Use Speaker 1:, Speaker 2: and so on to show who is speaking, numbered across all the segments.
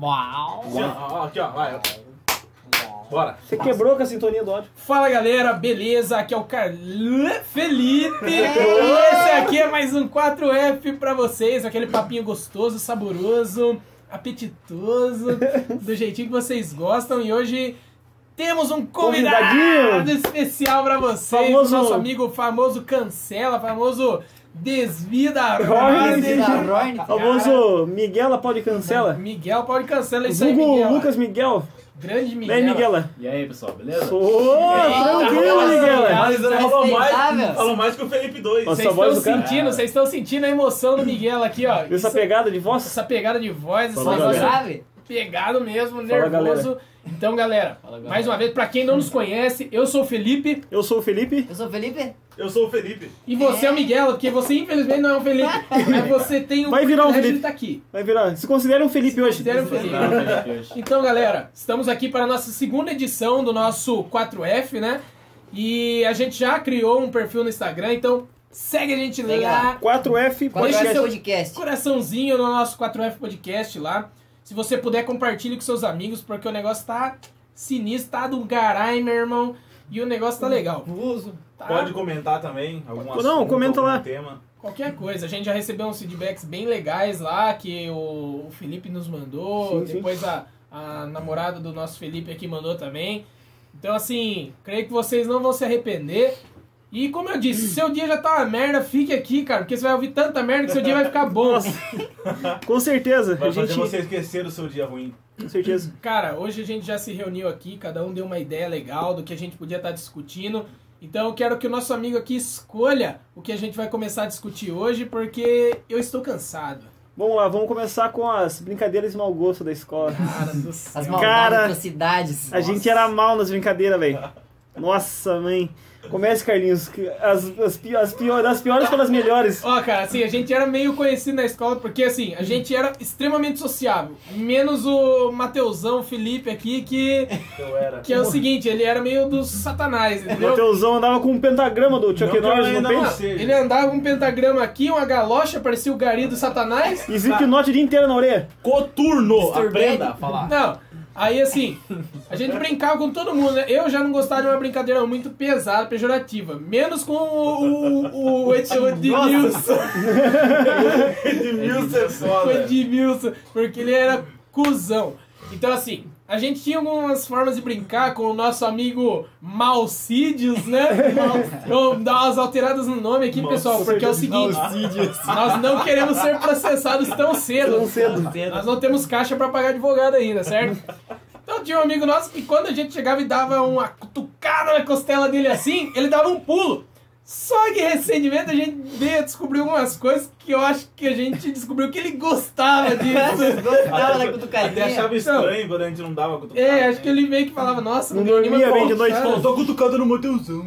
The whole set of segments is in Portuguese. Speaker 1: Uau!
Speaker 2: Ó, ó, aqui, ó, vai. ó. Bora.
Speaker 3: Você quebrou com a sintonia do ódio.
Speaker 4: Fala galera, beleza? Aqui é o Carl Felipe.
Speaker 3: É.
Speaker 4: Esse aqui é mais um 4F pra vocês, aquele papinho gostoso, saboroso, apetitoso, do jeitinho que vocês gostam. E hoje temos um convidado
Speaker 3: Convidadinho.
Speaker 4: especial pra vocês,
Speaker 3: Famoso-
Speaker 4: nosso amigo famoso cancela, famoso desvida
Speaker 3: Corre,
Speaker 1: Da Roine,
Speaker 3: Famoso Miguela pode cancela.
Speaker 4: Miguel pode cancela É isso aí,
Speaker 3: Vulgo
Speaker 4: Miguel.
Speaker 3: Lucas Miguel.
Speaker 4: Grande
Speaker 3: Vem, Miguela.
Speaker 5: E aí, pessoal, beleza?
Speaker 3: Ô, tranquilo, Miguela.
Speaker 2: Mas ele
Speaker 1: tá
Speaker 2: falou mais,
Speaker 1: respeitável.
Speaker 2: falou mais que o Felipe 2.
Speaker 3: Nossa,
Speaker 4: Vocês
Speaker 3: a voz
Speaker 4: estão
Speaker 3: do cara.
Speaker 4: sentindo, vocês estão sentindo a emoção do Miguel aqui, ó.
Speaker 3: Viu essa
Speaker 4: Isso-
Speaker 3: pegada de voz?
Speaker 4: essa pegada de voz, esse
Speaker 3: Fala,
Speaker 4: negócio
Speaker 3: galera.
Speaker 1: sabe?
Speaker 4: pegado mesmo,
Speaker 3: Fala,
Speaker 4: nervoso. Então, galera, mais uma vez, pra quem não nos conhece, eu sou o Felipe
Speaker 3: Eu sou o Felipe.
Speaker 1: Eu sou o Felipe?
Speaker 2: Eu sou o Felipe.
Speaker 4: e você é, o Miguel, porque você infelizmente não é o Felipe. mas você tem o
Speaker 3: Vai virar um
Speaker 4: privilégio de
Speaker 3: Felipe.
Speaker 4: tá aqui.
Speaker 3: Vai virar. Se considera um Felipe hoje.
Speaker 4: Considera o Felipe.
Speaker 2: Tá,
Speaker 5: Não, Felipe, hoje.
Speaker 4: Então, galera, estamos aqui para a nossa segunda edição do nosso 4F, né? E a gente já criou um perfil no Instagram, então segue a gente lá.
Speaker 1: Legal.
Speaker 3: 4F
Speaker 1: Qual é o seu
Speaker 3: podcast.
Speaker 1: podcast?
Speaker 4: coraçãozinho no nosso 4F Podcast lá. Se você puder, compartilhe com seus amigos, porque o negócio tá sinistro, tá do garai, meu irmão. E o negócio tá legal. Tá?
Speaker 2: Pode comentar também algum assunto,
Speaker 3: Não, comenta
Speaker 2: algum
Speaker 3: lá.
Speaker 2: tema.
Speaker 4: Qualquer coisa. A gente já recebeu uns feedbacks bem legais lá, que o, o Felipe nos mandou.
Speaker 3: Sim, sim.
Speaker 4: Depois a, a namorada do nosso Felipe aqui mandou também. Então, assim, creio que vocês não vão se arrepender. E como eu disse, se seu dia já tá uma merda, fique aqui, cara, porque você vai ouvir tanta merda que seu dia vai ficar bom.
Speaker 3: Com certeza.
Speaker 2: Vai
Speaker 3: A
Speaker 2: fazer
Speaker 3: gente.
Speaker 2: você esquecer o seu dia ruim.
Speaker 3: Com certeza.
Speaker 4: Cara, hoje a gente já se reuniu aqui, cada um deu uma ideia legal do que a gente podia estar discutindo. Então eu quero que o nosso amigo aqui escolha o que a gente vai começar a discutir hoje, porque eu estou cansado.
Speaker 3: Vamos lá, vamos começar com as brincadeiras de mau gosto da escola.
Speaker 4: Cara do céu.
Speaker 1: As
Speaker 3: Cara,
Speaker 1: maldades, atrocidades.
Speaker 3: A gente era mal nas brincadeiras, velho. Nossa, mãe. Comece, Carlinhos. que As, as, pi- as pior, das piores pelas melhores.
Speaker 4: Ó, cara, assim, a gente era meio conhecido na escola, porque assim, a gente era extremamente sociável. Menos o Mateusão, o Felipe aqui, que,
Speaker 2: Eu era.
Speaker 4: que é o seguinte, ele era meio dos satanás,
Speaker 3: O
Speaker 4: entendeu?
Speaker 3: Mateusão andava com um pentagrama do
Speaker 2: Não que
Speaker 3: Chuck
Speaker 2: eu
Speaker 3: Norris no
Speaker 2: ainda não
Speaker 3: peito.
Speaker 2: seja.
Speaker 4: Ele andava com um pentagrama aqui, uma galocha, parecia o gari do satanás.
Speaker 3: E Slipknot o dia inteiro na orelha.
Speaker 2: Coturno,
Speaker 1: Mr. Big.
Speaker 2: aprenda a falar.
Speaker 4: Não, aí assim, a gente brincava com todo mundo, né? Eu já não gostava de uma brincadeira muito pesada, pejorativa. Menos com o, o, o, Ed- o Edmilson.
Speaker 2: Edmilson é
Speaker 4: O
Speaker 2: foda.
Speaker 4: Edmilson, porque ele era cuzão. Então assim, a gente tinha algumas formas de brincar com o nosso amigo Malcídios, né? Vamos dar umas alteradas no nome aqui, pessoal, porque é o seguinte. Nós não queremos ser processados tão cedo.
Speaker 3: Tão cedo.
Speaker 4: Nós não temos caixa pra pagar advogado ainda, certo? Então tinha um amigo nosso que quando a gente chegava e dava uma cutucada na costela dele assim, ele dava um pulo. Só que recentemente a gente veio descobrir algumas coisas que eu acho que a gente descobriu que ele gostava disso.
Speaker 1: Gostava da
Speaker 2: Até
Speaker 1: é cutucadinha.
Speaker 2: achava estranho quando a gente não dava cutucada.
Speaker 4: É, acho que ele meio que falava, nossa,
Speaker 3: Não
Speaker 4: ninguém
Speaker 3: dormia
Speaker 4: vai
Speaker 3: bem de noite,
Speaker 4: voltar.
Speaker 2: tô cutucando no Mateusão.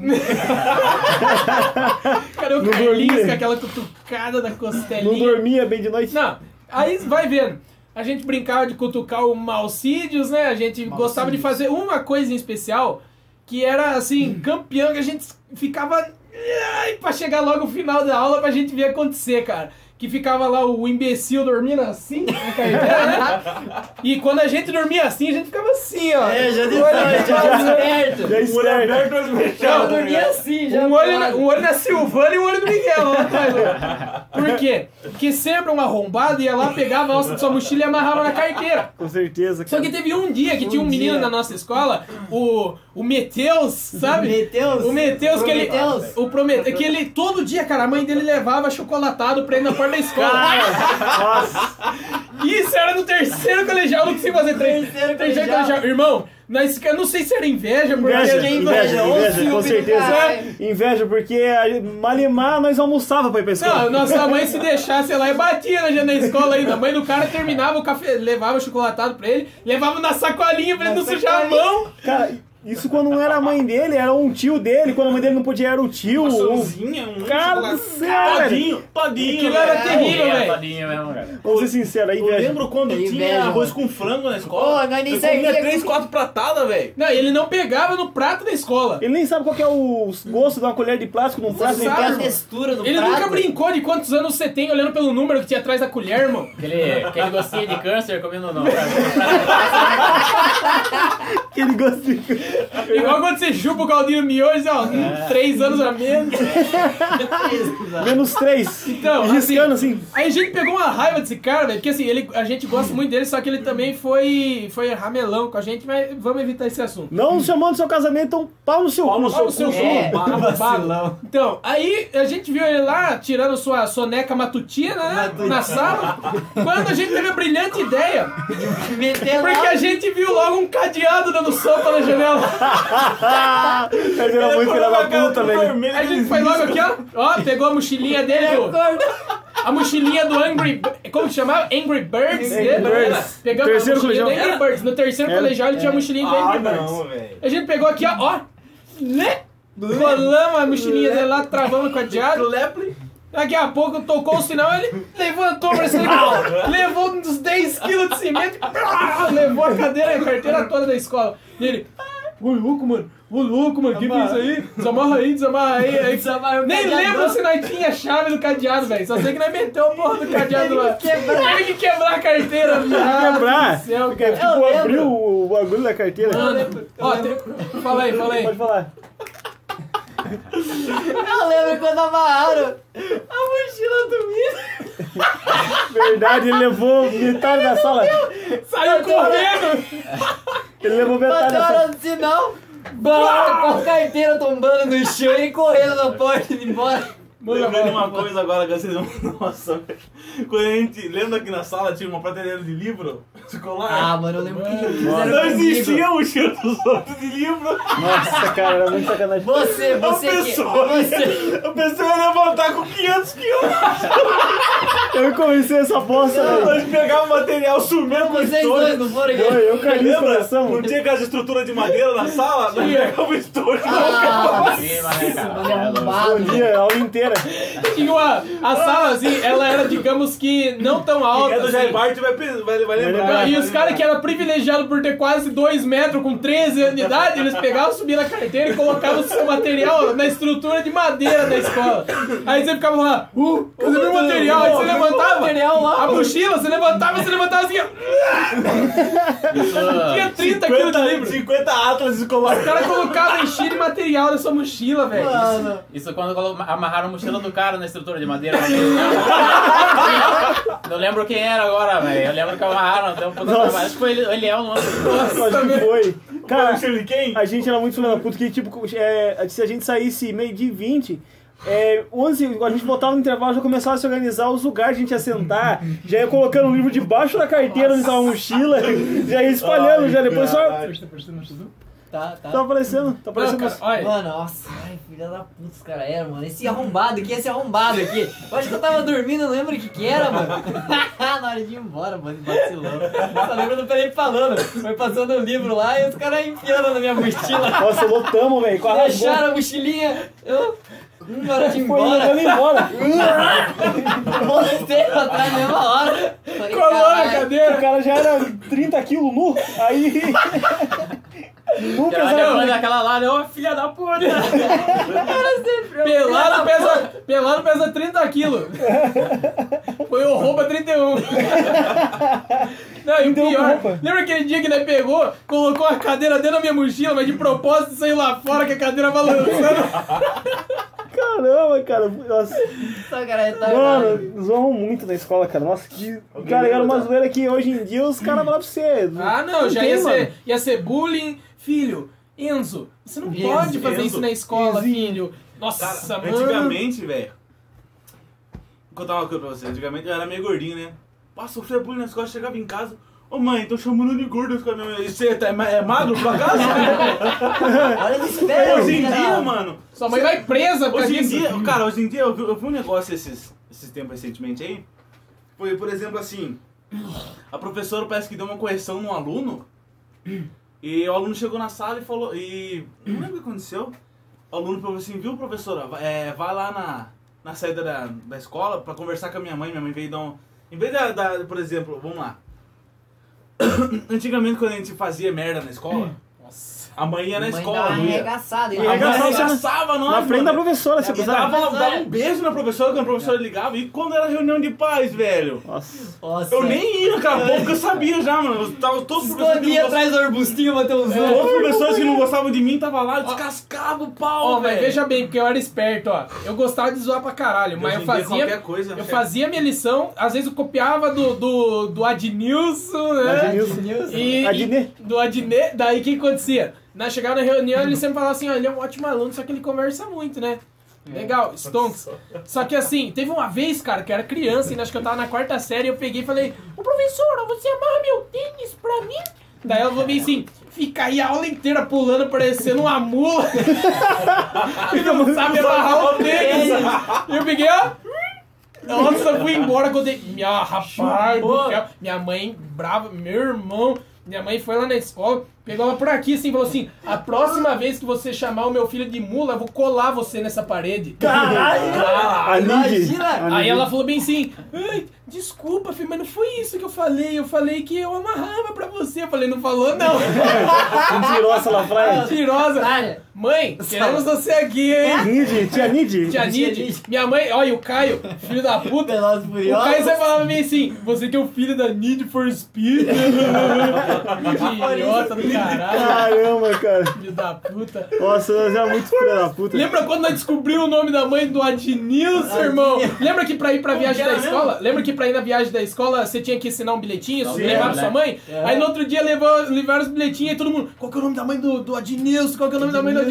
Speaker 4: Cadê o
Speaker 3: Não
Speaker 4: Carlinhos
Speaker 3: dormia.
Speaker 4: com aquela cutucada na
Speaker 2: É
Speaker 4: costelinha?
Speaker 3: Não dormia bem de noite.
Speaker 4: Não, aí vai vendo. A gente brincava de cutucar o Malcídios, né? A gente gostava de fazer uma coisa em especial que era assim,
Speaker 1: Hum.
Speaker 4: campeão, que a gente ficava. Ai, pra chegar logo no final da aula pra gente ver acontecer, cara. Que ficava lá o imbecil dormindo assim, na carteira, né? E quando a gente dormia assim, a gente ficava assim, ó.
Speaker 1: É, já
Speaker 4: Um olho
Speaker 1: disse, já
Speaker 4: pra trás,
Speaker 1: esperto.
Speaker 3: Já
Speaker 2: Por
Speaker 3: esperto.
Speaker 2: aberto as
Speaker 1: Já
Speaker 2: fechadas.
Speaker 1: dormia assim, já.
Speaker 4: um, olho na, um olho na Silvana e um olho no Miguel. tá lá atrás, ó. Por quê? Porque sempre um arrombado ia lá, pegava a alça de sua mochila e amarrava na carteira.
Speaker 3: Com certeza.
Speaker 4: Só
Speaker 3: Cara.
Speaker 4: que teve um dia que tinha um
Speaker 1: Um
Speaker 4: menino
Speaker 1: dia.
Speaker 4: na nossa escola, o, o Meteus, sabe?
Speaker 1: Meteus.
Speaker 4: O Meteus que ele.
Speaker 1: Prometeus.
Speaker 4: O Prometeus. Que ele todo dia, cara, a mãe dele levava chocolatado pra ele na porta da escola.
Speaker 3: Nossa.
Speaker 4: Isso era no terceiro colegial, não consigo fazer três.
Speaker 1: Terceiro
Speaker 4: Terceiro
Speaker 1: colegial.
Speaker 4: colegial. Irmão, nós, eu não sei se era inveja, porque.
Speaker 3: Inveja,
Speaker 1: quem inveja,
Speaker 3: inveja,
Speaker 1: ô,
Speaker 3: inveja. Com
Speaker 1: Silvio do
Speaker 3: certeza.
Speaker 1: caralho.
Speaker 3: Inveja, porque a- malemar nós almoçava pra ir pra
Speaker 4: Não,
Speaker 3: escola.
Speaker 4: nossa mãe se deixasse lá e batia na, na escola ainda. A mãe do cara terminava o café, levava o chocolatado pra ele, levava na sacolinha pra ele não
Speaker 1: Na
Speaker 4: sujar a
Speaker 1: sacolinha.
Speaker 4: mão.
Speaker 3: Cara, Isso quando não era a mãe dele, era um tio dele. Quando a mãe dele não podia, era o tio.
Speaker 2: Uma
Speaker 3: ou-
Speaker 2: sozinha, um
Speaker 3: Cara do
Speaker 2: chocolate-
Speaker 3: céu, velho.
Speaker 2: Todinho, todinho.
Speaker 4: Aquilo era
Speaker 2: velho.
Speaker 4: terrível,
Speaker 5: É,
Speaker 4: velho.
Speaker 5: tadinho mesmo, cara.
Speaker 3: Vamos ser sinceros, aí,
Speaker 2: Eu
Speaker 3: velho.
Speaker 2: lembro quando
Speaker 1: Tem
Speaker 2: tinha
Speaker 1: inveja,
Speaker 2: arroz
Speaker 1: mano.
Speaker 2: com frango na escola.
Speaker 1: Ô, nós nem
Speaker 2: eu comia
Speaker 1: sabia
Speaker 2: três,
Speaker 1: que-
Speaker 2: quatro pratadas, velho.
Speaker 4: Não, ele não pegava no prato da escola.
Speaker 3: Ele nem sabe qual que é o gosto de uma colher de plástico num prato.
Speaker 1: Você
Speaker 3: nem
Speaker 1: não tem a
Speaker 4: sabe,
Speaker 1: textura do
Speaker 4: Ele
Speaker 1: prato.
Speaker 4: nunca brincou de quantos anos você tem olhando pelo número que tinha atrás da colher, irmão.
Speaker 5: Aquele, aquele gostinho de câncer comendo não. cara.
Speaker 3: Aquele gosto de...
Speaker 4: Igual quando você chupa o Galdinho Miojo, ó,
Speaker 1: É.
Speaker 4: três anos a menos.
Speaker 3: Menos três.
Speaker 4: Então,
Speaker 3: Riscando assim.
Speaker 4: Aí a gente pegou uma raiva desse cara, velho, porque assim, ele, a gente gosta muito dele, só que ele também foi, foi ramelão com a gente, mas vamos evitar esse assunto.
Speaker 3: Não chamando seu casamento, então pau no seu cu.
Speaker 4: Olha o seu
Speaker 1: cu.
Speaker 4: cu,
Speaker 1: É.
Speaker 4: babado. Então, aí a gente viu ele lá tirando sua soneca matutina, né, na sala, quando a gente teve a brilhante ideia,
Speaker 1: Meteu
Speaker 4: porque
Speaker 1: lá.
Speaker 4: a gente viu logo um cadeado dando sopa na janela.
Speaker 3: Mas era é muito filha da puta, velho.
Speaker 4: Aí a gente foi logo aqui, ó, ó, pegou a mochilinha dele, viu?
Speaker 1: Acordou.
Speaker 4: A mochilinha do Angry Birds. Como que chamava? Angry Birds?
Speaker 3: Angry
Speaker 4: dele.
Speaker 3: Birds.
Speaker 4: Pegamos
Speaker 3: Terceiro
Speaker 4: a mochilinha
Speaker 3: colegial.
Speaker 4: do Angry Birds. No terceiro
Speaker 3: Era.
Speaker 4: colegial ele tinha a mochilinha do
Speaker 2: Ah,
Speaker 4: Angry Birds.
Speaker 2: não, velho.
Speaker 4: A gente pegou aqui, ó. ó né? Colamos a mochilinha dele lá, travamos com a diária. Daqui a pouco tocou o sinal, ele levantou pra cima, levou uns 10 quilos de cimento, brá, levou a cadeira e a carteira toda da escola. E ele, "Ah, ô louco, mano, ô louco, mano, que que é isso aí? Desamarra aí, desamarra aí. aí
Speaker 1: Desamarra o
Speaker 4: Nem
Speaker 1: cadeado.
Speaker 4: lembro se nós tinha a chave do cadeado, velho, só sei que nós meteu a porra do cadeado lá.
Speaker 1: Quebrar.
Speaker 4: Teve que quebrar a carteira, viado
Speaker 3: Quebrar.
Speaker 4: do céu,
Speaker 3: Porque,
Speaker 4: cara.
Speaker 3: tipo,
Speaker 1: lembro.
Speaker 3: abriu o bagulho da carteira.
Speaker 4: Mano, ó, tem- fala aí, fala aí.
Speaker 3: Pode falar.
Speaker 1: Eu lembro quando amarraram a mochila do Mito.
Speaker 3: Verdade, ele levou metade da sala.
Speaker 4: Saiu correndo!
Speaker 3: Ele levou metade da sala.
Speaker 1: Bateram no sinal. Balaram Tá com a carteira tombando no chão e correndo na porta indo embora.
Speaker 2: Lembrei de uma coisa agora que vocês vão. Nossa, velho. Quando a gente. Lembra que na sala tinha uma prateleira de livro
Speaker 1: Ah,
Speaker 2: escolar?
Speaker 1: mano, eu lembro que
Speaker 3: Mano.
Speaker 2: não
Speaker 1: fizeram comigo.
Speaker 2: existia o cheiro dos outros de livro.
Speaker 3: Nossa, cara, era muito sacanagem.
Speaker 1: Você, você que...
Speaker 2: pessoa.
Speaker 1: Você...
Speaker 2: Eu pensei em levantar com 500 quilos.
Speaker 3: Eu comecei essa bosta, velho.
Speaker 2: Nós pegávamos material, sumia com
Speaker 1: Vocês
Speaker 2: estojo.
Speaker 1: dois não foram aqui.
Speaker 3: Eu e o Carlinhos
Speaker 2: Lembra? Não
Speaker 3: começamos.
Speaker 2: tinha aquelas estruturas de madeira na sala? Nós pegávamos estojo.
Speaker 1: Ah,
Speaker 5: Clima, né, cara?
Speaker 2: um
Speaker 1: mano,
Speaker 5: É louco.
Speaker 3: Bom
Speaker 1: arrombado.
Speaker 3: Um
Speaker 1: né?
Speaker 3: dia, a aula inteira.
Speaker 4: Tinha uma, a sala, assim, ela era, digamos que, não tão
Speaker 2: Quem
Speaker 4: alta.
Speaker 2: é do Jair
Speaker 4: assim.
Speaker 2: Bart vai, pe- vai, vai lembrar.
Speaker 4: E os caras que é eram privilegiados por ter quase 2 metros com 13 anos de idade, eles pegavam, subiam na carteira e colocavam o seu material na estrutura de madeira da escola. Aí você ficava lá, uh, cadê meu material? Aí você levantava
Speaker 1: material lá,
Speaker 4: a
Speaker 1: mano.
Speaker 4: mochila, você levantava, você levantava assim, ó,
Speaker 5: Ah,
Speaker 4: tinha 30 quilos de
Speaker 2: 50,
Speaker 4: livro.
Speaker 2: 50 atlas
Speaker 4: O
Speaker 2: escolares.
Speaker 4: cara colocava, enchia de material na sua mochila, velho.
Speaker 1: Mano,
Speaker 5: Isso quando colo- amarraram a mochila do cara na estrutura de madeira. uma vez. Não lembro quem era agora, velho. Eu lembro que amarraram, deu um puta trabalho. Acho que foi ele, ele é o nome.
Speaker 3: Acho que foi. Cara,
Speaker 2: O Shuriken?
Speaker 3: a gente era muito filha da puta, que tipo, é, se a gente saísse meio de 20, é, 11, a gente botava no intervalo, já começava a se organizar os lugares, a gente ia sentar, já ia colocando o livro debaixo da carteira, onde tava a mochila, já ia espalhando,
Speaker 2: Ai,
Speaker 3: já depois
Speaker 2: caralho.
Speaker 3: só...
Speaker 1: tá, tá.
Speaker 3: Tá aparecendo, tá
Speaker 4: Não,
Speaker 3: aparecendo...
Speaker 4: cara, olha,
Speaker 1: Mano, nossa, ai, filha da puta, os caras eram, mano. Esse arrombado aqui, esse arrombado aqui. Eu acho que eu tava dormindo, não lembro o que que era, mano. Na hora de ir embora, mano, vacilou. Só lembro do Pelé falando. Foi passando o livro lá e os caras enfiando na minha mochila.
Speaker 3: Nossa, lotamos, velho, com a rasgou.
Speaker 1: Fecharam a mochilinha. Eu. Hum, na hora de ir
Speaker 3: Foi
Speaker 1: embora.
Speaker 3: levando embora.
Speaker 1: Voltei pra trás na mesma hora. Falei,
Speaker 4: colou a
Speaker 1: caralho.
Speaker 3: O
Speaker 4: cadeira.
Speaker 3: cara já era 30 quilos nu, aí... Nunca
Speaker 5: Ela levou
Speaker 3: era...
Speaker 5: daquela lá, né? ô filha da puta!
Speaker 4: Pelado pesa, pelado pesa 30 quilos. Foi o roupa 31. Não, e o
Speaker 3: Então,
Speaker 4: pior,
Speaker 3: roupa.
Speaker 4: lembra aquele dia que nós pegou, colocou a cadeira dentro da minha mochila, mas de propósito saiu lá fora que a cadeira balançando.
Speaker 3: Caramba, cara, nossa...
Speaker 1: Só então, cara
Speaker 4: É
Speaker 1: retardado.
Speaker 3: Mano, zoam muito na escola, cara. Nossa, que. Cara, era uma zoeira que hoje em dia os caras falam pra você.
Speaker 4: Ah, não, já
Speaker 3: tem,
Speaker 4: ia
Speaker 3: mano.
Speaker 4: ser, ia ser bullying. Filho, Enzo, você não
Speaker 1: Enzo,
Speaker 4: pode fazer
Speaker 2: Enzo.
Speaker 4: isso na escola,
Speaker 3: Enzinho.
Speaker 4: filho. Nossa,
Speaker 2: Cara,
Speaker 4: mano.
Speaker 2: antigamente, velho. Vou contar uma coisa pra você. Antigamente eu era meio gordinho, né? Pá, sofria bullying na escola, chegava em casa. Ô mãe, tô chamando de gordo. Eu ficava, "E Você tá, é ma- é magro pra casa?
Speaker 1: Olha o desespero.
Speaker 2: hoje em
Speaker 1: filha da-
Speaker 2: dia, mano.
Speaker 4: Sua mãe vai presa por
Speaker 2: Hoje em
Speaker 4: isso.
Speaker 2: dia, cara, hoje em dia eu vi, eu vi um negócio esses, esses tempos recentemente aí. Foi, por exemplo, assim. A professora parece que deu uma correção num aluno. E o aluno chegou na sala e falou. E. Não lembro o que aconteceu. O aluno falou assim: viu, professora? va- é, vai lá na, na saída da, da escola pra conversar com a minha mãe. Minha mãe veio dar um. Em vez da. da- por exemplo, vamos lá. Antigamente, quando a gente fazia merda na escola,
Speaker 5: Nossa.
Speaker 2: a mãe ia na
Speaker 1: Mãe dá
Speaker 2: escola.
Speaker 1: uma arregaçada, hein?
Speaker 2: A mãe
Speaker 3: Arregaçava, você-
Speaker 2: arregaçava nós.
Speaker 3: Na frente da
Speaker 2: mano.
Speaker 4: é
Speaker 3: professora, se
Speaker 1: Minha
Speaker 3: precisar.
Speaker 1: mãe
Speaker 2: Dava, dava um beijo na professora quando a professora ligava. E quando era reunião de paz, velho?
Speaker 3: Nossa.
Speaker 1: Nossa.
Speaker 2: Eu nem ia, cara, bom, porque eu sabia já, mano. Eu tava todos os professores que
Speaker 1: É. Escondia
Speaker 2: não gostavam-
Speaker 1: atrás do Ah, arbustinho, Matheusão.
Speaker 2: todos os professores que não gostavam de mim tava lá, eu descascava o pau,
Speaker 4: Ó, mas
Speaker 2: velho.
Speaker 4: veja bem, porque eu era esperto, ó. Eu gostava de zoar pra caralho, mas
Speaker 2: Hoje
Speaker 4: eu
Speaker 2: em dia,
Speaker 4: fazia.
Speaker 2: qualquer coisa,
Speaker 4: Eu
Speaker 2: velho.
Speaker 4: fazia minha lição, às vezes eu copiava do, do, do Adnilson, né?
Speaker 3: Adnilson.
Speaker 4: E,
Speaker 3: Adnet.
Speaker 4: e- do Adnet, daí o que acontecia? Na chegada na reunião, ele sempre falava assim, ó, ele é um ótimo aluno, só que ele conversa muito, né?
Speaker 2: É.
Speaker 4: Legal, stonks. Só que assim, teve uma vez, cara, que eu era criança, ainda acho que eu tava na quarta série, eu peguei e falei, ô professora, você amarra meu tênis pra mim? Daí ela falou bem assim, fica aí a aula inteira pulando, parecendo uma mula. e não sabe amarrar o tênis. E eu peguei, ó. Nossa, eu fui embora quando eu. Minha rapaz do céu. Minha mãe brava, meu irmão. Minha mãe foi lá na escola, pegou ela por aqui assim, falou assim: a próxima vez que você chamar o meu filho de mula, eu vou colar você nessa parede.
Speaker 3: Caralho! A Lindy.
Speaker 1: Imagina!
Speaker 3: a
Speaker 4: Aí
Speaker 3: Lindy.
Speaker 4: ela falou bem assim: "Ai, desculpa, filho, mas não foi isso que eu falei. Eu falei que eu amarrava pra você. Eu falei, não falou, não.
Speaker 3: Mentirosa lá atrás.
Speaker 4: Mentirosa.
Speaker 1: Otária.
Speaker 4: Mãe, queremos você aqui, hein?
Speaker 3: Nid, tia Nid.
Speaker 4: Tia Nid, minha mãe, olha, e o Caio, filho da puta,
Speaker 1: Velozes e
Speaker 4: O Caio sempre
Speaker 1: Furiosos.
Speaker 4: falava meio assim, você que é o filho da Need for Speed. Idiota do caralho,
Speaker 3: Caramba, cara.
Speaker 4: filho da puta.
Speaker 3: Nossa, nós era muito filha da puta.
Speaker 4: Lembra quando nós descobrimos o nome da mãe do Adnilson, irmão? Lembra que pra ir pra viagem da
Speaker 2: era mesmo?
Speaker 4: escola? Lembra que pra ir na viagem da escola você tinha que ensinar um bilhetinho, você
Speaker 5: Sim,
Speaker 4: levava
Speaker 2: né?
Speaker 5: é,
Speaker 4: sua mãe?
Speaker 1: é.
Speaker 4: Aí no outro dia levou, levaram os bilhetinhos e todo mundo, qual que é o nome da mãe do, do Adnilson? Qual que é o nome da mãe do Adnilson?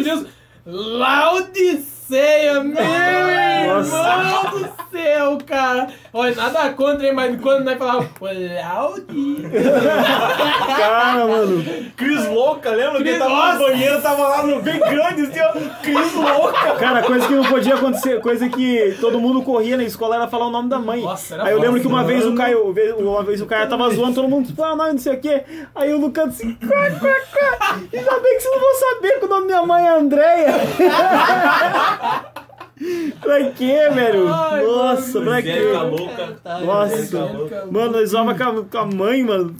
Speaker 4: Laudiceia, meu irmão do céu, cara. Olha, nada contra, hein, mas quando nós falava Laudiceia,
Speaker 3: Cara, mano.
Speaker 2: Cris louca, lembra?
Speaker 4: Cris
Speaker 2: que tava lá no
Speaker 4: Louca.
Speaker 2: banheiro, tava lá no bem grande, assim, ó. Cris louca.
Speaker 3: Cara, coisa que não podia acontecer, coisa que todo mundo corria na escola era falar o nome da mãe.
Speaker 4: Nossa, era né?
Speaker 3: Aí eu lembro
Speaker 4: foda,
Speaker 3: que uma vez o Caio, uma vez o Caio tava zoando, todo mundo falando nome, não sei o quê. Aí o Lucas assim, quá, quá, quá. Ainda bem que você não vai saber que o nome da minha mãe é Andréia. pra quê, velho?
Speaker 4: Ai, é,
Speaker 3: Nossa, pra quê?
Speaker 2: Zélica louca.
Speaker 1: tá
Speaker 3: Nossa. Mano, nós zoava com a, com a mãe, mano.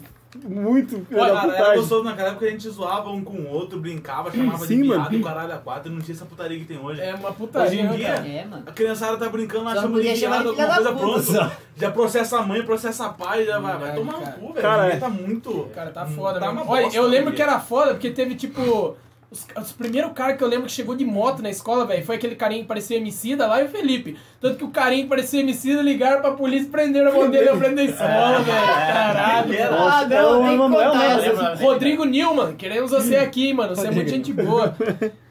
Speaker 3: Muito filha da
Speaker 2: Cara, era
Speaker 3: putagem.
Speaker 2: gostoso naquela época a gente zoava um com o outro, brincava, chamava
Speaker 3: Sim,
Speaker 2: de
Speaker 3: mano.
Speaker 2: piada, o caralho a quatro, não tinha essa putaria que tem hoje.
Speaker 4: É uma
Speaker 2: Hoje
Speaker 4: putaria,
Speaker 2: em dia,
Speaker 4: cara.
Speaker 1: É, mano.
Speaker 2: a criançada tá brincando, lá
Speaker 1: Só não
Speaker 2: chama de
Speaker 1: podia chamar
Speaker 2: piada,
Speaker 1: de
Speaker 2: alguma
Speaker 1: filha da
Speaker 2: coisa, pronto. Já processa a mãe, processa a pai, já vai, vai
Speaker 4: Ai,
Speaker 2: tomar no
Speaker 4: cara.
Speaker 2: cu, velho.
Speaker 3: Cara,
Speaker 2: Cara,
Speaker 3: é.
Speaker 2: tá muito...
Speaker 4: Cara, tá foda,
Speaker 2: tá
Speaker 4: né?
Speaker 2: uma
Speaker 4: Olha,
Speaker 2: bosta,
Speaker 4: eu lembro
Speaker 2: né?
Speaker 4: que era foda, porque teve tipo. Os, os primeiros caras que eu lembro que chegou de moto na escola, velho, foi aquele carinha que parecia emicida lá e o Felipe. Tanto que o carinha que parecia emicida ligaram pra polícia e prenderam a mão dele eu prendo da escola, velho. Caralho.
Speaker 2: Era.
Speaker 1: Ah,
Speaker 3: é o
Speaker 1: não, tem que
Speaker 3: Emanuel,
Speaker 1: contar
Speaker 3: né?
Speaker 1: essas
Speaker 5: Lembra?
Speaker 4: Rodrigo Nilman, queremos você aqui, mano. Você é muito gente boa.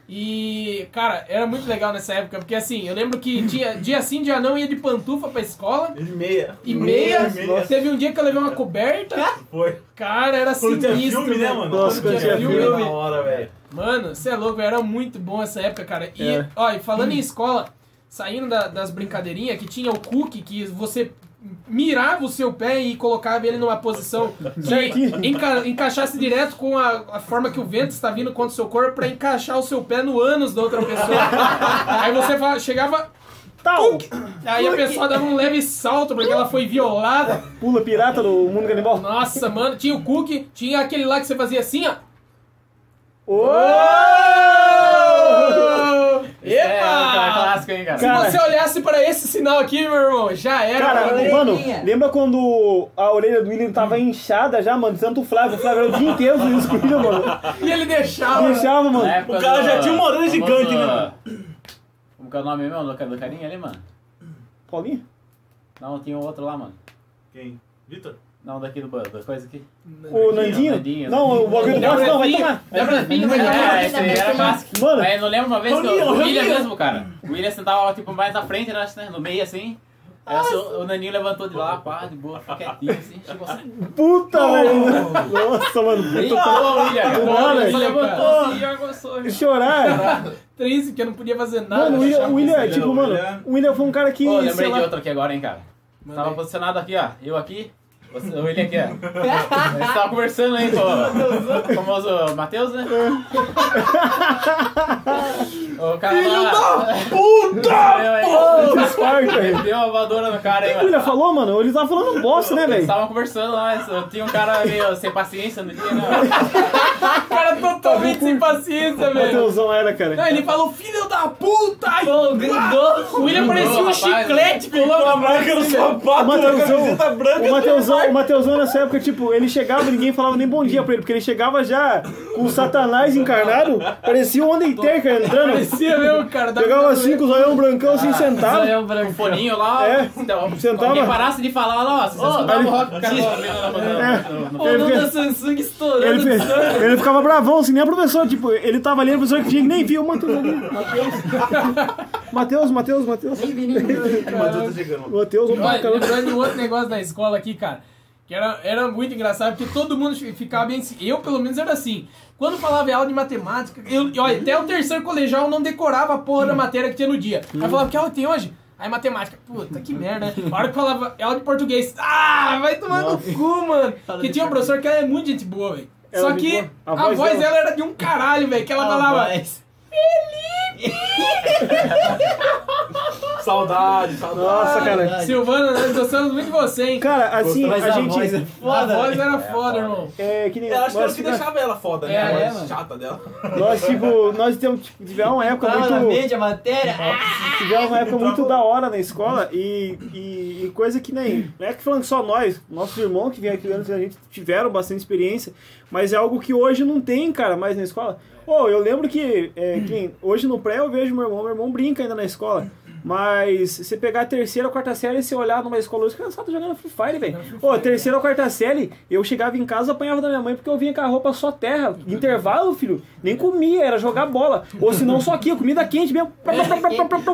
Speaker 4: E, cara, era muito legal nessa época, porque assim, eu lembro que tinha, dia sim, dia não, ia de pantufa pra escola.
Speaker 2: E meia.
Speaker 4: E meia,
Speaker 2: E meia.
Speaker 4: teve um dia que eu levei uma coberta.
Speaker 2: Foi.
Speaker 4: Cara, era
Speaker 2: Quando tinha
Speaker 4: sinistro.
Speaker 2: filme, né,
Speaker 4: velho.
Speaker 2: mano?
Speaker 3: Nossa,
Speaker 2: Quando tinha filme,
Speaker 4: filme.
Speaker 2: na hora, velho.
Speaker 4: Mano, você é louco, era muito bom essa época, cara. E,
Speaker 3: É.
Speaker 4: ó, e falando
Speaker 2: Hum.
Speaker 4: em escola, saindo da- das brincadeirinhas, que tinha o cookie, que você mirava o seu pé e colocava ele numa posição
Speaker 3: Certinho.
Speaker 4: que enca- encaixasse direto com a, a forma que o vento está vindo contra o seu corpo pra encaixar o seu pé no ânus da outra pessoa. aí você fa- chegava,
Speaker 3: Tal!
Speaker 4: aí a pessoa dava um leve salto porque ela foi violada.
Speaker 3: Pula pirata do mundo canibal.
Speaker 4: Nossa, mano, tinha o cookie, tinha aquele lá que você fazia assim, ó.
Speaker 3: Ô!
Speaker 5: É, cara,
Speaker 4: Epa!
Speaker 5: clássico, hein, cara.
Speaker 4: Se
Speaker 3: Cara.
Speaker 4: você olhasse pra esse sinal aqui, meu irmão, já era.
Speaker 3: Cara,
Speaker 4: mano.
Speaker 1: orelhinha.
Speaker 3: mano, lembra quando a orelha do William tava inchada já, mano? Tanto o Flávio, o Flávio era o dia inteiro fazendo isso com o William, mano.
Speaker 4: E ele deixava.
Speaker 3: Deixava, mano.
Speaker 5: Na época
Speaker 2: O cara
Speaker 5: do-
Speaker 2: já tinha uma orelha
Speaker 5: famoso-
Speaker 2: gigante, né, mano?
Speaker 5: Como que é o nome mesmo do cara- do carinha ali, mano?
Speaker 3: Paulinho?
Speaker 5: Não, tinha um outro lá, mano.
Speaker 2: Quem? Vitor?
Speaker 5: Não, daqui do banco, da coisa aqui.
Speaker 3: O Nandinho?
Speaker 5: Nandinho.
Speaker 3: Não, o bagulho do
Speaker 4: Dá
Speaker 3: Box não, um vai
Speaker 4: pra-
Speaker 3: tomar.
Speaker 4: dá pra- vai tomar.
Speaker 5: É, esse aí era clássico.
Speaker 3: Mano,
Speaker 5: Mas eu não lembro uma vez que
Speaker 2: Reunia,
Speaker 5: o o William
Speaker 2: reunia.
Speaker 5: mesmo, cara. O William sentava tipo, mais na frente, eu acho, né? No meio assim. Aí o seu- o Naninho levantou de lá, pá, de boa, ficou quietinho assim. Chegou assim.
Speaker 3: puta, velho. Nossa, mano, puta.
Speaker 5: Ô, William!
Speaker 3: Do
Speaker 5: cara,
Speaker 3: nada,
Speaker 5: Ele
Speaker 4: cara.
Speaker 5: levantou assim e aguçou.
Speaker 3: de Chorar.
Speaker 4: Triste que eu não podia fazer nada.
Speaker 3: Mano, o
Speaker 4: eu
Speaker 3: William,
Speaker 4: achava
Speaker 3: o William,
Speaker 2: William,
Speaker 3: tipo, mano,
Speaker 2: William.
Speaker 3: o William foi um cara que,
Speaker 5: Ô,
Speaker 3: sei
Speaker 5: lembrei de
Speaker 3: lá,
Speaker 5: outro aqui agora, hein, cara.
Speaker 4: Mandei.
Speaker 5: Tava posicionado aqui, ó. Eu aqui, Você, o William aqui, ó. A gente tava conversando aí com o famoso Matheus, né? o cara Filho lá, puta!
Speaker 3: Esparta, velho.
Speaker 5: Deu uma voadora no cara aí,
Speaker 3: O William
Speaker 5: mano.
Speaker 3: falou, mano, ele tava falando um bosta, né,
Speaker 5: Eles
Speaker 3: velho?
Speaker 5: estavam conversando lá, mas tinha um cara meio sem paciência no dia, né?
Speaker 4: O cara é totalmente sem paciência, velho.
Speaker 3: Mateusão era,
Speaker 4: Não,
Speaker 3: cara.
Speaker 4: ele falou, filho da puta! Ai,
Speaker 1: Pô, grindou.
Speaker 4: O William
Speaker 5: Não,
Speaker 4: parecia um
Speaker 5: rapaz,
Speaker 4: chiclete colando.
Speaker 2: branca no
Speaker 3: O
Speaker 2: sapato,
Speaker 3: Mateusão,
Speaker 2: camiseta branca.
Speaker 3: o Mateusão, o Mateusão nessa época, tipo, ele chegava e ninguém falava nem bom dia pra ele, porque ele chegava já com o Satanás encarnado, parecia um o Undertaker entrando.
Speaker 4: Parecia mesmo, cara. da-
Speaker 3: Jogava assim com o zoião brancão, assim, sentado.
Speaker 1: Só eu branco.
Speaker 5: Um foninho lá, ó.
Speaker 3: É.
Speaker 5: Então,
Speaker 3: Sentava.
Speaker 5: alguém parasse de falar lá, ó. Se você escutava
Speaker 3: ali-
Speaker 5: o rock, o cara tava ouvindo lá,
Speaker 2: Ah,
Speaker 5: mano, no- no- no-
Speaker 1: O dono da Samsung estourando.
Speaker 3: É, Ele, fe- ele ficava bravão, assim, nem a professora, tipo, ele tava ali, a professora que tinha que nem viu o Matheus ali. Matheus, Matheus, Matheus.
Speaker 2: O Matheus tá chegando.
Speaker 3: Matheus, opa,
Speaker 4: Vai,
Speaker 3: caramba.
Speaker 4: lembrando de um outro negócio da escola aqui, cara. Que era, era muito engraçado, porque todo mundo fi- ficava bem. assim. Eu, pelo menos, era assim. Quando falava em aula de matemática, eu, eu- até o terceiro colegial eu não decorava a porra da matéria que tinha no dia. Aí eu falava, que aula tem hoje? Aí matemática, puta que merda, né? A hora que falava aula de português, ah, vai tomar no cu, mano.
Speaker 1: Fala
Speaker 4: Que
Speaker 1: de
Speaker 4: tinha um professor que ela é muito gente boa, velho.
Speaker 3: Ela
Speaker 4: Só
Speaker 3: é gente
Speaker 4: que
Speaker 3: boa?
Speaker 4: a, voz, dela... era de um caralho, velho. Que
Speaker 1: Ah,
Speaker 4: ela falava,
Speaker 2: Saudade, saudade.
Speaker 3: Nossa, cara.
Speaker 1: Verdade.
Speaker 4: Silvana, nós gostamos muito de você, hein?
Speaker 3: Cara, assim,
Speaker 1: Mas
Speaker 3: a
Speaker 1: a voz é
Speaker 3: gente.
Speaker 1: foda.
Speaker 4: a voz
Speaker 1: velho.
Speaker 4: era foda, irmão.
Speaker 3: É, que nem.
Speaker 2: Eu acho que era
Speaker 3: Nós,
Speaker 2: o que
Speaker 3: fica-
Speaker 2: deixava ela foda, né?
Speaker 4: É,
Speaker 2: a
Speaker 1: é,
Speaker 2: voz
Speaker 1: mano.
Speaker 2: chata dela.
Speaker 3: nós, tipo, nós temos, tipo, tivemos uma época
Speaker 1: Tava na
Speaker 3: muito.
Speaker 1: mente a matéria. ah,
Speaker 3: Tivemos uma época muito da hora na escola e, e, e coisa que nem. Não é que falando que só nós, nossos irmãos que vieram aqui antes da gente tiveram bastante experiência, mas é algo que hoje não tem, cara, mais na escola. Pô, eu lembro que, é, que nem hoje no pré eu vejo meu irmão, meu irmão brinca ainda na escola. Mas se você pegar a terceira ou quarta série e você olhar numa escola hoje, cara, só tá jogando Free Fire, né? velho. Pô, terceira ou quarta série, eu chegava em casa apanhava da minha mãe porque eu vinha com a roupa só terra. Intervalo, filho, nem comia, era jogar bola. Ou se não, só aqui, comida quente mesmo.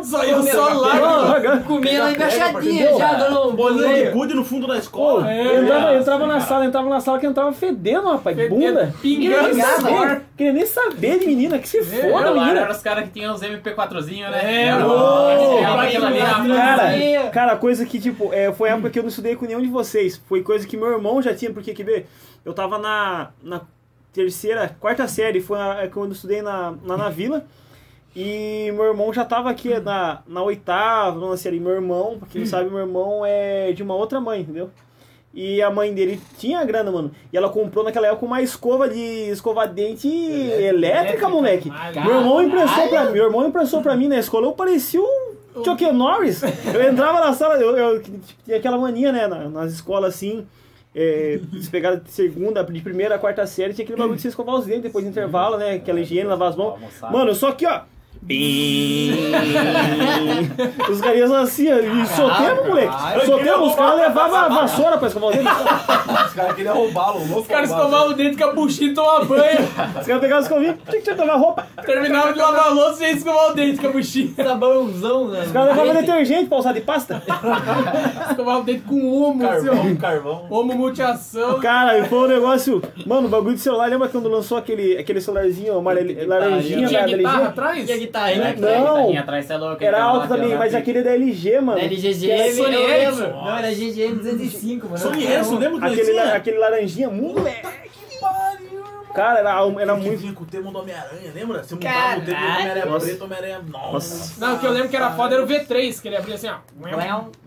Speaker 4: Só eu só lá,
Speaker 3: Larga.
Speaker 1: Comia lá embaixadinha
Speaker 3: Entendeu?
Speaker 1: já, dando um
Speaker 2: Bolinha de
Speaker 1: bolinho.
Speaker 2: gude no fundo da
Speaker 3: Pô,
Speaker 2: escola.
Speaker 4: É,
Speaker 3: entrava,
Speaker 4: é,
Speaker 3: entrava na sala, entrava na sala que entrava fedendo, né? rapaz, bunda.
Speaker 4: Pingando assim.
Speaker 1: Pingando,
Speaker 4: suor.
Speaker 3: Queria nem saber de menina, que se foda,
Speaker 5: Era lá,
Speaker 3: menina.
Speaker 5: Era os caras que tinham os MP4zinho, né?
Speaker 4: É,
Speaker 5: Era
Speaker 4: ô,
Speaker 5: uma-
Speaker 4: pra
Speaker 5: aquilo ali, né?
Speaker 4: aquilo
Speaker 5: a-
Speaker 4: lá.
Speaker 3: Cara, cara, coisa que, tipo, é, foi a época que eu não estudei com nenhum de vocês. Foi coisa que meu irmão já tinha, porque, quer ver? Eu tava na, na terceira, quarta série, foi a, é quando eu estudei na, lá na vila. E meu irmão já tava aqui na, na oitava, nona série. Meu irmão, pra quem não sabe, meu irmão é de uma outra mãe, entendeu? E a mãe dele tinha grana, mano. E ela comprou naquela época uma escova de escova-dente elétrica, moleque.
Speaker 4: Caralho.
Speaker 3: Meu irmão impressou pra mim, meu irmão impressou pra mim na escola, eu parecia um o Chuck Norris. Eu entrava na sala, eu, eu tinha aquela mania, né, na- nas escolas assim. É, se pegar de segunda, de primeira a quarta série, tinha aquele bagulho de você escovar os dentes depois do intervalo, né? Aquela higiene, lavar as mãos.
Speaker 5: Almoçar.
Speaker 3: Mano, eu só aqui, ó. Os carinhas assim, ó, e sotemos, moleque. Sotemos, os caras levavam a vassoura pra escovar os dentes.
Speaker 2: Os caras queriam roubá-lo, louco.
Speaker 4: Os caras
Speaker 2: roubá-lo.
Speaker 4: tomavam o dente com a buchinha e tomavam banho.
Speaker 3: Os caras pegavam os escovinhos, tinha que tomar roupa.
Speaker 4: Terminavam de lavar a louça e ia escovar o dente com a buchinha.
Speaker 1: Sabãozão, né?
Speaker 3: Os caras levavam detergente pra usar de pasta.
Speaker 4: Escovavam o dente com homo, assim, ó.
Speaker 2: Carvão, carvão.
Speaker 4: Homo multiação.
Speaker 3: Cara, e foi um negócio. Mano, o bagulho de celular, lembra quando lançou aquele, aquele celularzinho amarelo, laranjinha
Speaker 4: Tinha
Speaker 3: da
Speaker 4: guitarra
Speaker 3: LG?
Speaker 4: atrás?
Speaker 1: E a guitarrinha?
Speaker 5: Aquela guitarrinha atrás, você é louco.
Speaker 3: Era
Speaker 5: aquela
Speaker 3: alto
Speaker 5: lá,
Speaker 3: também,
Speaker 5: aquela
Speaker 3: mas
Speaker 5: lá.
Speaker 3: aquele da LG, mano.
Speaker 1: Era
Speaker 4: é
Speaker 3: Era
Speaker 1: GGM, eu
Speaker 4: Sony Ericsson.
Speaker 1: lembro. Não, era GGM 205, mano. é
Speaker 2: Sony Ericsson, lembra que
Speaker 4: assim,
Speaker 3: Aquele, la-
Speaker 2: tinha?
Speaker 3: aquele laranjinha, moleque. Cara, era, era muito.
Speaker 2: Vinha com o tema do Homem-Aranha, lembra? Você mudava o tema do Homem-Aranha
Speaker 3: Nossa.
Speaker 2: preto, Homem-Aranha... Nossa.
Speaker 4: Não, o que eu lembro que era foda é- era o V3, que ele abria assim, ó.
Speaker 1: um-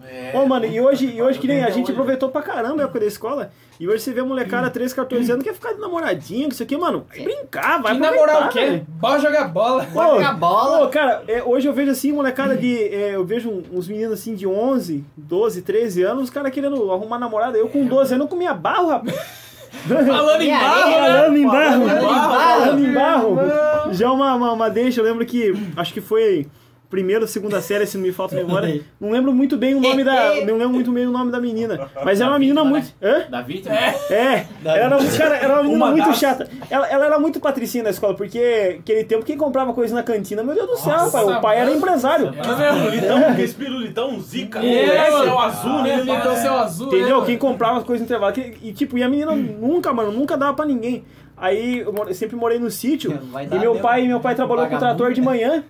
Speaker 2: É. Tá
Speaker 3: Ô, mano, e hoje, e hoje que nem a gente aproveitou pra caramba a época da escola. E hoje você vê a molecada 13, 14 anos, quer ficar de namoradinha, que isso aqui, mano. Vai brincar, vai
Speaker 4: E
Speaker 3: aproveitar,
Speaker 4: namorar
Speaker 3: né?
Speaker 4: o quê?
Speaker 3: velho.
Speaker 4: Bora jogar bola.
Speaker 1: Vai jogar
Speaker 3: Ô,
Speaker 1: bola.
Speaker 3: ô, cara, é, hoje eu vejo assim, molecada de. é, eu vejo um- uns meninos assim de 11, 12, 13 anos, os caras querendo arrumar namorada. Eu com 12 anos eu comia barro, rapaz.
Speaker 4: Falando em
Speaker 1: E aí,
Speaker 4: barro, né?
Speaker 3: Falando em barro.
Speaker 1: Falando em barro.
Speaker 3: Falando em barro. Já uma, uma, uma deixa, eu lembro que. Acho que foi. Primeira ou segunda série, se não me falta a memória. Não lembro muito bem o nome da. Não lembro muito bem o nome da menina. Mas era uma menina muito. Hã?
Speaker 5: Da vítima?
Speaker 3: É, ela era, um cara, era uma menina
Speaker 2: Uma
Speaker 3: muito
Speaker 2: das.
Speaker 3: chata. Ela, ela era muito patricinha na escola, porque aquele tempo quem comprava coisa na cantina, meu Deus do céu, pai, o pai era empresário.
Speaker 4: Era mesmo.
Speaker 2: Lulitão, que é esse pirulitão, zica.
Speaker 4: É,
Speaker 2: Esse é
Speaker 4: né, mano.
Speaker 2: o azul, né?
Speaker 4: Ele meteu o céu azul, né,
Speaker 3: Entendeu?
Speaker 4: mano?
Speaker 3: Quem comprava as coisas no intervalo. que- e tipo, e a menina
Speaker 1: Hum.
Speaker 3: nunca, mano, nunca dava pra ninguém. Aí eu more- sempre morei no sítio.
Speaker 1: Não vai
Speaker 3: E
Speaker 1: dar
Speaker 3: meu
Speaker 1: mesmo.
Speaker 3: pai, meu pai trabalhou com o
Speaker 1: Vagabundo,
Speaker 3: trator de manhã.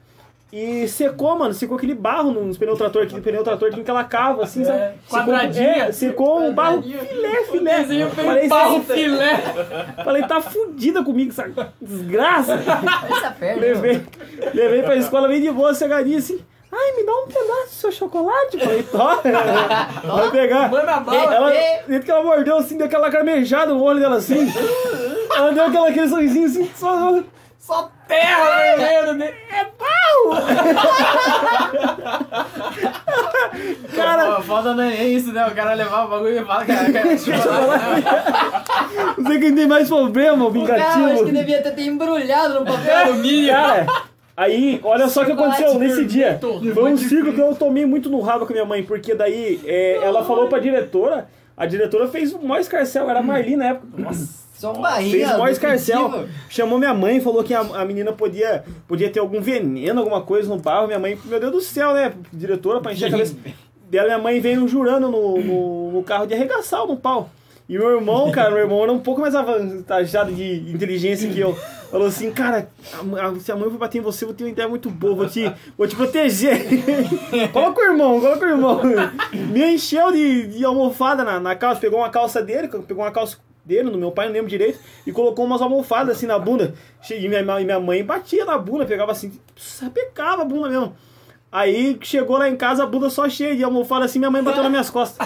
Speaker 3: E secou, mano, secou aquele barro nos pneus do trator, aquele pneu do trator tinha aquela cava, assim, sabe? Secou-
Speaker 4: quadradinha.
Speaker 3: é, secou um barro
Speaker 1: É, Quadradinha.
Speaker 3: filé,
Speaker 1: O
Speaker 3: filé.
Speaker 1: desenho fez
Speaker 3: Falei,
Speaker 4: Barro
Speaker 3: "Essa-
Speaker 4: um filé.
Speaker 3: Falei, tá fudida comigo essa desgraça.
Speaker 1: Essa perna.
Speaker 3: levei, levei pra escola bem de boa, cegadinha assim. Ai, me dá um pedaço do seu chocolate. Falei, toma. Vai pegar.
Speaker 4: Manda bala.
Speaker 3: Ela, dentro que ela mordeu assim, deu aquela lacrimejada no olho dela assim. Ela deu aquela, aquele sorrisinho assim, só.
Speaker 1: Só
Speaker 4: Terra no meio do dedo.
Speaker 3: É pau! Cara,
Speaker 5: Pô, foda não é isso, né? O cara levar o bagulho e fala que é- que é chocolate.
Speaker 3: não sei quem tem mais problema,
Speaker 1: O cara, acho que
Speaker 3: vingativo.
Speaker 1: devia ter, ter embrulhado no papel alumínio.
Speaker 3: Cara, é. aí, olha só o que
Speaker 1: Chocolate
Speaker 3: aconteceu nesse
Speaker 1: gourmet
Speaker 3: dia.
Speaker 4: torrou
Speaker 3: Foi um
Speaker 4: de
Speaker 3: ciclo que eu tomei muito no rabo com a minha mãe, porque daí é, ela falou pra diretora, a diretora fez o maior escarcel, era a Marli na época.
Speaker 1: Só um barrinho.
Speaker 3: Fez mó escarcel.
Speaker 1: tipo.
Speaker 3: Chamou minha mãe, falou que a, a menina podia, podia ter algum veneno, alguma coisa no barro. Minha mãe, meu Deus do céu, né? Diretora, pra encher a cabeça dela, minha mãe veio jurando no, no, no carro de arregaçar no pau. E meu irmão, cara, meu irmão era um pouco mais avantajado de inteligência que eu. Falou assim, cara, a- a- se a mãe for bater em você, eu tenho uma ideia muito boa, vou te, vou te proteger. coloca o irmão, coloca o irmão. Me encheu de, de almofada na, na calça, pegou uma calça dele, pegou uma calça dele, no meu pai, não lembro direito, e colocou umas almofadas assim na bunda. Che- E minha, e minha mãe batia na bunda, pegava assim, sapecava a bunda mesmo. Aí chegou lá em casa, a bunda só cheia de almofada assim, minha mãe bateu nas minhas costas.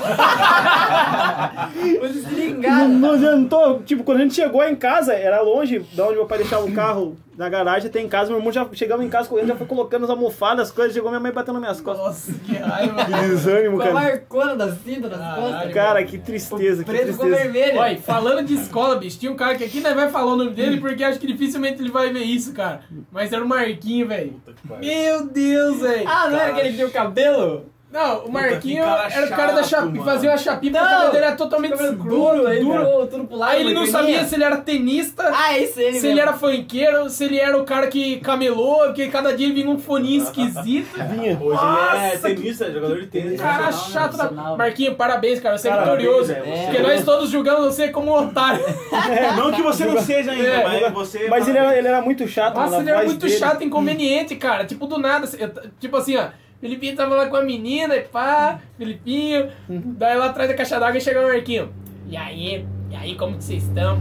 Speaker 3: Não,
Speaker 1: Desligado.
Speaker 3: não adiantou. Tipo, quando a gente chegou em casa, era longe da onde meu pai deixava o carro na garagem até em casa. Meu irmão já chegava em casa correndo, já foi colocando as almofadas, as coisas. Chegou minha mãe batendo nas minhas costas.
Speaker 4: Nossa, que raiva.
Speaker 3: Que desânimo,
Speaker 1: Com a
Speaker 3: cara.
Speaker 1: marcona da cinta nas costas.
Speaker 3: Cara, que tristeza, que
Speaker 1: Preto com
Speaker 3: tristeza.
Speaker 1: vermelho.
Speaker 4: Olha, falando de escola, bicho, tinha um cara que aqui não vai falar o nome dele porque acho que dificilmente ele vai ver isso, cara. Mas era o Marquinho, velho. Meu Deus, velho.
Speaker 1: Ah, não era aquele que tinha o cabelo?
Speaker 4: Não, o Marquinho
Speaker 2: Puta, que cara
Speaker 4: era o cara da
Speaker 2: chato,
Speaker 4: chapinha, que
Speaker 2: mano.
Speaker 4: fazia uma chapinha porque o
Speaker 1: Não,
Speaker 4: cabelo dele era totalmente
Speaker 1: Cabelo
Speaker 4: escuro,
Speaker 1: duro, aí
Speaker 4: duro.
Speaker 1: virou tudo pro lado.
Speaker 4: Aí ele não
Speaker 1: magrelinha.
Speaker 4: sabia se ele era tenista,
Speaker 1: Ah, esse é ele
Speaker 4: se ele
Speaker 1: mesmo.
Speaker 4: era funkeiro, se ele era o cara que camelou, porque cada dia ele vinha um foninho esquisito.
Speaker 3: Vinha.
Speaker 2: Hoje ele é
Speaker 4: Nossa,
Speaker 2: tenista, jogador de tênis. né?
Speaker 4: Cara
Speaker 2: profissional,
Speaker 4: chato da...
Speaker 1: Profissional.
Speaker 4: Marquinho, parabéns, cara, você é
Speaker 3: Parabéns,
Speaker 4: vitorioso.
Speaker 2: velho,
Speaker 1: você
Speaker 4: Porque
Speaker 1: é
Speaker 4: nós todos julgamos você como um otário.
Speaker 2: né? Não que você não seja ainda,
Speaker 4: É,
Speaker 2: mas você.
Speaker 3: Mas ele era, ele era muito chato, mano.
Speaker 4: Nossa,
Speaker 3: a
Speaker 4: ele era
Speaker 3: voz
Speaker 4: muito
Speaker 3: dele. Hum.
Speaker 4: chato e inconveniente, cara. Tipo, do nada. assim, eu t- Tipo assim, ó. Felipinho tava lá com a menina e pá, Felipinho.
Speaker 3: Hum.
Speaker 4: Daí lá atrás da caixa d'água e chega o Marquinho. E aí? E aí, como que vocês estão?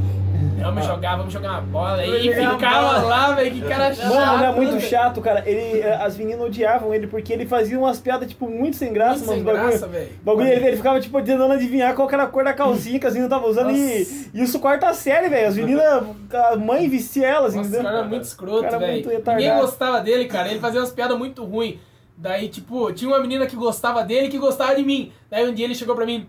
Speaker 3: Ah.
Speaker 4: Vamos jogar, vamos jogar uma bola. E
Speaker 1: jogar uma
Speaker 4: ficava
Speaker 1: bola.
Speaker 4: lá, velho, que cara chato.
Speaker 3: é Mano, ele era
Speaker 4: né?
Speaker 3: muito chato, cara. Ele, eh, as meninas odiavam ele porque ele fazia umas piadas, tipo, muito sem graça,
Speaker 4: Muito
Speaker 3: mano.
Speaker 4: sem
Speaker 3: os bagulho-
Speaker 4: graça, velho.
Speaker 3: O bagulho, ele, ele ficava, tipo, tentando adivinhar qual que era a cor da calcinha que as meninas estavam usando e, e isso quarta série, velho. As meninas, a mãe vestia elas,
Speaker 4: Nossa, o
Speaker 3: entendeu?
Speaker 4: cara era muito escroto,
Speaker 3: Cara
Speaker 4: velho.
Speaker 3: muito
Speaker 4: Ninguém
Speaker 3: retardado.
Speaker 4: gostava dele, cara. Ele fazia umas piadas muito ruins. Daí, tipo, tinha uma menina que gostava dele que gostava de mim. Daí um dia ele chegou pra mim.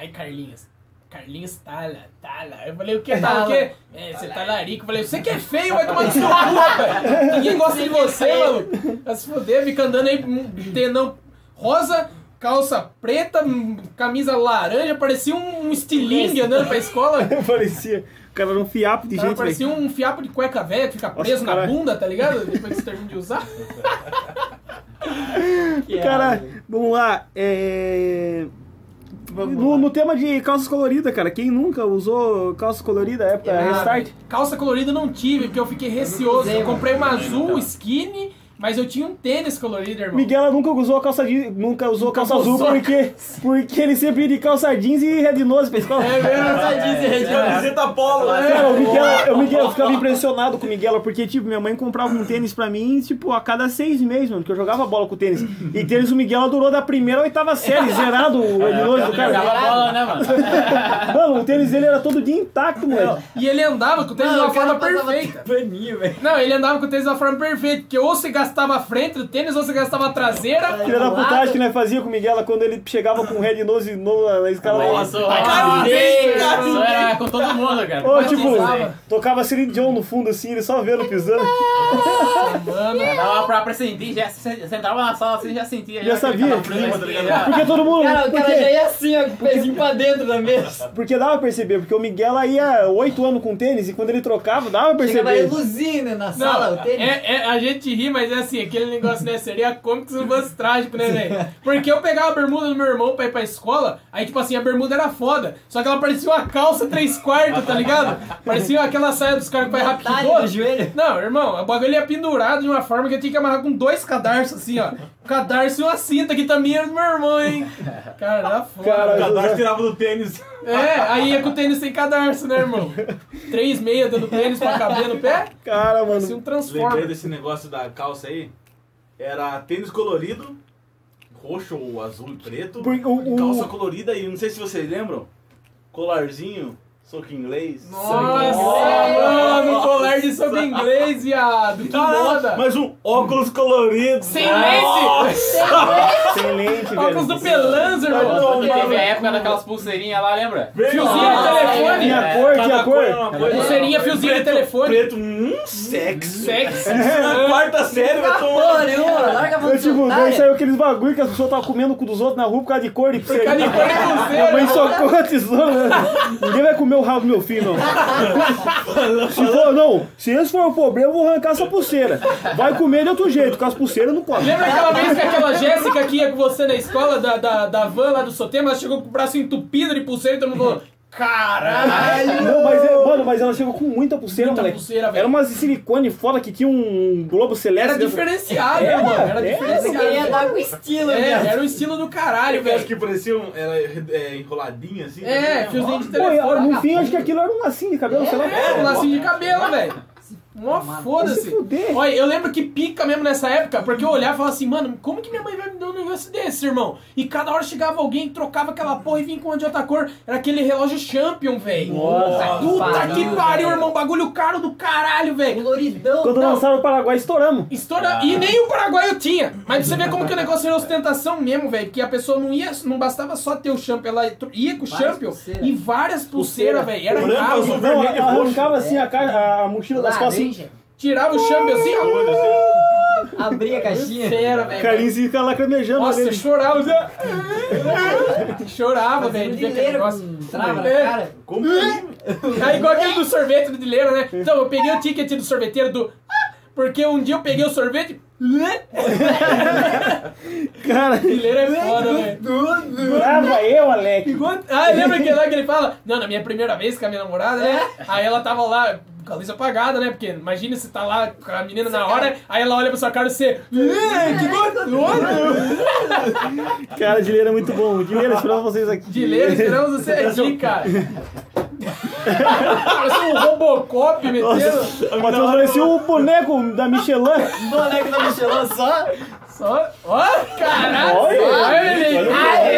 Speaker 4: Ai, Carlinhos. Carlinhos tala, tala. Eu falei, o que tala? O quê? É, você tá larico. Eu falei, você que é feio, vai tomar no seu cu, rapaz. Ninguém gosta de você, maluco. Vai se fuder, fica andando aí, hum, tenão rosa, calça preta, hum, camisa laranja. Parecia um, um estilingue andando pra escola.
Speaker 3: Parecia. O cara era um fiapo de
Speaker 4: O cara
Speaker 3: gente,
Speaker 4: parecia
Speaker 3: velho.
Speaker 4: um fiapo de cueca velha que fica preso na
Speaker 3: cara.
Speaker 4: bunda, tá ligado? Depois que você termina de usar.
Speaker 1: Que
Speaker 3: Cara,
Speaker 1: era,
Speaker 3: vamos lá. É... no, no tema de calças coloridas, cara, quem nunca usou calça colorida na época
Speaker 1: Ah,
Speaker 3: Restart?
Speaker 4: Calça colorida eu não tive, porque eu fiquei receoso. Eu comprei uma azul skinny, mas eu tinha um tênis colorido, irmão.
Speaker 3: Miguela nunca usou a calça jeans, nunca usou calça
Speaker 4: usou.
Speaker 3: azul porque, porque ele sempre ia de calça jeans e red nose pra escola.
Speaker 4: É mesmo,
Speaker 1: Só
Speaker 4: tá
Speaker 1: disse, Reginaldo.
Speaker 2: é Camiseta polo,
Speaker 1: É,
Speaker 4: É.
Speaker 2: né?
Speaker 3: Cara, o Miguel, eu, Miguel, eu ficava impressionado com o Miguel, porque, tipo, minha mãe comprava um tênis pra mim, tipo, a cada seis meses, mano, que eu jogava bola com o tênis. E tênis o Miguel durou da primeira à oitava série, zerado o Edilonge do cara.
Speaker 5: Jogava bola, né, mano?
Speaker 3: Mano, o tênis dele era todo dia intacto, moleque.
Speaker 4: E ele andava com o tênis de
Speaker 1: Mano,
Speaker 4: uma
Speaker 1: o cara
Speaker 4: forma
Speaker 1: passava
Speaker 4: perfeita.
Speaker 1: paninho, velho.
Speaker 4: Não, ele andava com o tênis de uma forma perfeita, porque ou você gastava a frente do tênis, ou você gastava a traseira.
Speaker 3: Filha da putagem que nós fazia com o Miguel quando ele chegava com o Red Nose novo na, na escala.
Speaker 5: Isso,
Speaker 4: Cara,
Speaker 5: isso era com todo mundo, cara.
Speaker 3: Ou,
Speaker 5: Todo
Speaker 3: tipo,
Speaker 5: mundo usava.
Speaker 3: tocava Celine Dion no fundo, assim, ele só vendo pisando.
Speaker 4: Mano,
Speaker 5: Dava pra, pra sentir, já se- sentava na sala assim, já sentia.
Speaker 3: Já sabia.
Speaker 5: aquele calafrio, tá ligado?
Speaker 3: Porque todo mundo...
Speaker 1: Cara, o cara
Speaker 3: porque-
Speaker 1: já ia assim, ó, com o pezinho pra dentro da mesa.
Speaker 3: Porque dava pra perceber, porque o Miguel aí ia oito anos com tênis e quando ele trocava, dava pra
Speaker 1: Chegava
Speaker 3: perceber.
Speaker 1: reluzindo na
Speaker 4: Não,
Speaker 1: sala, o tênis.
Speaker 4: É, é- a gente ri, mas é né, assim, aquele negócio, né, seria cômico se não fosse trágico, né, velho? Porque eu pegava a bermuda do meu irmão pra ir pra escola, aí, tipo assim, a bermuda era foda, só que ela parecia uma calça três quartos, tá ligado? Parecia aquela saia dos caras que vai
Speaker 1: Detalhe do
Speaker 4: rapidinho.
Speaker 1: joelho.
Speaker 4: Não, irmão, o bagulho ia pendurado de uma forma que eu tinha que amarrar com dois cadarços, assim, ó. Cadarço e uma cinta, que também era do meu irmão, hein? Cara, era foda.
Speaker 3: Cara,
Speaker 4: velho.
Speaker 2: O Dark tirava do tênis.
Speaker 4: É, aí ia com o tênis sem cadarço, né, irmão? Três meias dando tênis pra caber no pé.
Speaker 3: Cara, mano.
Speaker 4: Parecia um
Speaker 2: Lembrei
Speaker 4: Transformer.
Speaker 2: desse negócio da calça aí. Era tênis colorido, roxo ou azul e preto.
Speaker 3: Por- o- o-
Speaker 2: Calça colorida e não sei se vocês lembram, colarzinho, soco inglês.
Speaker 4: Nossa,
Speaker 1: Nossa.
Speaker 4: mano, colar de sobre inglês, viado. Que
Speaker 2: Caraca,
Speaker 4: moda.
Speaker 2: Mas um óculos colorido.
Speaker 4: Sem lente.
Speaker 3: Sem lente, velho.
Speaker 4: Óculos do Pelanzo, irmão.
Speaker 2: Não,
Speaker 5: Porque teve a
Speaker 2: mano.
Speaker 5: época daquelas pulseirinhas lá, lembra?
Speaker 4: Fiozinho de
Speaker 1: Nossa,
Speaker 4: telefone.
Speaker 3: Tinha
Speaker 5: É,
Speaker 3: cor,
Speaker 2: Cada
Speaker 3: tinha
Speaker 2: cor era
Speaker 3: cor.
Speaker 2: uma coisa.
Speaker 4: Pulseirinha, fiozinho de
Speaker 2: Preto-
Speaker 4: telefone.
Speaker 2: Preto, É. hum, sexo.
Speaker 4: Sexy. Hum,
Speaker 2: Na quarta série, um eu tô...
Speaker 1: Porra nenhuma, larga a mão
Speaker 3: Eu,
Speaker 1: desse
Speaker 3: tipo, daí
Speaker 1: otário.
Speaker 3: saiu aqueles bagulho que as pessoas estavam comendo o cu dos outros na rua por causa de cor e
Speaker 4: Cara de cor de
Speaker 3: Minha mãe
Speaker 4: pulseira.
Speaker 3: socou a tesoura. né? Ninguém vai comer o rabo do meu filho, não. Se for, não. Se esse for o problema, eu vou arrancar essa pulseira. Vai comer de outro jeito, com as pulseiras não pode.
Speaker 4: Lembra aquela vez que aquela Jéssica que ia com você na escola, da, da, da van lá do Sotema, ela chegou com o braço entupido de pulseira e todo mundo falou, caralho.
Speaker 3: Não, mas, é- mano, mas ela chegou com muita pulseira,
Speaker 4: Muita
Speaker 3: moleque.
Speaker 4: pulseira, velho.
Speaker 3: Era umas de silicone foda que tinha um globo celeste.
Speaker 4: Era
Speaker 3: dentro.
Speaker 4: diferenciado,
Speaker 3: É,
Speaker 4: mano. Era
Speaker 3: é,
Speaker 1: Você
Speaker 4: diferenciado.
Speaker 1: queria dar com estilo,
Speaker 4: É,
Speaker 1: velho.
Speaker 4: era o estilo do caralho,
Speaker 2: Eu acho
Speaker 4: velho.
Speaker 2: que parecia um, era, é, enroladinha assim.
Speaker 4: É,
Speaker 2: né?
Speaker 4: fiozinho de
Speaker 3: Pô, e ela-
Speaker 4: telefone.
Speaker 3: no fim, eu acho que aquilo era um lacinho de cabelo, sei lá.
Speaker 4: É, um lacinho de cabelo, velho. Mó
Speaker 3: Vai se
Speaker 4: foda-se.
Speaker 3: fuder.
Speaker 4: Olha, eu lembro que pica mesmo nessa época, porque eu olhava e falava assim, mano, como que minha mãe vai me dar um negócio desse, irmão? E cada hora chegava alguém, trocava aquela porra e vinha com uma de outra cor. Era aquele relógio Champion, velho.
Speaker 1: Nossa,
Speaker 4: Puta
Speaker 1: pariu,
Speaker 4: que pariu,
Speaker 1: velho.
Speaker 4: irmão. Bagulho caro do caralho,
Speaker 1: Um
Speaker 4: velho.
Speaker 1: Coloridão.
Speaker 3: Quando
Speaker 4: Não.
Speaker 3: lançaram o Paraguai, estouramos.
Speaker 4: Estoura... E nem o Paraguai eu tinha. Mas pra você ver como que o negócio era ostentação mesmo, velho. Porque a pessoa não ia, não bastava só ter o champion, ela tro- ia com o
Speaker 1: Várias
Speaker 4: champion
Speaker 1: pulseiras.
Speaker 4: e várias pulseiras, velho. Era
Speaker 2: Branco,
Speaker 4: caro.
Speaker 2: azul,
Speaker 3: Não,
Speaker 2: vermelho e
Speaker 3: ela
Speaker 2: roxo.
Speaker 3: arrancava assim a, ca- a mochila
Speaker 1: Ah,
Speaker 3: das calças. assim.
Speaker 1: Laranja.
Speaker 4: Tirava o champion assim, ó.
Speaker 1: Abri a caixinha.
Speaker 4: Fera, velho.
Speaker 3: Carinho assim, fica lacrimejando.
Speaker 4: Nossa, eu
Speaker 3: ali.
Speaker 4: chorava. chorava,
Speaker 1: é
Speaker 4: velho, de ver
Speaker 1: Brasileiro
Speaker 4: aquele negócio.
Speaker 1: um com trava na
Speaker 4: É.
Speaker 1: cara.
Speaker 2: Como que é?
Speaker 4: É igual aquele do sorvete do Dileiro, né? Então, eu peguei o ticket do sorveteiro do. Porque um dia eu peguei o sorvete.
Speaker 3: Cara,
Speaker 4: Dileiro é foda, velho.
Speaker 3: Brava eu, Alec.
Speaker 4: Igual- Ah, lembra que lá que ele fala? Não, na minha primeira vez com a minha namorada, né? Aí ela tava lá com a luz apagada, né? Porque imagina você tá lá com a menina na hora, aí ela olha pra sua cara e você. "Ih, Que gostoso!
Speaker 3: Cara, Dileira é muito bom. Dileira, esperamos vocês aqui.
Speaker 4: Dileiro, esperamos você aqui, cara. Parece um Robocop metendo.
Speaker 3: O Matheus parecia o boneco da Michelin.
Speaker 1: Boneco da Michelin só.
Speaker 4: Só. Ó, caralho!
Speaker 3: Olha,
Speaker 4: Olha ele!
Speaker 1: Ai,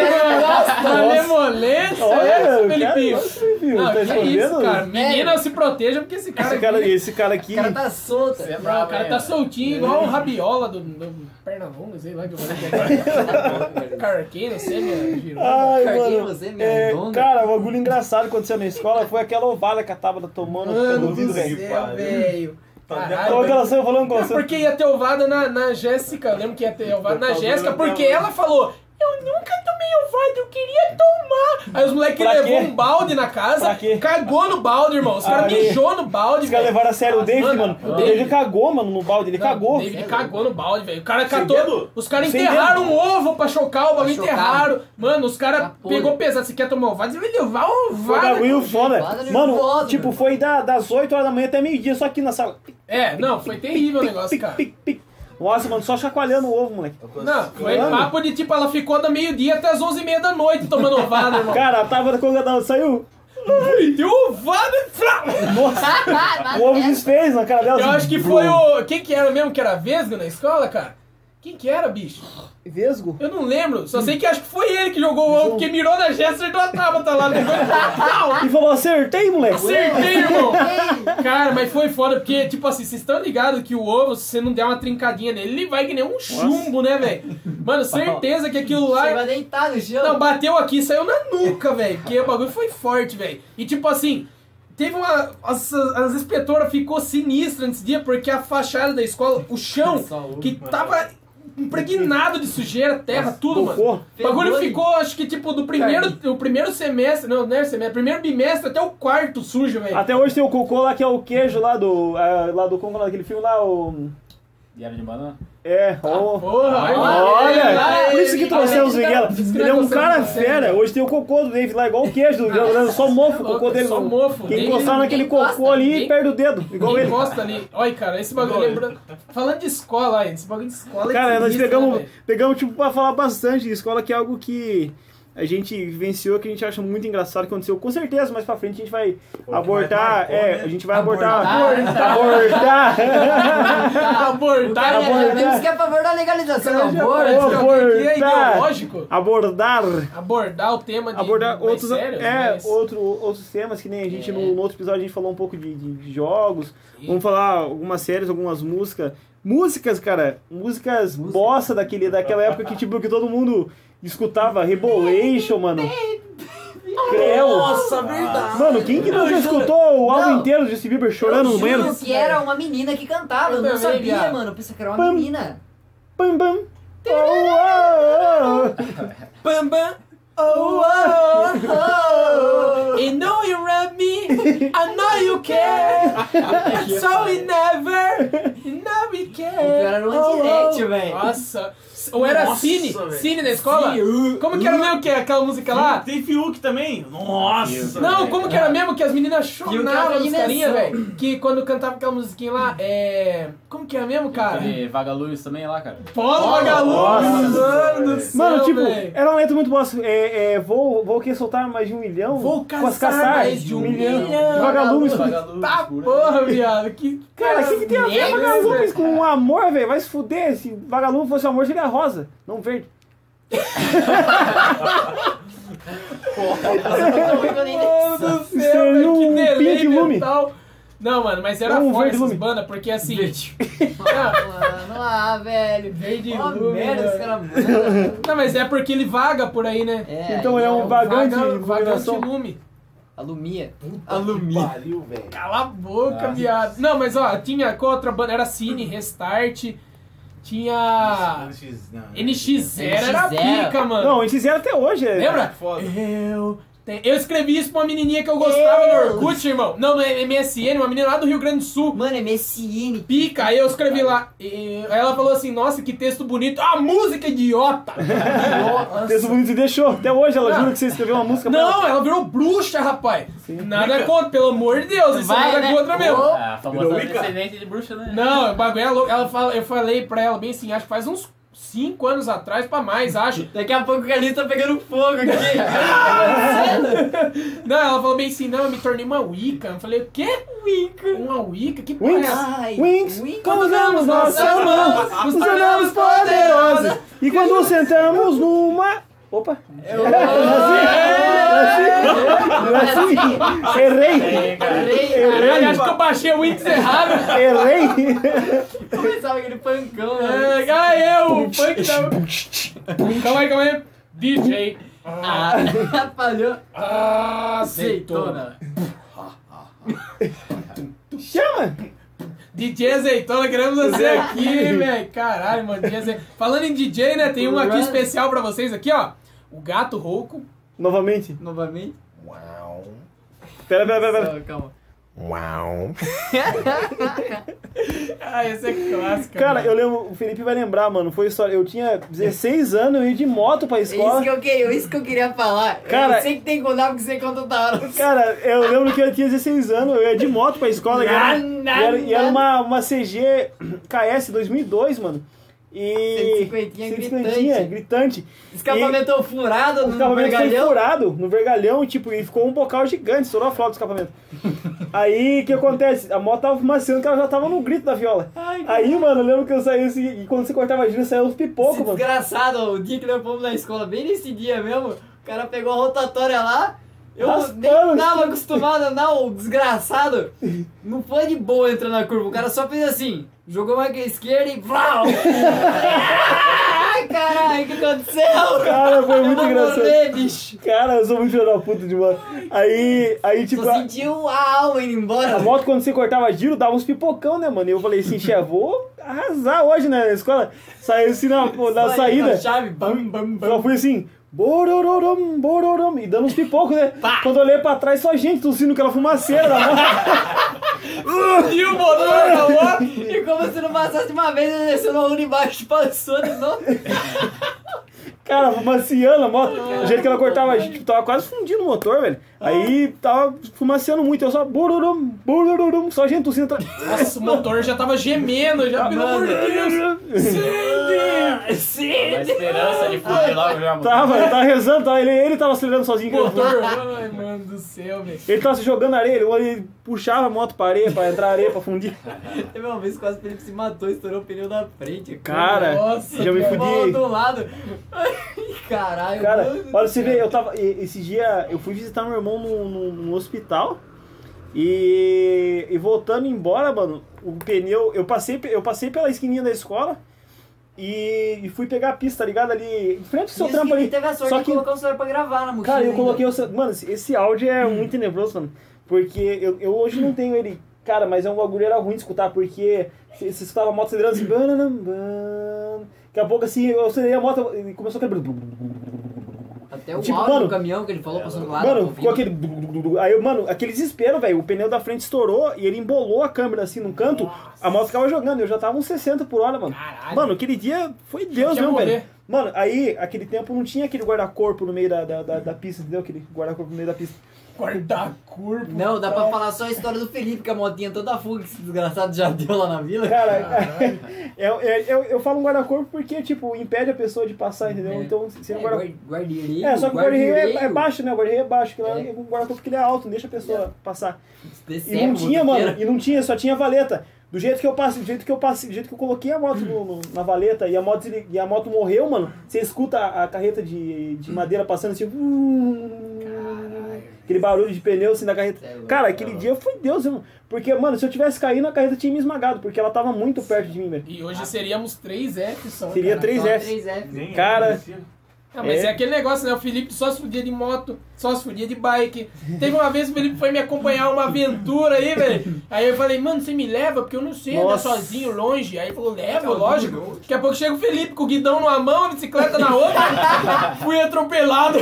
Speaker 4: A lemolência,
Speaker 3: Olha,
Speaker 4: é,
Speaker 3: cara,
Speaker 4: Felipinho?
Speaker 3: nossa, Felipinho,
Speaker 4: Não,
Speaker 3: tá
Speaker 4: que isso,
Speaker 3: escondendo?
Speaker 4: cara. Menina, se proteja porque esse cara.
Speaker 3: Esse cara, é
Speaker 4: aqui-
Speaker 3: esse cara aqui.
Speaker 1: O cara tá solto.
Speaker 5: Você é
Speaker 4: Não,
Speaker 5: brabo,
Speaker 4: o cara
Speaker 5: hein,
Speaker 4: tá
Speaker 5: mano?
Speaker 4: soltinho, igual um rabiola do, do Pernalonga, sei lá que eu falei que é. Carqueiro,
Speaker 3: Ah,
Speaker 4: sei girou.
Speaker 3: Ai,
Speaker 1: Carguei
Speaker 3: mano.
Speaker 1: você, minha
Speaker 3: É,
Speaker 1: dona.
Speaker 3: cara, o bagulho engraçado que aconteceu na escola foi aquela ovada que a Tábua tá tomando.
Speaker 4: Mano
Speaker 3: pelo
Speaker 4: do
Speaker 3: ouvido, velho.
Speaker 4: céu,
Speaker 2: pariu.
Speaker 4: velho. Caralho,
Speaker 3: Como é que ela saiu falando com
Speaker 4: Não,
Speaker 3: você?
Speaker 4: porque ia ter ovada na, na Jéssica. Eu lembro que ia ter ovada na
Speaker 2: Por favor,
Speaker 4: Jéssica,
Speaker 2: não,
Speaker 4: porque
Speaker 2: não.
Speaker 4: ela falou. Eu nunca tomei ovada, eu queria tomar. Aí os moleques
Speaker 3: Pra
Speaker 4: levou
Speaker 3: quê?
Speaker 4: um balde na casa,
Speaker 3: Pra quê?
Speaker 4: cagou no balde, irmão. Os caras
Speaker 3: Aí.
Speaker 4: mijou no balde,
Speaker 3: Os caras
Speaker 4: velho.
Speaker 3: levaram a sério o David,
Speaker 4: mano,
Speaker 3: mano.
Speaker 4: o
Speaker 3: O David
Speaker 4: David-
Speaker 3: cagou, mano, no balde. Ele
Speaker 4: Não,
Speaker 3: cagou. um
Speaker 4: O David cagou no balde, velho. O cara catou.
Speaker 2: dedo?
Speaker 4: Os caras
Speaker 3: Sem
Speaker 4: enterraram um ovo pra chocar, o bagulho
Speaker 1: chocar.
Speaker 4: enterraram. Mano, os caras
Speaker 1: Tá podre.
Speaker 4: pegou pesado. Você quer tomar ovada? Você vai levar
Speaker 3: Foi um
Speaker 4: ovada.
Speaker 3: bagulho foda.
Speaker 1: Vale
Speaker 4: é
Speaker 3: Mano,
Speaker 1: foda,
Speaker 3: tipo,
Speaker 1: mano.
Speaker 3: foi da- das 8 horas da manhã até meio-dia, só aqui na sala. Pic,
Speaker 4: É, não, foi terrível o negócio,
Speaker 3: pic,
Speaker 4: cara.
Speaker 3: pic, pic. Nossa, mano, só chacoalhando o ovo, moleque.
Speaker 4: Não, foi
Speaker 3: Mano.
Speaker 4: papo de tipo, ela ficou da meio-dia até as 11h30 da noite tomando ovada, irmão.
Speaker 3: Cara, a tábua da Colgadal saiu.
Speaker 4: Deu ovada e frau!
Speaker 3: O ovo desfez na cara dela.
Speaker 4: Eu
Speaker 3: assim,
Speaker 4: acho que
Speaker 3: brum.
Speaker 4: foi o. Quem que era mesmo que era vesgo na escola, cara? Quem que era, bicho?
Speaker 3: Vesgo?
Speaker 4: Eu não lembro. Só sei que acho que foi ele que jogou o ovo, porque mirou na Jester e deu a tábua tá lá. Pegou e pau!
Speaker 3: E falou, acertei, moleque.
Speaker 4: Acertei, irmão! Cara, mas foi foda, porque, tipo assim, vocês estão ligados que o ovo, se você não der uma trincadinha nele, ele vai que nem um chumbo, né, velho? Mano, certeza que aquilo lá. é
Speaker 1: Chegou a deitar no chão.
Speaker 4: Não, bateu aqui e saiu na nuca, velho. Porque o bagulho foi forte, velho. E tipo assim, teve uma. As, as inspetoras ficou sinistra nesse dia, porque a fachada da escola, o chão, que tava impregnado de sujeira, terra, tudo, mano.
Speaker 3: Cocô.
Speaker 4: O bagulho
Speaker 1: Ferrou, hein?
Speaker 4: ficou, acho que tipo, do primeiro, o primeiro semestre, não, não é semestre, primeiro bimestre até o quarto sujo, velho.
Speaker 3: é, Até hoje tem o cocô lá, que é o queijo lá do... ah, lá do Congo, lá daquele filme lá, o...
Speaker 5: Diário de banana?
Speaker 3: É, ó.
Speaker 4: Porra, aí lá-
Speaker 3: Olha,
Speaker 4: lá-
Speaker 3: por isso que trouxemos o
Speaker 4: Além de
Speaker 3: Miguel.
Speaker 4: dar-
Speaker 3: Ele é um cara
Speaker 4: Desgraçado,
Speaker 3: fera. Hoje tem o cocô do Dave lá, igual o queijo do Miguel. Grande. Só mofo o cocô dele.
Speaker 4: Só
Speaker 3: não.
Speaker 4: mofo.
Speaker 3: Quem
Speaker 4: Ninguém-
Speaker 3: encostar naquele
Speaker 6: ninguém encosta,
Speaker 3: cocô ali,
Speaker 6: ninguém-
Speaker 3: perde o dedo. Igual
Speaker 4: Ninguém
Speaker 3: ele.
Speaker 4: encosta tá ali. Olha, cara, esse bagulho
Speaker 2: Olha.
Speaker 4: lembrando. Falando de escola aí, esse bagulho de escola. é
Speaker 3: Cara, nós
Speaker 4: sinistro, né,
Speaker 3: pegamos,
Speaker 4: velho?
Speaker 3: pegamos tipo, pra falar bastante de escola, que é algo que a gente vivenciou, que a gente acha muito engraçado, que aconteceu com certeza, mas pra frente a gente vai
Speaker 2: vai
Speaker 3: abortar.
Speaker 2: marcar,
Speaker 3: é,
Speaker 2: né?
Speaker 3: a gente vai abortar.
Speaker 1: Abortar.
Speaker 3: Abortar!
Speaker 1: Tá,
Speaker 4: Abortar.
Speaker 1: é, menos que é a favor da legalização é do
Speaker 4: Abortar.
Speaker 1: aborto.
Speaker 4: Aqui é
Speaker 3: Abortar.
Speaker 4: ideológico.
Speaker 3: Abordar!
Speaker 4: Abordar o tema de.
Speaker 3: Abordar
Speaker 4: mais
Speaker 3: outros,
Speaker 4: sério,
Speaker 3: é,
Speaker 4: mas-
Speaker 3: outro, outros temas, que nem a gente
Speaker 1: É.
Speaker 3: no, no outro episódio a gente falou um pouco de, de- de jogos,
Speaker 4: E-
Speaker 3: vamos falar algumas séries, algumas músicas. Músicas, cara, músicas bossa daquele, daquela época que tipo que todo mundo escutava, Rebolation, mano. Creu.
Speaker 2: Nossa, verdade.
Speaker 3: Mano, quem que
Speaker 2: Não,
Speaker 3: nunca
Speaker 2: eu juro.
Speaker 3: escutou o álbum
Speaker 1: Não.
Speaker 3: inteiro de Justin Bieber chorando
Speaker 1: Eu
Speaker 3: no
Speaker 1: juro
Speaker 3: banheiro?
Speaker 1: que era uma menina que cantava,
Speaker 4: Eu
Speaker 1: eu não
Speaker 4: também,
Speaker 1: sabia,
Speaker 4: viado.
Speaker 1: mano. Eu pensei que era uma
Speaker 3: Pam.
Speaker 1: menina.
Speaker 3: Pam, pam. Oh, oh, oh.
Speaker 4: Bam, bam.
Speaker 1: Oh, oh, oh.
Speaker 4: You know you love me, I know you care. So we never, you know we care. Oh,
Speaker 1: O pior era o Andirect, velho.
Speaker 4: Nossa. tá Ou era
Speaker 2: Nossa,
Speaker 4: Cine?
Speaker 2: velho.
Speaker 4: Cine na escola? Como que era mesmo que aquela música lá?
Speaker 2: Tem Fiuk também. Nossa.
Speaker 4: Não, como que era mesmo que as meninas
Speaker 1: é. E o cara
Speaker 4: choravam
Speaker 1: da
Speaker 4: os carinha,
Speaker 1: dimensão.
Speaker 4: velho? Que quando cantava aquela musiquinha lá, é. Como que era mesmo, cara?
Speaker 5: Teve Vagalumes também lá, cara.
Speaker 4: Polo Vagalume,
Speaker 3: nossa,
Speaker 4: mano do céu,
Speaker 3: Mano, tipo,
Speaker 4: velho.
Speaker 3: era uma letra muito boa. É, é, vou, vou que soltar mais de um milhão.
Speaker 4: Vou
Speaker 3: com as
Speaker 4: caçar mais de um milhão.
Speaker 3: Vagalumes.
Speaker 5: Vagalumes.
Speaker 4: Tá
Speaker 5: pura.
Speaker 4: porra, viado. Que
Speaker 3: Cara, o que, que tem a ver
Speaker 4: negro,
Speaker 3: vagalumes
Speaker 4: velho?
Speaker 3: com um amor, velho? Vai se fuder. Se vagalume fosse amor, seria rosa, não verde.
Speaker 1: tá
Speaker 4: Mano do céu,
Speaker 3: Seria
Speaker 4: velho, que
Speaker 3: um pink
Speaker 4: delay
Speaker 3: lume.
Speaker 4: mental. Não, mano, mas era
Speaker 3: Um
Speaker 4: foda
Speaker 3: verde
Speaker 4: essas
Speaker 3: lume.
Speaker 4: bandas, porque assim...
Speaker 1: Ah, mano, ah, velho.
Speaker 4: Verde
Speaker 1: Ó,
Speaker 4: lume,
Speaker 1: merda, esse
Speaker 4: velho.
Speaker 1: cara manda.
Speaker 4: Não, mas é porque ele vaga por aí, né?
Speaker 1: É,
Speaker 3: Então é um
Speaker 1: bagulho.
Speaker 3: Vagante,
Speaker 4: Vaga- vagante
Speaker 3: iluminação.
Speaker 4: lume.
Speaker 1: Alumia.
Speaker 2: Alumínio. Pariu, velho.
Speaker 4: Cala a boca,
Speaker 5: Ah.
Speaker 4: viado. Não, mas ó, tinha qual outra banda? Era Cine, Restart, tinha...
Speaker 2: NX, não.
Speaker 4: NX0
Speaker 1: NX0.
Speaker 4: era pica, mano.
Speaker 3: Não, eles fizeram até hoje. é.
Speaker 4: Lembra?
Speaker 2: Foda.
Speaker 4: Eu. te- Eu escrevi isso pra uma menininha que eu gostava
Speaker 1: Eu.
Speaker 4: no Orkut, irmão. Não, no MSN, uma menina lá do Rio Grande do Sul.
Speaker 1: Mano, é MSN.
Speaker 4: Pica, aí eu escrevi lá. e- Aí ela falou assim: Nossa, que texto bonito. A música idiota!
Speaker 3: Texto bonito e deixou. Até hoje ela
Speaker 4: Ah.
Speaker 3: jura que você escreveu uma música pra ela.
Speaker 4: Não, ela virou bruxa, rapaz. Nada contra, pelo amor de Deus. Isso é
Speaker 1: Vai,
Speaker 4: nada
Speaker 1: né?
Speaker 4: contra mesmo.
Speaker 5: Ah, a
Speaker 2: Virou
Speaker 5: famosa
Speaker 2: Wicca?
Speaker 5: descendente de bruxa, né?
Speaker 4: Não, o bagulho é louco. Ela fala, eu falei pra ela bem assim: Acho que faz uns 5 anos atrás, pra mais, acho.
Speaker 1: Daqui a pouco o Carlinhos tá pegando fogo aqui.
Speaker 4: Não, ela falou bem assim: Não, eu me tornei uma Wicca. Eu falei: O quê? Wicca. Uma Wicca? Que porra é
Speaker 3: Winx,
Speaker 4: essa?
Speaker 1: Ai,
Speaker 3: Winx,
Speaker 1: Winx.
Speaker 3: combinamos nossas mãos, nos tornamos poderosos. E quando sentamos numa... Opa.
Speaker 4: Ah.
Speaker 3: Era assim? Era assim? Errei.
Speaker 4: Caralho,
Speaker 3: Errei.
Speaker 4: acho que eu baixei o Windows errado.
Speaker 3: Errei.
Speaker 1: Começava aquele pancão, né?
Speaker 4: É, ah, eu, o funk tava... Calma aí, calma aí. DJ.
Speaker 1: Ah, né? Atrapalhou.
Speaker 4: Azeitona.
Speaker 3: Chama.
Speaker 4: DJ Azeitona, queremos você aqui, velho. Caralho, mano. DJ Azeitona. Falando em DJ, né? Tem um aqui especial pra vocês aqui, ó. O Gato Rouco.
Speaker 3: Novamente.
Speaker 1: Novamente.
Speaker 3: Pera, pera, pera. pera.
Speaker 1: Calma, calma.
Speaker 4: Ah, esse é clássico.
Speaker 3: Cara,
Speaker 4: mano.
Speaker 3: eu lembro, o Felipe vai lembrar, mano, foi história. Eu tinha 16 anos, eu ia de moto pra
Speaker 1: É Isso
Speaker 3: escola.
Speaker 1: que eu queria, isso que eu queria falar.
Speaker 3: Cara-
Speaker 1: eu sei que tem que contar porque você conta toda hora.
Speaker 3: Cara, eu lembro que eu tinha 16 anos, eu ia de moto pra escola. e era, e era- e era uma, uma CG KS 2002, mano. E.
Speaker 1: 150
Speaker 3: 150, gritante.
Speaker 1: Escapamento furado
Speaker 3: O
Speaker 1: no
Speaker 3: escapamento foi
Speaker 1: gargalhão.
Speaker 3: furado no vergalhão e, tipo, e ficou um bocal gigante, estourou a flauta do escapamento. Aí, o que acontece? A moto tava fumaceando que ela já tava no grito da viola. Aí, mano, eu lembro que eu saí assim, e quando você cortava a gira, saiu uns pipocos, mano.
Speaker 1: Desgraçado, o dia que nós fomos na escola, bem nesse dia mesmo, o cara pegou a rotatória lá. Eu
Speaker 3: Raspando.
Speaker 1: nem tava acostumado a andar, o desgraçado. Não foi de boa entrando na curva. O cara só fez assim, jogou mais que a esquerda e. Vlau! Ai, caralho, o que aconteceu?
Speaker 3: Cara, foi
Speaker 1: Eu
Speaker 3: muito
Speaker 1: vou
Speaker 3: engraçado.
Speaker 1: morrer, bicho.
Speaker 3: Cara, eu sou muito filho da puta de moto. Aí, aí tipo,
Speaker 1: Só
Speaker 3: a,
Speaker 1: sentiu a alma indo embora.
Speaker 3: a moto quando você cortava giro, dava uns pipocão, né, mano? E eu falei assim, che, vou arrasar hoje né, na escola. Saiu assim na, na
Speaker 1: Olha,
Speaker 3: saída.
Speaker 1: a Chave, bam, bam, bam.
Speaker 3: Eu fui assim, Bororom, bororom, e dando uns pipocos, né? Quando eu olhei pra trás, só gente tossindo aquela fumaceira na mão.
Speaker 1: E o motor acabou. E como se não passasse uma vez, ele desceu na urna embaixo e passou de novo.
Speaker 3: Cara, fumaciando, mó. O jeito que ela cortava, a gente tipo, tava quase fundindo o motor, velho. Aí tava fumaciando muito, eu só bororom, bororom, só gente tossindo atrás.
Speaker 4: Nossa, o motor já tava gemendo, já, pelo amor de Deus. Sandy!
Speaker 1: Sim.
Speaker 5: A esperança de fugir logo já mudou.
Speaker 3: Tava, eu tava rezando, tava, ele, ele tava acelerando sozinho. cara.
Speaker 4: Motor, ai, mano do céu, velho.
Speaker 3: Ele tava se jogando na areia, ele, ele puxava a moto pra areia, pra entrar na areia, pra fundir.
Speaker 1: Teve uma vez que quase o Felipe se matou, estourou o pneu da frente.
Speaker 3: Cara,
Speaker 4: Nossa,
Speaker 3: já me
Speaker 1: Pegou a bola
Speaker 3: fudi.
Speaker 1: do lado. Ai, caralho.
Speaker 3: Cara,
Speaker 1: mano.
Speaker 3: olha, você vê, eu tava. e- Esse dia eu fui visitar meu irmão no, no- no hospital. E, e voltando embora, mano, o pneu. Eu passei, pe- eu passei pela esquininha da escola e, e fui pegar a pista, tá ligado? Ali. Em frente ao seu
Speaker 1: Diz que
Speaker 3: trampo ali.
Speaker 1: Teve a sorte
Speaker 3: Só
Speaker 1: de
Speaker 3: que-
Speaker 1: colocar o celular pra gravar na mochila.
Speaker 3: Cara, eu
Speaker 1: um ainda.
Speaker 3: coloquei o. Mano, esse- esse áudio é muito tenebroso, mano. Porque eu, eu hoje não tenho ele. Cara, mas é um bagulho era ruim de escutar, porque você você escutava a moto acelerando assim. bananam, ban. Daqui a pouco assim, eu acelerei a moto e começou aquele. blu, blu, blu, blu, blu, blu.
Speaker 1: Até o
Speaker 3: Tipo,
Speaker 1: áudio
Speaker 3: mano, é,
Speaker 1: do caminhão que ele falou passando lá.
Speaker 3: Mano, ficou aquele. blu, blu, blu, blu. Aí, mano, aquele desespero, velho. O pneu da frente estourou e ele embolou a câmera assim num canto. A moto ficava jogando. Eu já tava uns 60 por hora, mano.
Speaker 4: Caralho.
Speaker 3: Mano, aquele dia foi Deus
Speaker 4: Quer
Speaker 3: mesmo,
Speaker 4: morrer.
Speaker 3: velho. Mano, aí, aquele tempo não tinha aquele guarda-corpo no meio da, da, da, da pista, entendeu? Aquele guarda-corpo no meio da pista.
Speaker 4: Guardar corpo.
Speaker 1: Não, dá pra falar só a história do Felipe, que a motinha toda fuga que esse desgraçado já deu lá na vila.
Speaker 3: Cara, eu, eu, É, eu, eu falo um guarda-corpo porque, tipo, impede a pessoa de passar, entendeu?
Speaker 1: É.
Speaker 3: Então, se
Speaker 1: é,
Speaker 3: é um guarda
Speaker 1: guarda- guarda-reio,
Speaker 3: É, só que o guarda-reio é, é baixo, né? O guarda-reio é baixo, que lá
Speaker 1: É.
Speaker 3: é um guarda-corpo que ele é alto, não deixa a pessoa passar. E
Speaker 1: Descemos,
Speaker 3: não tinha,
Speaker 1: roteiro.
Speaker 3: mano, e não tinha, só tinha valeta. Do jeito que eu passei, do jeito que eu passei, do jeito que eu coloquei a moto no- no- na valeta e a moto, desli- e a moto morreu, mano, você escuta a, a carreta de, de madeira passando assim. hum, aquele barulho de pneu assim da carreta.
Speaker 1: É louco,
Speaker 3: Cara,
Speaker 1: é
Speaker 3: aquele dia foi Deus, irmão. Porque, mano, se eu tivesse caído, a carreta tinha me esmagado, porque ela tava muito perto de mim, velho.
Speaker 4: E hoje seríamos 3F só.
Speaker 3: Seria
Speaker 4: cara.
Speaker 1: Só
Speaker 3: 3F.
Speaker 1: 3F.
Speaker 2: Nem
Speaker 3: Cara.
Speaker 2: acontecia.
Speaker 4: Ah, mas é.
Speaker 3: É.
Speaker 4: aquele negócio, né? O Felipe só se fudia de moto, só se fudia de bike. Teve uma vez que o Felipe foi me acompanhar uma aventura aí, velho. Aí eu falei, mano, você me leva? Porque eu não sei andar
Speaker 3: Nossa.
Speaker 4: sozinho, longe. Aí ele falou, levo, lógico. Daqui a pouco chega o Felipe com o guidão numa mão, a bicicleta na outra. Fui atropelado.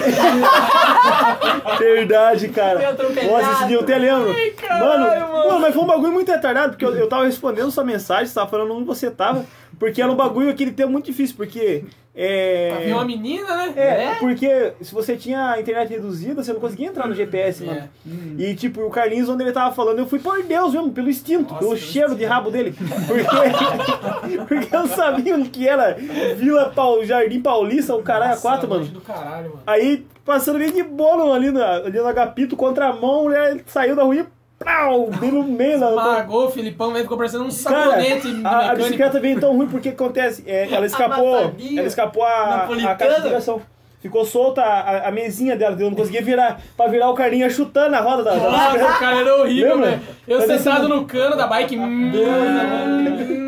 Speaker 3: Verdade, cara.
Speaker 1: Meu trompetado.
Speaker 3: Nossa, esse dia eu até lembro.
Speaker 4: caralho,
Speaker 3: mano,
Speaker 4: mano.
Speaker 3: mano, mas foi um bagulho muito retardado, porque eu, eu tava respondendo sua mensagem, você tava falando onde você tava, porque era um bagulho aquele tempo muito difícil, porque.
Speaker 4: Havia uma
Speaker 3: É.
Speaker 4: menina, né?
Speaker 3: É, porque se você tinha a internet reduzida, você não conseguia entrar no GPS, mano.
Speaker 4: É.
Speaker 3: E tipo, o Carlinhos, onde ele tava falando, eu fui por Deus mesmo, pelo instinto, pelo cheiro de rabo dele. Porque, porque eu sabia o que era Vila Paul, Jardim Paulista, o caralho, a
Speaker 4: Nossa,
Speaker 3: é quatro, mano.
Speaker 4: longe do caralho, mano.
Speaker 3: Aí, passando bem de bolo ali no, ali no agapito, contra a mão, a mulher saiu da rua e pau, bem no meio da...
Speaker 4: Pagou o Filipão, velho, ficou parecendo um
Speaker 3: Cara,
Speaker 4: sacolete
Speaker 3: a, a
Speaker 4: mecânico.
Speaker 3: bicicleta veio tão ruim porque acontece, é, ela escapou,
Speaker 1: Amassadinho,
Speaker 3: ela escapou a, a caixa
Speaker 1: napolitano.
Speaker 3: de direção. Ficou solta a, a mesinha dela, eu não conseguia virar, pra virar o Carlinhos chutando a roda da... da...
Speaker 4: Nossa, o cara era horrível,
Speaker 3: Lembra?
Speaker 4: velho. Eu
Speaker 3: Tá
Speaker 4: sentado
Speaker 3: descendo-
Speaker 4: no cano da bike. hum,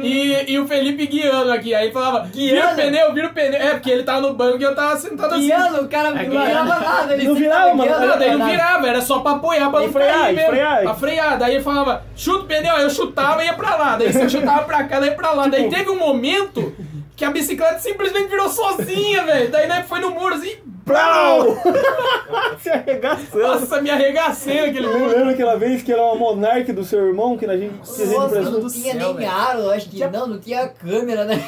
Speaker 4: e, e o Felipe guiando aqui. Aí falava, vira o
Speaker 1: Guiando?
Speaker 4: pneu, vira o pneu. É, porque ele tava no banco e eu tava sentado assim.
Speaker 1: Guiando, o cara não
Speaker 5: É,
Speaker 1: virava nada. Ele tá
Speaker 3: Não virava,
Speaker 1: sentava
Speaker 3: mano.
Speaker 1: guiando,
Speaker 4: Não, daí não
Speaker 1: caralho.
Speaker 4: virava, era só pra apoiar, pra
Speaker 3: E
Speaker 4: não
Speaker 3: frear,
Speaker 4: cair
Speaker 3: e
Speaker 4: mesmo.
Speaker 3: frear.
Speaker 4: Pra frear. Daí ele falava, chuta o pneu, aí eu chutava e ia pra lá. Daí você chutava pra cá, daí pra lá. Daí
Speaker 3: Tipo,
Speaker 4: teve um momento que a bicicleta simplesmente virou sozinha, velho. Daí né, foi no muro assim,
Speaker 3: Pau! Se arregaçando.
Speaker 4: nossa, me arregacei naquele
Speaker 3: Eu
Speaker 4: muro.
Speaker 3: lembro aquela vez que era uma monarca do seu irmão, que a gente... que a gente
Speaker 1: Nossa,
Speaker 3: emprestou.
Speaker 1: não tinha
Speaker 5: céu,
Speaker 1: nem
Speaker 5: velho.
Speaker 1: aro, acho que não, não tinha câmera, né?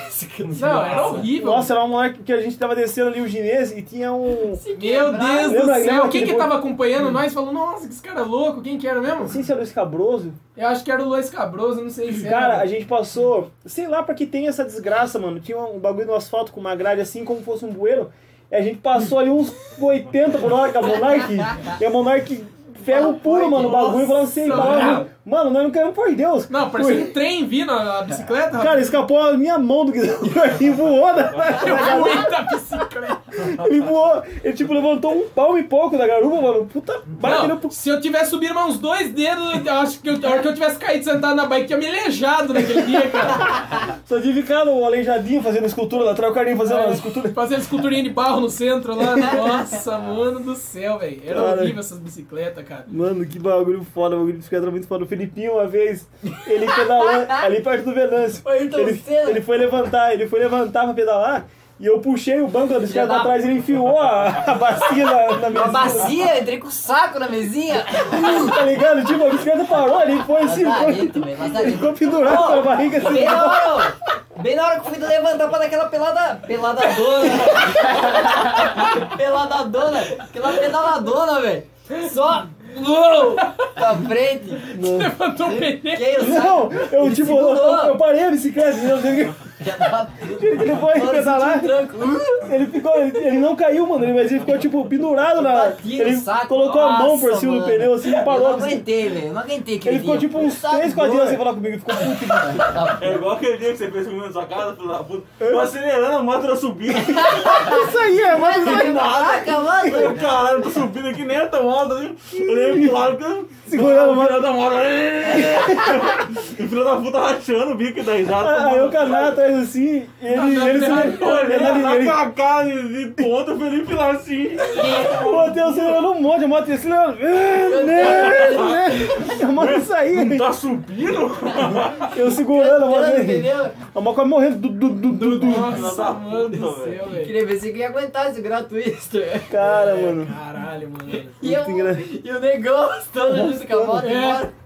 Speaker 4: Não, era horrível.
Speaker 3: Nossa, era uma monarca que a gente tava descendo ali o ginês e tinha um...
Speaker 4: Meu Deus
Speaker 3: Lembra-
Speaker 4: do
Speaker 3: lembra
Speaker 4: céu, quem
Speaker 3: aquele
Speaker 4: que
Speaker 3: boi-
Speaker 4: tava acompanhando nós falou, nossa, que esse cara é louco, quem que era mesmo?
Speaker 3: Não sei se era o escabroso.
Speaker 4: Eu acho que era o Luiz Cabroso, não sei se
Speaker 3: Cara, a
Speaker 4: era.
Speaker 3: gente passou, sei lá pra que tem essa desgraça, mano. Tinha um bagulho no asfalto com uma grade assim, como fosse um bueiro. E a gente passou ali uns 80 por hora com a Monark. E a Monark ferro puro, mano, o bagulho. Falando assim,
Speaker 4: Nossa,
Speaker 3: falando,
Speaker 4: cara.
Speaker 3: mano, nós não queremos por Deus.
Speaker 4: Não, parecia
Speaker 3: Por-
Speaker 4: um trem vindo a a bicicleta.
Speaker 3: Cara, escapou a minha mão do guidão e voou, né?
Speaker 4: rapaz. Eu fui da bicicleta.
Speaker 3: E voou. Ele, tipo, levantou um palmo e pouco da garupa, mano. Puta, batendo pro
Speaker 4: Não, se eu tivesse subido mais uns dois dedos, eu acho que eu, a hora que eu tivesse caído sentado na bike, tinha me aleijado naquele dia, cara.
Speaker 3: Só de ficar no aleijadinho fazendo escultura lá atrás, o carinho fazendo uma escultura.
Speaker 4: Fazendo esculturinha de barro no centro lá. Nossa, mano do céu, velho. Era
Speaker 3: Cara.
Speaker 4: horrível essas bicicletas, cara.
Speaker 3: Mano, que bagulho foda, bagulho de bicicleta era muito foda. O Felipinho, uma vez, ele pedalando ali perto do Venâncio.
Speaker 1: Foi então, Ayrton
Speaker 3: Ele,
Speaker 1: Senna.
Speaker 3: ele foi levantar, ele foi levantar pra pedalar. E eu puxei o banco da bicicleta
Speaker 1: da-
Speaker 3: pra trás e ele enfiou a, a bacia na, na
Speaker 1: Uma
Speaker 3: minha
Speaker 1: bacia, entrei com o saco na mesinha.
Speaker 3: Tá ligado? Tipo, a bicicleta parou ali, foi
Speaker 1: Tá
Speaker 3: assim, foi,
Speaker 1: Lazarento, velho, lazarento.
Speaker 3: ficou pendurado pela
Speaker 1: Ô,
Speaker 3: barriga assim.
Speaker 1: tá Bem na hora, ó. Bem na hora que eu fui levantar pra dar aquela pelada. Peladadona. peladadona. Aquela pedaladona, velho. Só. Uou, pra frente.
Speaker 4: Levantou o pneu.
Speaker 1: Que isso?
Speaker 3: Não, eu
Speaker 1: Ele
Speaker 3: tipo, eu,
Speaker 1: segurou.
Speaker 3: eu parei a bicicleta, entendeu? Ele-
Speaker 1: Já tava-
Speaker 3: Ele foi
Speaker 1: Agora eu
Speaker 3: pedalar,
Speaker 1: senti um tranco.
Speaker 3: ele ficou, ele, ele não caiu, mano, ele- mas ele ficou tipo pendurado na.
Speaker 1: Bati no
Speaker 3: Ele
Speaker 1: saco.
Speaker 3: colocou a mão por
Speaker 1: Nossa,
Speaker 3: cima do
Speaker 1: mano.
Speaker 3: pneu assim e
Speaker 1: Eu
Speaker 3: parou. a
Speaker 1: não
Speaker 3: bicicleta.
Speaker 1: aguentei, velho. Eu não aguentei aquele
Speaker 3: Ele ficou
Speaker 1: dia.
Speaker 3: tipo uns
Speaker 1: Puta
Speaker 3: 3, 4 dias
Speaker 1: dor.
Speaker 3: sem falar comigo, ele ficou puto. tipo,
Speaker 2: É igual aquele dia que você fez comigo na sua casa, filho da puta. Eu acelerando a moto, eu subindo.
Speaker 3: Isso aí, é, mas isso aí.
Speaker 1: Caraca,
Speaker 2: Eu,
Speaker 1: mano.
Speaker 2: caralho, tô subindo aqui nem essa moto. né? Eu lembro pro lado que eu...
Speaker 3: Segurando a
Speaker 2: o
Speaker 3: moto.
Speaker 2: filho da moto. E o filho da puta rachando o bico tá da risada.
Speaker 3: Aí Ah, eu canal atrás assim, e
Speaker 4: Tá
Speaker 3: ele, ele se
Speaker 4: né?
Speaker 3: ele,
Speaker 2: Olhando
Speaker 3: ele, ele,
Speaker 2: lá tá com a cara de tonto, o Felipe lá assim.
Speaker 4: Tá
Speaker 3: O Matheus acelerando um monte, a moto ia acelerando. Né, né. A moto saía.
Speaker 2: Tá subindo?
Speaker 3: Eu segurando a
Speaker 1: Tá
Speaker 3: moto.
Speaker 1: Entendeu?
Speaker 3: A moto quase morrendo. Du, du, du, du, du.
Speaker 2: Nossa,
Speaker 4: Nossa, mano do
Speaker 2: puta,
Speaker 4: céu, velho.
Speaker 1: Queria ver se eu ia aguentar esse gratuito.
Speaker 3: Cara, mano.
Speaker 4: Caralho, mano.
Speaker 1: E, eu,
Speaker 3: Muito engraçado.
Speaker 1: e o negão estando junto com a moto
Speaker 4: É.
Speaker 1: embora.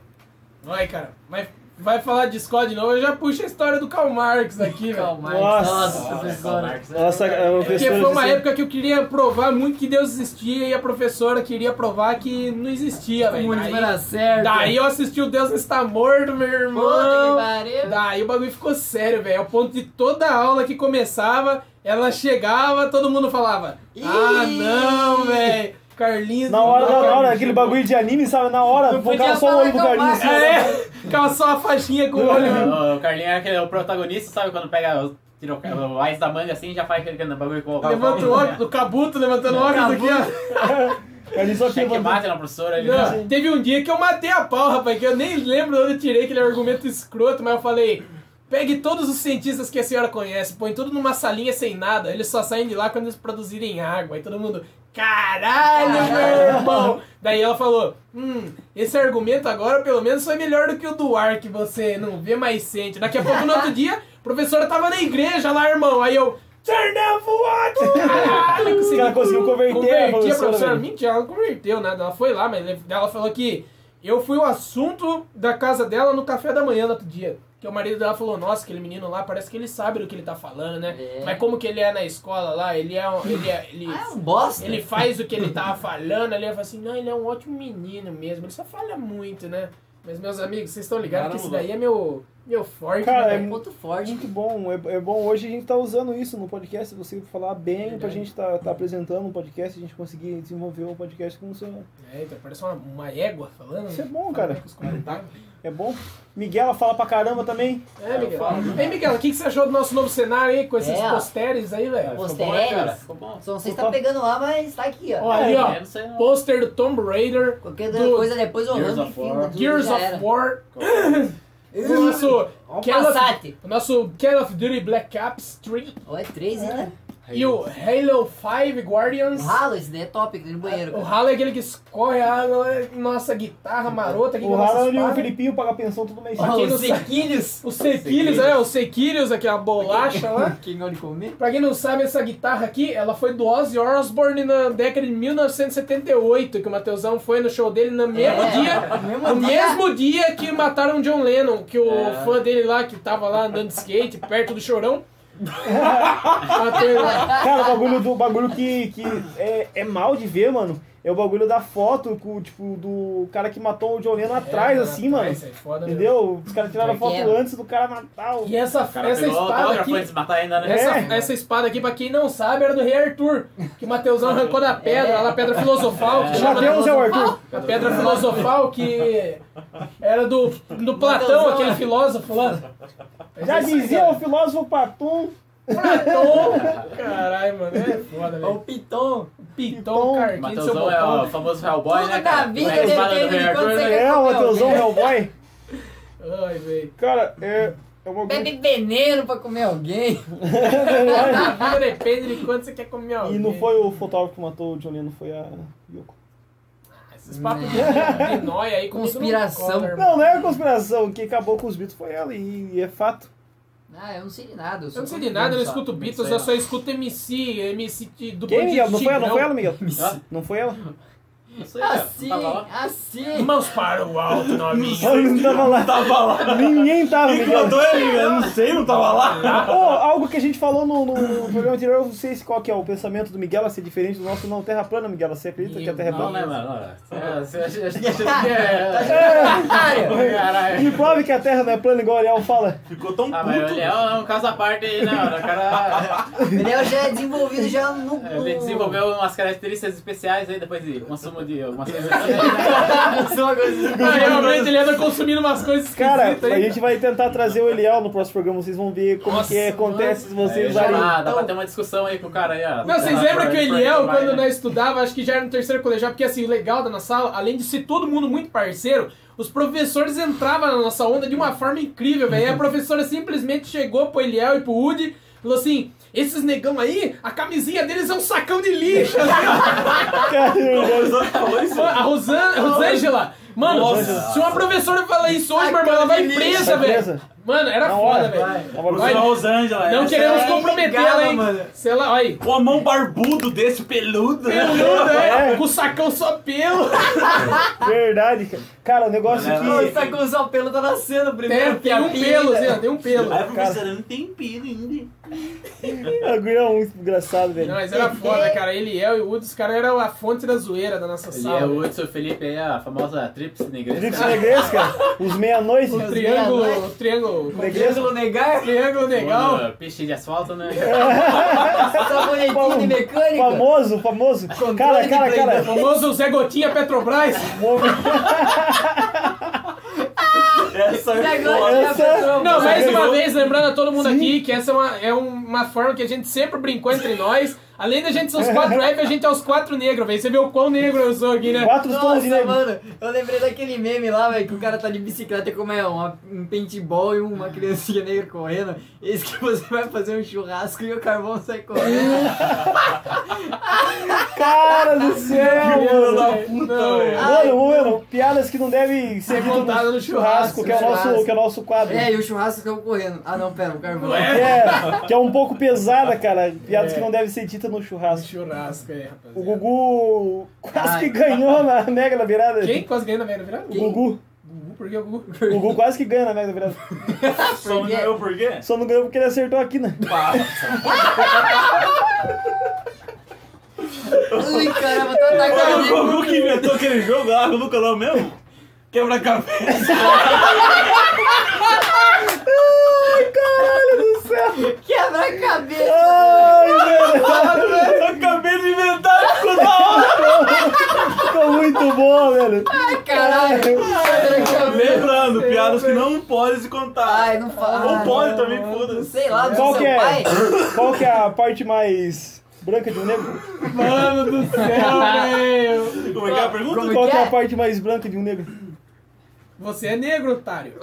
Speaker 4: Vai, cara. Vai, vai falar de Scott de novo, eu já puxo a história do Karl Marx aqui, velho.
Speaker 1: Calma,
Speaker 3: Nossa.
Speaker 1: nossa, professora.
Speaker 3: Nossa, é a
Speaker 4: Porque
Speaker 3: professora.
Speaker 4: foi uma
Speaker 3: disse-
Speaker 4: época que eu queria provar muito que Deus existia e a professora queria provar que não existia,
Speaker 1: O
Speaker 4: velho.
Speaker 1: mundo
Speaker 4: Daí-
Speaker 1: era certo.
Speaker 4: Daí eu assisti o Deus Está Morto, meu
Speaker 1: Puta que
Speaker 4: irmão.
Speaker 1: pariu.
Speaker 4: Daí o bagulho ficou sério, velho. Ao ponto de toda aula que começava, ela chegava, todo mundo falava: Ah,
Speaker 1: Ih!
Speaker 4: não, velho. Carlinhos.
Speaker 3: Na
Speaker 4: não
Speaker 3: hora, na
Speaker 4: dá,
Speaker 3: hora,
Speaker 4: Carlinhos."
Speaker 3: aquele bagulho de anime, sabe? Na hora,
Speaker 1: Não podia
Speaker 3: focava só o olho do
Speaker 1: falar com
Speaker 3: Carlinhos.
Speaker 1: a
Speaker 3: assim, ó.
Speaker 4: É, ficava só a faixinha com o olho.
Speaker 5: O Carlinhos é aquele, o protagonista, sabe? Quando pega o, tira o, o ice da manga assim, já faz aquele bagulho com o
Speaker 4: Levanta o óculos, o cabuto levantando o óculos aqui, ó. É.
Speaker 3: Carlinhos só
Speaker 5: Cheque
Speaker 3: levantando.
Speaker 5: mate na é professora ali.
Speaker 4: Não, teve um dia que eu matei a pau, rapaz, que eu nem lembro de onde eu tirei aquele argumento escroto, mas eu falei: pegue todos os cientistas que a senhora conhece, põe tudo numa salinha sem nada, eles só saem de lá quando eles produzirem água. Aí todo mundo,
Speaker 3: Ah,
Speaker 4: caralho,
Speaker 3: é.
Speaker 4: meu irmão! Daí ela falou: hum, esse argumento agora pelo menos foi melhor do que o do ar que você não vê mais sente. Daqui a pouco, no outro dia, a professora tava na igreja lá, irmão, aí eu. Turn down for what? Caralho, consegui
Speaker 3: Ela conseguiu converter a
Speaker 4: Converti a
Speaker 3: professora,
Speaker 4: professora.
Speaker 3: velho.
Speaker 4: Mentira, ela não converteu nada. Ela foi lá, mas ela falou que eu fui o assunto da casa dela no café da manhã no outro dia. Que o marido dela falou, nossa, aquele menino lá, parece que ele sabe do que ele tá falando, né?
Speaker 1: É.
Speaker 4: Mas como que ele é na escola lá, ele é... um- Ele, é- ele,
Speaker 1: Ah, é um bosta.
Speaker 4: ele faz o que ele tava falando ali. Ela falou assim, não, ele é um ótimo menino mesmo. Ele só fala muito, né? Mas, meus amigos, vocês estão ligados que isso daí é meu, meu forte.
Speaker 3: Cara,
Speaker 4: né?
Speaker 1: é um ponto forte.
Speaker 3: Muito bom, é, é bom. Hoje a gente tá usando isso no podcast. Se você falar bem, pra gente tá, tá apresentando um podcast, a gente conseguir desenvolver um podcast que funciona.
Speaker 4: É, então parece uma, uma égua falando.
Speaker 3: Isso é
Speaker 4: né?
Speaker 3: bom,
Speaker 4: Falando
Speaker 3: cara.
Speaker 4: com os
Speaker 2: Tá
Speaker 4: comentários.
Speaker 3: É bom. Miguel fala pra caramba também.
Speaker 4: É, Miguel. Ei, Miguel, o que, que você achou do nosso novo cenário aí, com esses
Speaker 1: É.
Speaker 4: posteres aí, velho?
Speaker 5: Ficou bom, né, cara? Ficou bom.
Speaker 1: Só não sei se tá pegando lá, mas tá aqui, ó.
Speaker 4: Ó, ali, ó.
Speaker 5: É, não sei não.
Speaker 4: Pôster do Tomb Raider,
Speaker 1: Qualquer
Speaker 4: do-
Speaker 1: coisa depois eu
Speaker 5: Gears
Speaker 1: lembro e
Speaker 5: of
Speaker 1: filmo.
Speaker 5: War.
Speaker 1: tudo,
Speaker 4: Gears
Speaker 1: já
Speaker 4: of
Speaker 1: era.
Speaker 4: War, o nosso
Speaker 1: Ó, o
Speaker 4: Call of,
Speaker 1: Passat.
Speaker 4: o nosso Call of Duty Black Ops 3
Speaker 1: Ó, é três ainda.
Speaker 4: e o Halo 5 Guardians.
Speaker 1: O ralo, esse daí é top, aquele banheiro.
Speaker 4: O
Speaker 1: cara.
Speaker 4: Halo é aquele que escorre a água, é nossa guitarra marota aqui
Speaker 3: O
Speaker 4: com nossas
Speaker 3: Harald e o
Speaker 4: espadas.
Speaker 3: Felipinho pagam pensão todo mês.
Speaker 1: Ó,
Speaker 4: quem
Speaker 1: os
Speaker 4: não sabe-
Speaker 1: sequilhos.
Speaker 4: Os sequilhos, é, os sequilhos, aquela bolacha lá.
Speaker 1: Quem gosta de comer?
Speaker 4: Pra quem não sabe, essa guitarra aqui, ela foi do Ozzy Osbourne na década de 1978, que o Mateusão foi no show dele no mesmo
Speaker 1: É,
Speaker 4: dia,
Speaker 1: no mesmo
Speaker 4: no
Speaker 1: dia. É.
Speaker 4: mesmo dia que mataram o John Lennon, que o fã dele lá, que tava lá andando de skate, perto do Chorão, bateu ele lá.
Speaker 3: Cara, o bagulho, do, o bagulho que, que é, é mal de ver, mano. É o bagulho da foto, com, tipo, do cara que matou o John Lennon atrás,
Speaker 4: É,
Speaker 3: assim,
Speaker 4: atrás,
Speaker 3: mano.
Speaker 4: isso é foda mesmo.
Speaker 3: Entendeu? Os caras tiraram a foto
Speaker 1: Pequeno.
Speaker 3: antes do cara matar o...
Speaker 4: E essa,
Speaker 5: O cara
Speaker 4: essa
Speaker 5: pegou o
Speaker 4: espada
Speaker 5: autógrafo
Speaker 4: aqui...
Speaker 5: antes de matar ainda, né?
Speaker 4: Essa,
Speaker 3: É.
Speaker 4: essa espada aqui, pra quem não sabe, era do Rei Arthur, que o Mateusão arrancou da pedra, lá da pedra filosofal, que
Speaker 3: O
Speaker 4: chama-
Speaker 3: Matheus é o Arthur.
Speaker 4: A pedra filosofal que era do, do Platão,
Speaker 1: Mateusão,
Speaker 4: aquele
Speaker 1: né?
Speaker 4: filósofo lá.
Speaker 3: Já dizia o filósofo Patum.
Speaker 4: Platão! é um Caralho, mano, é foda,
Speaker 1: Ó, o
Speaker 3: um
Speaker 4: velho.
Speaker 1: Piton.
Speaker 4: Pitão,
Speaker 5: O
Speaker 4: Carquinho, seu
Speaker 5: Matheusão é
Speaker 4: botão.
Speaker 5: o famoso Hellboy,
Speaker 1: Tudo
Speaker 5: né,
Speaker 1: da
Speaker 5: cara?
Speaker 1: vida
Speaker 5: Pega a espada do
Speaker 1: depende de
Speaker 5: Rei
Speaker 1: quando
Speaker 5: Arthur,
Speaker 1: você
Speaker 5: né?
Speaker 3: É, o Matheusão Hellboy.
Speaker 4: Ai, velho.
Speaker 3: Cara, é... É uma
Speaker 1: Bebe veneno pra comer alguém.
Speaker 4: A vida depende de quanto você quer comer alguém.
Speaker 3: E não foi o fotógrafo que matou o John Lennon, foi a Yoko.
Speaker 4: Esses papos de, de nóia aí. comigo não
Speaker 1: Conspiração.
Speaker 4: cola, irmão.
Speaker 3: Não, não é conspiração. Quem acabou com os Beatles foi ela e, e é fato.
Speaker 1: Ah, eu não sei de nada. Eu, só
Speaker 4: Eu não sei
Speaker 1: tô
Speaker 4: de nada, eu não
Speaker 1: só.
Speaker 4: escuto Beatles,
Speaker 1: Sei lá.
Speaker 4: eu só escuto MC, MC de- do
Speaker 3: Quem,
Speaker 4: Bandido
Speaker 3: Miguel? Não foi ela, não
Speaker 4: Tigrão.
Speaker 3: foi ela, Miguel?
Speaker 5: Hã?
Speaker 3: Não foi ela?
Speaker 5: Não sei, cara.
Speaker 1: Assim,
Speaker 4: Tá
Speaker 5: Tava lá.
Speaker 1: assim.
Speaker 4: Mãos para o alto, novinho.
Speaker 3: Ela não tava lá.
Speaker 2: Tava lá.
Speaker 3: Ninguém tava,
Speaker 2: Quem
Speaker 3: Miguel.
Speaker 2: cantou ele? Eu né? não sei, não tava lá.
Speaker 3: Ah, ô, algo que a gente falou no, no programa anterior, eu não sei se qual que é o pensamento do Miguel a ser diferente do nosso. Não, terra plana, Miguel. Você acredita que a terra é
Speaker 5: Não,
Speaker 3: plana?
Speaker 5: né, mano?
Speaker 4: Tá
Speaker 5: Olha, Tá Você acha acha- acha que é.
Speaker 3: Me
Speaker 5: Caralho.
Speaker 3: prove que a terra não é plana igual o Ariel fala.
Speaker 2: Ficou tão
Speaker 5: Ah, mas o
Speaker 2: puto.
Speaker 5: Léo é um caso à parte aí, né, mano? O cara
Speaker 1: O Daniel já é desenvolvido já no.
Speaker 4: É,
Speaker 5: ele desenvolveu umas características especiais aí depois de consumo de algumas coisas.
Speaker 4: Ah, realmente ele anda consumindo umas coisas
Speaker 3: Cara,
Speaker 4: esquisitas
Speaker 3: a
Speaker 4: aí.
Speaker 3: gente vai tentar trazer o Eliel no próximo programa. Vocês vão ver como
Speaker 4: Nossa,
Speaker 3: que acontece se vocês
Speaker 5: Aí,
Speaker 1: vai-
Speaker 3: usarem.
Speaker 5: dá, dá pra ter uma discussão aí com o cara aí, ó.
Speaker 4: então- Não, vocês lembram que é o Eliel,
Speaker 5: Vai,
Speaker 4: quando
Speaker 5: né?
Speaker 4: nós estudava, acho que já era no terceiro colegial, porque assim, o legal da nossa sala, além de ser todo mundo muito parceiro, os professores entravam na nossa onda de uma forma incrível, velho. E a professora simplesmente chegou pro Eliel e pro Woody, falou assim, esses negão aí, a camisinha deles é um sacão de lixo.
Speaker 3: Cara,
Speaker 4: a Rosan, Rosângela, mano,
Speaker 2: Nossa.
Speaker 4: se uma professora falar isso hoje, meu irmão, ela vai presa,
Speaker 3: Vai
Speaker 4: velho.
Speaker 3: presa.
Speaker 4: Mano, era
Speaker 3: Na
Speaker 4: Tá foda,
Speaker 3: hora.
Speaker 4: velho.
Speaker 3: Na
Speaker 2: Professora
Speaker 3: hora.
Speaker 4: Vai.
Speaker 2: Rosângela.
Speaker 4: Não
Speaker 2: essa
Speaker 4: queremos
Speaker 2: é
Speaker 4: comprometê-la, hein?
Speaker 2: ligada, mano.
Speaker 4: Sei lá, olha aí.
Speaker 2: O mão barbudo desse peludo.
Speaker 4: Peludo, é? Com o sacão só pelo.
Speaker 3: Verdade, cara. Cara, o negócio é
Speaker 2: Não,
Speaker 1: Nossa,
Speaker 3: que.
Speaker 1: tá com o só pelo tá nascendo primeiro.
Speaker 4: Tem, tem um pelo, Zé, tem um pelo.
Speaker 2: Aí a professora não tem pino ainda.
Speaker 3: Agulha é muito engraçado,
Speaker 4: Não,
Speaker 3: velho.
Speaker 4: mas era foda, cara. Eliel e o Woody, os caras eram a fonte da zoeira da nossa
Speaker 5: Ele é
Speaker 4: sala.
Speaker 5: o Hudson Felipe aí, a famosa tríplice
Speaker 4: Ah,
Speaker 5: negreza.
Speaker 3: Egípcio negresco, é cara. Os meia-noite. é
Speaker 4: O triângulo, o triângulo,
Speaker 1: Negreso negar,
Speaker 4: o triângulo legal. É.
Speaker 5: Quando, uh, Piche de asfalto, né?
Speaker 1: tá bonitinho de mecânica.
Speaker 3: Famoso, famoso.
Speaker 1: Controle
Speaker 3: Cara,
Speaker 1: de
Speaker 3: cara,
Speaker 5: né?
Speaker 4: O
Speaker 3: cara.
Speaker 4: famoso Zé Gotinha Petrobras.
Speaker 2: Essa é
Speaker 1: Negócio
Speaker 2: foda.
Speaker 1: da pessoa.
Speaker 4: Não, mais uma
Speaker 2: ganhou.
Speaker 4: vez, lembrando a todo mundo aqui que essa é uma, é uma forma que a gente sempre brincou entre nós. Além da gente ser os quatro rap, a gente é os quatro negros, velho. Você vê o quão negro eu sou aqui, né?
Speaker 3: Quatro tons de
Speaker 1: Nossa,
Speaker 3: negro.
Speaker 1: mano, eu lembrei daquele meme lá, velho, que o cara tá de bicicleta e como é uma- um paintball e uma criancinha negra correndo. Esse que você vai fazer um churrasco e o carvão sai correndo.
Speaker 3: Cara do céu,
Speaker 2: Filho
Speaker 3: mano.
Speaker 2: da puta,
Speaker 4: Não.
Speaker 2: velho.
Speaker 1: Ai,
Speaker 3: Mano, mano, piadas que não devem ser ditas
Speaker 4: Contada no
Speaker 3: churrasco, que é, o nosso,
Speaker 1: churrasco.
Speaker 3: que é o nosso quadro.
Speaker 1: É, e o churrasco saiu correndo. Ah, não, pera, o carvão.
Speaker 4: Ué.
Speaker 3: É, que é um pouco pesada, cara. Piadas
Speaker 4: É.
Speaker 3: que não devem ser ditas no churrasco.
Speaker 4: Churrasco aí,
Speaker 3: O
Speaker 4: rapaziada.
Speaker 3: Gugu quase
Speaker 1: Ai.
Speaker 3: que ganhou na Mega da Virada.
Speaker 4: Quem quase ganhou na merda virada?
Speaker 3: O Gugu.
Speaker 4: Gugu, por que o Gugu?
Speaker 3: O Gugu quase que ganha na Mega da Virada.
Speaker 2: Só não
Speaker 1: Por quê?
Speaker 2: ganhou por quê?
Speaker 3: Só não ganhou porque ele acertou aqui, né?
Speaker 1: Ui, caramba, tanta cara
Speaker 2: Foi
Speaker 1: de...
Speaker 2: o Gugu que inventou aquele jogo lá, como que é o nome mesmo? Quebra-cabeça.
Speaker 3: Ai, caralho do céu!
Speaker 1: Quebra a cabeça.
Speaker 3: Ai, velho!
Speaker 2: Eu acabei de inventar, ficou da hora.
Speaker 3: Ficou muito bom, velho!
Speaker 1: Ai, né, caralho. Quebra a cabeça.
Speaker 2: Lembrando, piadas que não pode se contar.
Speaker 1: Ai, não fala.
Speaker 2: Ou
Speaker 1: Ah,
Speaker 2: pode
Speaker 1: não.
Speaker 2: também, foda-se.
Speaker 1: Sei lá, do
Speaker 3: Qual
Speaker 1: seu
Speaker 3: que é?
Speaker 1: pai.
Speaker 3: Qual que é a parte mais branca de um negro?
Speaker 4: Mano do céu, velho.
Speaker 2: Como é que é a pergunta?
Speaker 1: Como
Speaker 3: Qual que é
Speaker 1: é?
Speaker 3: a parte mais branca de um negro?
Speaker 4: Você é negro, otário.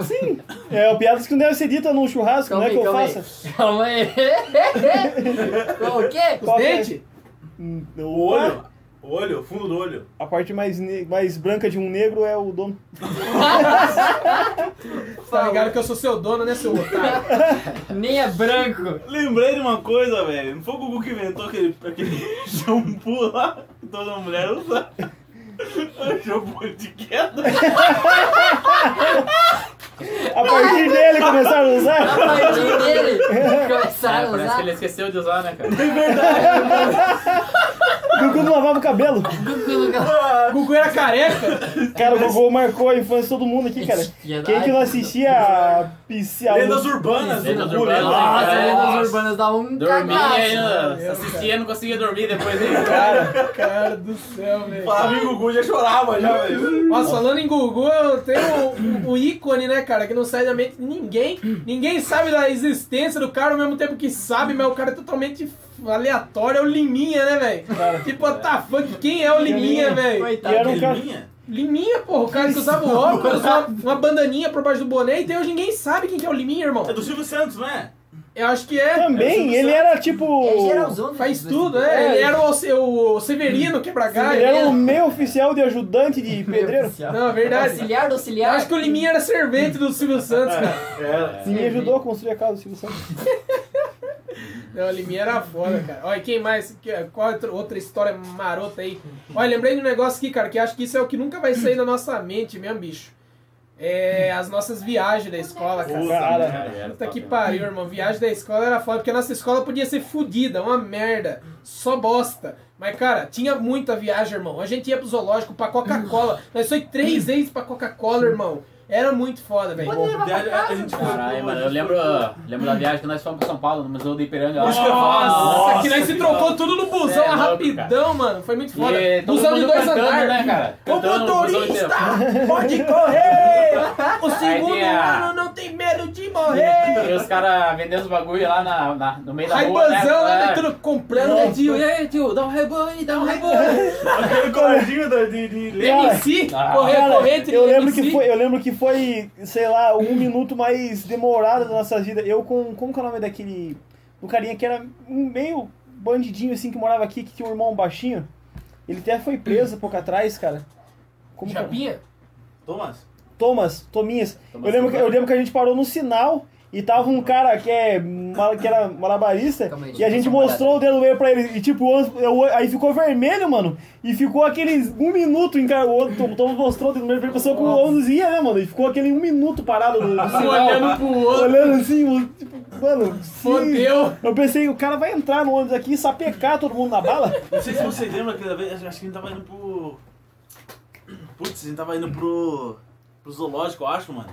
Speaker 3: É, piadas que não devem ser ditas num churrasco,
Speaker 1: Calma
Speaker 3: não é
Speaker 1: aí,
Speaker 3: que eu
Speaker 1: calma
Speaker 3: faça.
Speaker 1: aí. Calma aí. Qual o quê?
Speaker 3: Qual que é?
Speaker 4: Dente?
Speaker 3: Hum,
Speaker 2: O olho. O olho, o fundo do olho.
Speaker 3: A parte mais, ne- mais branca de um negro é o dono.
Speaker 4: Tá ligado que eu sou seu dono, né, seu otário?
Speaker 1: Nem é branco.
Speaker 2: Lembrei de uma coisa, velho. Não foi o Gugu que inventou aquele, aquele shampoo lá que toda mulher usa? O shampoo de queda.
Speaker 3: A partir dele começaram a
Speaker 1: A
Speaker 3: usar.
Speaker 1: partir dele, começaram
Speaker 5: É,
Speaker 1: a
Speaker 5: parece que ele
Speaker 1: usar.
Speaker 5: esqueceu de usar, né, cara?
Speaker 3: O Gugu não lavava o cabelo.
Speaker 1: Gugu Lugar.
Speaker 4: O Gugu era careca.
Speaker 3: Cara, o Gugu marcou a infância de todo mundo aqui, cara. Quem que não assistia a piscina?
Speaker 2: Lendas urbanas.
Speaker 5: Lendas
Speaker 2: Gugu,
Speaker 5: urbanas,
Speaker 1: Nossa,
Speaker 5: Nossa.
Speaker 1: lendas urbanas dá um
Speaker 5: Dormia aí, né?
Speaker 1: cagaço.
Speaker 5: ó, assistia, não conseguia dormir depois aí.
Speaker 3: Cara,
Speaker 4: Cara do céu, velho.
Speaker 2: Falava em Gugu, já chorava já, velho.
Speaker 4: Nossa, falando em Gugu, eu tenho o, o ícone, né, cara, que não sai da mente de ninguém. Ninguém sabe da existência do cara ao mesmo tempo que sabe, mas o cara é totalmente aleatório. É o Liminha, né, velho? Tipo, what the fuck? Quem é o Liminha,
Speaker 3: Liminha,
Speaker 4: velho?
Speaker 3: E
Speaker 1: Coitado.
Speaker 3: era um cara-
Speaker 2: Minha?
Speaker 4: Liminha, porra, o cara que usava o óculos, uma, uma bandaninha por baixo do boné, e até hoje ninguém sabe quem que é o Liminha, irmão.
Speaker 2: É do Silvio Santos, não é?
Speaker 4: Eu acho que é.
Speaker 3: Também, ele era tipo.
Speaker 1: É geralzão, né?
Speaker 4: Faz tudo, é. Ele era o, o Severino quebra-galho.
Speaker 3: Ele era o meu oficial de ajudante de pedreiro.
Speaker 4: Não, é verdade.
Speaker 1: Auxiliar do
Speaker 4: Eu
Speaker 1: auxiliar.
Speaker 4: acho que o Liminha era servente do Silvio Santos, cara.
Speaker 2: É,
Speaker 3: Me ajudou a construir a casa do Silvio Santos.
Speaker 4: Não, o Liminha era foda, cara. Olha, quem mais? Que- Qual outra- outra história marota aí? Olha, lembrei de um negócio aqui, cara, que acho que isso é o que nunca vai sair da nossa mente mesmo, bicho. É as nossas viagens da escola, cara.
Speaker 3: Cara,
Speaker 2: é.
Speaker 5: Tá
Speaker 4: Puta que pariu, irmão. Viagem da escola era foda, porque a nossa escola podia ser fodida, uma merda, só bosta. Mas, cara, tinha muita viagem, irmão. A gente ia pro zoológico pra Coca-Cola. Nós foi três vezes pra Coca-Cola, irmão. Era muito foda, velho.
Speaker 1: Pode levar pra
Speaker 2: é- A
Speaker 1: casa.
Speaker 2: gente foi
Speaker 5: Caralho,
Speaker 2: pro-
Speaker 5: mano, eu lembro, lembro da viagem que nós fomos pra São Paulo, no Museu do Ipiranga.
Speaker 4: Nossa,
Speaker 5: Nossa,
Speaker 2: Nossa,
Speaker 4: que nós se
Speaker 2: que
Speaker 4: trocou tudo no busão
Speaker 5: Cê é louco,
Speaker 4: rapidão, mano. Foi muito foda.
Speaker 5: E todo
Speaker 4: busão de
Speaker 5: mundo
Speaker 4: dois
Speaker 5: cantando,
Speaker 4: andares.
Speaker 5: né, cara?
Speaker 4: O
Speaker 5: Cantando no busão
Speaker 4: motorista
Speaker 5: inteiro.
Speaker 4: pode correr! O segundo
Speaker 5: tem a-
Speaker 4: ano não tem medo de morrer!
Speaker 5: E os caras vendendo os bagulho lá na, na- no meio da rua, né?
Speaker 4: Raibanzão lá
Speaker 5: É.
Speaker 4: dentro comprando, né, tio? E aí, tio, dá um raiban aí, dá um raiban.
Speaker 2: Aquele coladinho da- de- de- de-
Speaker 4: MC,
Speaker 5: Ah.
Speaker 4: correr,
Speaker 3: Cara,
Speaker 4: correr, entre
Speaker 3: eu lembro
Speaker 4: MC.
Speaker 3: que foi, eu lembro que foi, sei lá, um minuto mais demorado da nossa vida. Eu com, como que é o nome daquele, do carinha que era um meio bandidinho assim que morava aqui, que tinha um irmão baixinho. Ele até foi preso um pouco atrás, cara. Como que é?
Speaker 4: Japinha?
Speaker 2: Thomas.
Speaker 3: Thomas, Tominhas.
Speaker 5: Thomas
Speaker 3: eu, lembro que, eu
Speaker 5: Thomas.
Speaker 3: lembro que a gente parou no sinal e tava um cara que, é, mal- que era malabarista
Speaker 1: Calma aí,
Speaker 3: e a gente mostrou o dedo meio pra ele. E tipo, o outro- o- aí ficou vermelho, mano. E ficou aqueles um minuto em cara. O outro o Thomas mostrou o dedo meio pra ele, pessoa com onzinha, né, mano? E ficou aquele um minuto parado no, no
Speaker 4: Um
Speaker 3: sinal.
Speaker 4: olhando pro outro,
Speaker 3: olhando assim, mano, tipo, mano. se-
Speaker 4: fodeu.
Speaker 3: Eu pensei, o cara vai entrar no ônibus aqui e sapecar todo mundo na bala?
Speaker 2: Não sei se vocês lembram aquela vez, acho que a gente tava indo pro. Putz, a gente tava indo pro. pro zoológico, eu acho, mano.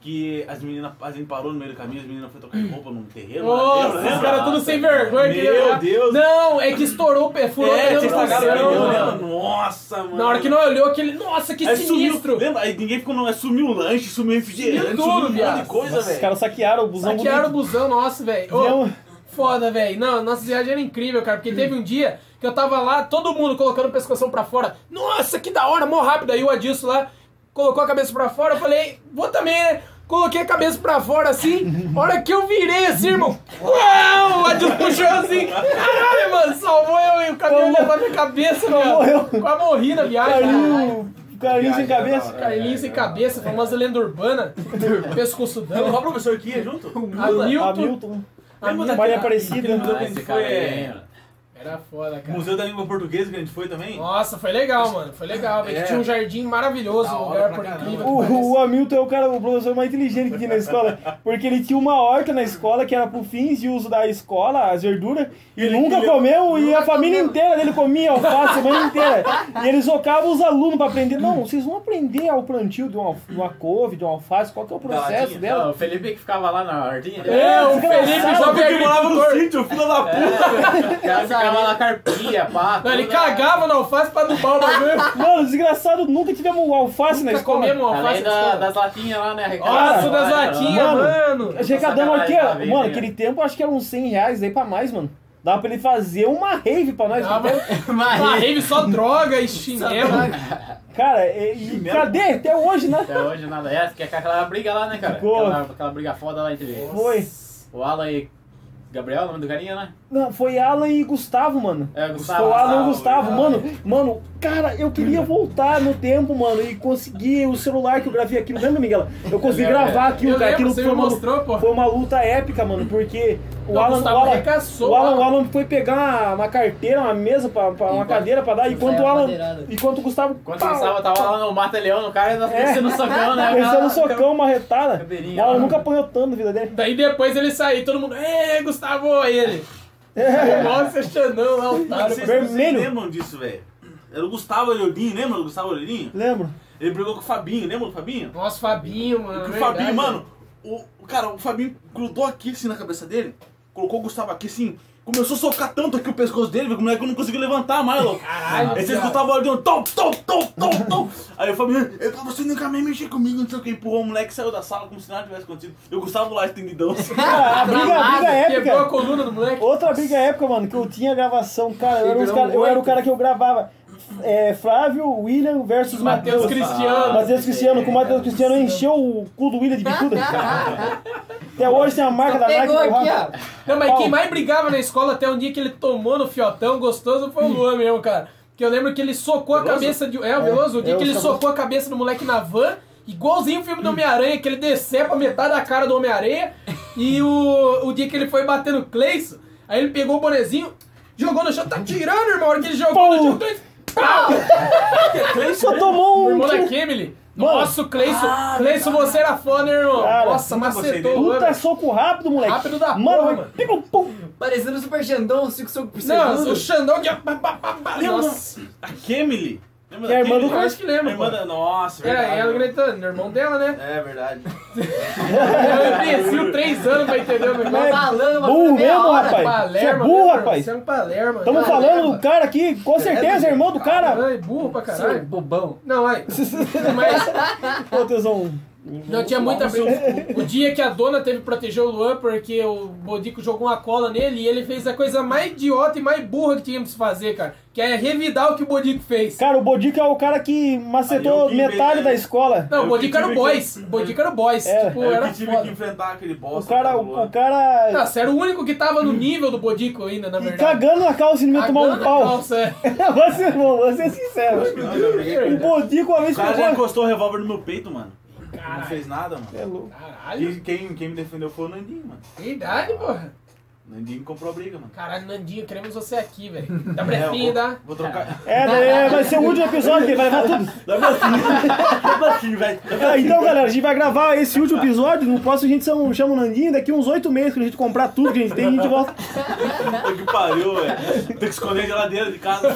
Speaker 2: Que as meninas, a gente parou no meio do caminho, as meninas foram trocar roupa num terreno. lá
Speaker 4: Nossa,
Speaker 2: dentro,
Speaker 4: os
Speaker 2: lembra?
Speaker 4: caras tudo sem vergonha. que-
Speaker 2: Meu Deus.
Speaker 4: Não, é que estourou o pé, furou o
Speaker 2: É,
Speaker 4: pneu
Speaker 2: tinha
Speaker 4: do
Speaker 2: estragado o pneu,
Speaker 4: busão, mano.
Speaker 2: lembra? Nossa, mano.
Speaker 4: Na hora que não olhou, aquele. Nossa, que
Speaker 2: Aí
Speaker 4: sinistro!
Speaker 2: Sumiu, lembra? Aí ninguém ficou. Não, sumiu o lanche, sumiu o refrigerante,
Speaker 4: Sumiu
Speaker 2: sumiu,
Speaker 4: tudo,
Speaker 2: um monte
Speaker 4: viado.
Speaker 2: de coisa,
Speaker 3: Nossa, os
Speaker 2: velho.
Speaker 3: caras saquearam o busão
Speaker 4: Saquearam o
Speaker 3: bonito.
Speaker 4: busão nosso, velho. Ô,
Speaker 3: Deu-
Speaker 4: Foda, velho. Não, nossa viagem era incrível, cara. Porque teve um dia que eu tava lá, todo mundo colocando o pescoção pra fora. Nossa, que da hora, mó rápido. Aí o Adilson lá colocou a cabeça pra fora. Eu falei, vou também, né? Coloquei a cabeça pra fora assim. A hora que eu virei assim, irmão. Uau! O Adilson puxou assim. Caralho, mano, salvou eu e o caminhão
Speaker 3: Como-
Speaker 4: levantou minha cabeça, mano.
Speaker 3: morreu.
Speaker 4: Com a morri na viagem. cara.
Speaker 3: Carlinho, Carlinho sem cabeça.
Speaker 4: Carlinhos sem cabeça, famosa lenda urbana. Pescoçudão.
Speaker 2: Qual professor que ia junto? Ah,
Speaker 4: Hamilton.
Speaker 3: Hamilton.
Speaker 4: Hamilton.
Speaker 3: Maria Aparecida.
Speaker 5: Ah, esse cara
Speaker 4: é
Speaker 5: aí, mano.
Speaker 4: Era foda, cara.
Speaker 2: é- Museu da Língua Portuguesa que a gente foi também?
Speaker 4: Nossa, foi legal, mano. Foi legal. velho.
Speaker 2: É.
Speaker 4: Tinha um jardim maravilhoso,
Speaker 2: Da
Speaker 4: um
Speaker 2: hora
Speaker 4: lugar
Speaker 2: pra
Speaker 4: por
Speaker 2: caramba.
Speaker 4: incrível. que
Speaker 3: O,
Speaker 4: pareça.
Speaker 3: o Hamilton é o cara, o professor mais inteligente que tinha na escola. Porque ele tinha uma horta na escola que era pro fins de uso da escola, as verduras, e
Speaker 2: Ele
Speaker 3: nunca
Speaker 2: queria-
Speaker 3: comeu, e
Speaker 4: Nunca
Speaker 3: a família
Speaker 4: comeu.
Speaker 3: inteira dele comia alface a semana inteira. E eles socavam os alunos pra aprender. Não, vocês vão aprender ao plantio de uma, de uma couve, de uma alface, qual que é o processo
Speaker 2: latinha.
Speaker 3: dela?
Speaker 5: Não, o Felipe que ficava lá na né? hortinha.
Speaker 4: É, o Felipe
Speaker 2: Só
Speaker 4: jovem
Speaker 2: porque ele morava no
Speaker 4: agricultor.
Speaker 2: sítio, filho da puta.
Speaker 5: O cara ficava lá na carpia, pá.
Speaker 4: Não, ele
Speaker 5: tudo.
Speaker 4: cagava na alface pra adubar o bagulho.
Speaker 3: Mano, desgraçado, nunca tivemos um alface na
Speaker 4: Nunca
Speaker 3: escola.
Speaker 4: comemos alface
Speaker 5: Além
Speaker 4: na
Speaker 5: da,
Speaker 4: escola.
Speaker 5: das latinhas lá, né?
Speaker 4: Nossa,
Speaker 5: arrecadada,
Speaker 4: das
Speaker 5: né,
Speaker 4: latinhas,
Speaker 5: lá.
Speaker 3: Mano.
Speaker 4: mano.
Speaker 3: Arrecadamos aqui,
Speaker 5: Sacanagem,
Speaker 3: ó.
Speaker 5: tá bem,
Speaker 3: Mano,
Speaker 5: né?
Speaker 3: aquele tempo acho que era uns 100 reais aí pra mais, mano. Dava pra ele fazer uma rave pra nós.
Speaker 4: Tava
Speaker 5: Mas-
Speaker 4: na rave só droga e chinelo.
Speaker 3: Cara, e, e cadê? Até hoje, né?
Speaker 5: Até hoje nada é, porque é aquela briga lá, né, cara?
Speaker 3: Ficou.
Speaker 5: Aquela, aquela briga foda lá entre
Speaker 3: Foi.
Speaker 5: o Alan e Gabriel, o nome do carinha, né?
Speaker 3: Não, foi Alan e Gustavo, mano.
Speaker 5: É,
Speaker 3: Foi
Speaker 5: Gustavo.
Speaker 3: o Alan e o
Speaker 2: Gustavo,
Speaker 3: Gustavo, mano.
Speaker 4: né?
Speaker 3: Mano, cara, eu queria voltar no tempo, mano, e conseguir o celular que eu gravei aquilo. Lembra, Miguel? Eu consegui
Speaker 5: Eu lembro,
Speaker 3: gravar aquilo,
Speaker 4: Eu
Speaker 3: cara.
Speaker 4: lembro,
Speaker 3: Aquilo
Speaker 4: você
Speaker 3: foi
Speaker 4: me
Speaker 3: uma,
Speaker 4: mostrou, pô.
Speaker 3: foi uma luta épica, mano, porque o
Speaker 4: Então,
Speaker 3: Alan, o
Speaker 4: Gustavo
Speaker 3: Alan,
Speaker 4: arregaçou,
Speaker 3: o Alan,
Speaker 4: Alan.
Speaker 3: o Alan foi pegar uma, uma carteira, uma mesa, pra, pra- uma
Speaker 1: Enquanto-
Speaker 3: cadeira pra dar,
Speaker 1: Não
Speaker 3: enquanto
Speaker 1: saiu
Speaker 3: o
Speaker 1: a
Speaker 3: Alan.
Speaker 1: madeirada.
Speaker 3: Enquanto o Gustavo.
Speaker 5: Enquanto
Speaker 3: pau,
Speaker 5: o Gustavo tava lá no Mata-Leão, no cara, nós
Speaker 3: É.
Speaker 5: descendo socão, né?
Speaker 3: Pensando
Speaker 5: Aquela-
Speaker 3: no socão, uma retada. O
Speaker 5: Cadeirinha,
Speaker 3: Alan
Speaker 5: né?
Speaker 3: nunca apanhou tanto na vida dele.
Speaker 4: Daí depois ele saiu, todo mundo, ê, Gustavo, aí ele. Nossa, Xanão lá,
Speaker 2: Mano,
Speaker 4: otário.
Speaker 2: vocês,
Speaker 3: vermelho.
Speaker 2: vocês lembram disso, velho? Era o Gustavo Olheirinho, lembra do Gustavo Olheirinho?
Speaker 3: Lembro.
Speaker 2: Ele brigou com o Fabinho, lembra do Fabinho?
Speaker 4: Nossa, Fabinho, mano.
Speaker 2: Porque o
Speaker 4: Ah, verdade.
Speaker 2: Fabinho, mano, o, o cara, o Fabinho grudou aqui assim na cabeça dele, colocou o Gustavo aqui assim, começou a socar tanto aqui o pescoço dele, velho, que o moleque não conseguiu levantar mais, louco.
Speaker 4: Caralho,
Speaker 2: Aí você
Speaker 4: viado.
Speaker 2: escutava o Olheirinho, um tom, tom, tom, tom, tom. Aí o Fabinho, "É pra você nunca mais mexer comigo, não sei o que, empurrou o moleque, saiu da sala como se nada tivesse acontecido. E o Gustavo lá estendidão assim.
Speaker 3: Cara, a briga, a
Speaker 4: Amado,
Speaker 3: briga é épica.
Speaker 4: Quebrou a coluna do moleque.
Speaker 3: Outra briga época, mano, que eu tinha gravação, cara. Eu era, os
Speaker 4: Tigrão
Speaker 3: cara- eu era o
Speaker 4: oito.
Speaker 3: cara que eu gravava. É, Flávio, William versus
Speaker 4: Matheus
Speaker 3: Matheus.
Speaker 4: Cristiano.
Speaker 3: Ah, Matheus Cristiano, com o Matheus Cristiano encheu o cu do William de bicuda. Até hoje tem a marca da Nike.
Speaker 1: Pegou
Speaker 3: do
Speaker 1: aqui,
Speaker 3: Rafa.
Speaker 1: ó.
Speaker 4: Não, mas
Speaker 3: Paulo.
Speaker 4: quem mais brigava na escola até um dia que ele tomou no fiotão gostoso foi o Luan mesmo, cara. Que eu lembro que ele socou a cabeça de. É, o Veloso, o dia
Speaker 3: eu
Speaker 4: que ele
Speaker 3: sou-
Speaker 4: socou a cabeça do moleque na van, igualzinho o filme do Homem-Aranha, que ele decepa metade da cara do Homem-Aranha, e o, o dia que ele foi bater no Cleison, aí ele pegou o bonezinho, jogou no chão, tá tirando, irmão, a hora que ele jogou no chão, o Cleison- Pau!
Speaker 3: Só tomou
Speaker 4: O
Speaker 3: um.
Speaker 4: irmão da
Speaker 3: tiro.
Speaker 4: Kimberly. Nossa, o Cleison, Cleison, você era foda, irmão.
Speaker 3: Cara,
Speaker 4: Nossa,
Speaker 2: nunca gostei dele.
Speaker 4: macetou o
Speaker 3: Puta
Speaker 4: ano.
Speaker 3: soco rápido, moleque.
Speaker 4: Rápido da
Speaker 3: mano,
Speaker 4: porra,
Speaker 3: vai-
Speaker 4: mano.
Speaker 3: Pega um pum.
Speaker 1: Parecendo o Super Xandão, 5 socos por
Speaker 4: Não, o
Speaker 1: segundo.
Speaker 4: Xandão é de. Nossa.
Speaker 2: A Kemily. Lembra
Speaker 3: Que é a
Speaker 2: da
Speaker 3: irmã do
Speaker 2: Kemily?
Speaker 4: Eu acho que lembro,
Speaker 2: A irmã
Speaker 4: pô.
Speaker 2: da- Nossa, verdade.
Speaker 4: É, ela gritando, irmão dela, né?
Speaker 2: É verdade.
Speaker 4: Eu imbecil, três anos pra entender o
Speaker 1: Uma
Speaker 4: negócio.
Speaker 3: Mas-
Speaker 1: balama,
Speaker 3: burro
Speaker 1: meia
Speaker 3: mesmo,
Speaker 4: um
Speaker 1: hora.
Speaker 3: rapaz. Você é
Speaker 4: Palerma,
Speaker 3: burro,
Speaker 4: né,
Speaker 3: rapaz.
Speaker 4: Você é um palerma.
Speaker 3: Estamos
Speaker 4: cara.
Speaker 3: falando do cara aqui, com certeza, é irmão do cara.
Speaker 4: Ai, burro pra
Speaker 1: Seu
Speaker 4: caralho.
Speaker 1: bobão.
Speaker 4: Não, ai. Mas
Speaker 3: Pô, tesão.
Speaker 4: não tinha muita. O dia que a dona teve que proteger o Luan porque o Bodico jogou uma cola nele e ele fez a coisa mais idiota e mais burra que tínhamos que fazer, cara. Que é revidar o que o Bodico fez.
Speaker 3: Cara, o Bodico é o cara que macetou
Speaker 2: Aí eu vi bem,
Speaker 3: metade
Speaker 2: né?
Speaker 3: da escola.
Speaker 4: Não, o
Speaker 2: Eu
Speaker 4: Bodico
Speaker 2: que
Speaker 4: era o
Speaker 2: tive
Speaker 4: boys.
Speaker 2: que-
Speaker 4: O Bodico era o boys.
Speaker 3: É,
Speaker 4: Tipo,
Speaker 2: Aí eu
Speaker 4: era
Speaker 2: que tive
Speaker 4: foda.
Speaker 2: que enfrentar aquele
Speaker 3: O
Speaker 2: bosta. tá
Speaker 3: cara,
Speaker 2: do
Speaker 3: o,
Speaker 2: Luan.
Speaker 3: o cara
Speaker 4: Nossa, era o único que tava no nível do Bodico ainda, na verdade.
Speaker 3: cagando na calça e não ia tomar um
Speaker 4: Cagando a
Speaker 3: pau.
Speaker 4: calça, é.
Speaker 3: Vou ser, vou ser é sincero. Um
Speaker 2: Não, eu briguei com ele.
Speaker 3: O Bodico uma
Speaker 2: O
Speaker 3: vez
Speaker 2: cara já
Speaker 3: pegou.
Speaker 2: encostou o revólver no meu peito, mano. Não
Speaker 4: Caralho.
Speaker 2: fez nada, mano.
Speaker 3: É louco.
Speaker 4: Caralho.
Speaker 2: E quem, quem me defendeu foi o Nandinho, mano.
Speaker 4: Que idade, porra.
Speaker 2: O Nandinho comprou a briga, mano.
Speaker 4: Caralho, Nandinho, queremos você aqui, velho. Tá Dá
Speaker 2: É, eu
Speaker 4: brefinha,
Speaker 2: vou-
Speaker 4: dá.
Speaker 2: Vou trocar.
Speaker 3: É, daí é, vai ser o último episódio que vai levar tudo.
Speaker 2: Dá pra assim. Dá pra assim, velho.
Speaker 3: Ah, então, galera, a gente vai gravar esse último episódio. No próximo a gente chama- chama o Nandinho. Daqui uns oito meses, quando a gente comprar tudo que a gente tem, a gente volta.
Speaker 2: Puta que pariu, velho. Tem que esconder a geladeira de casa.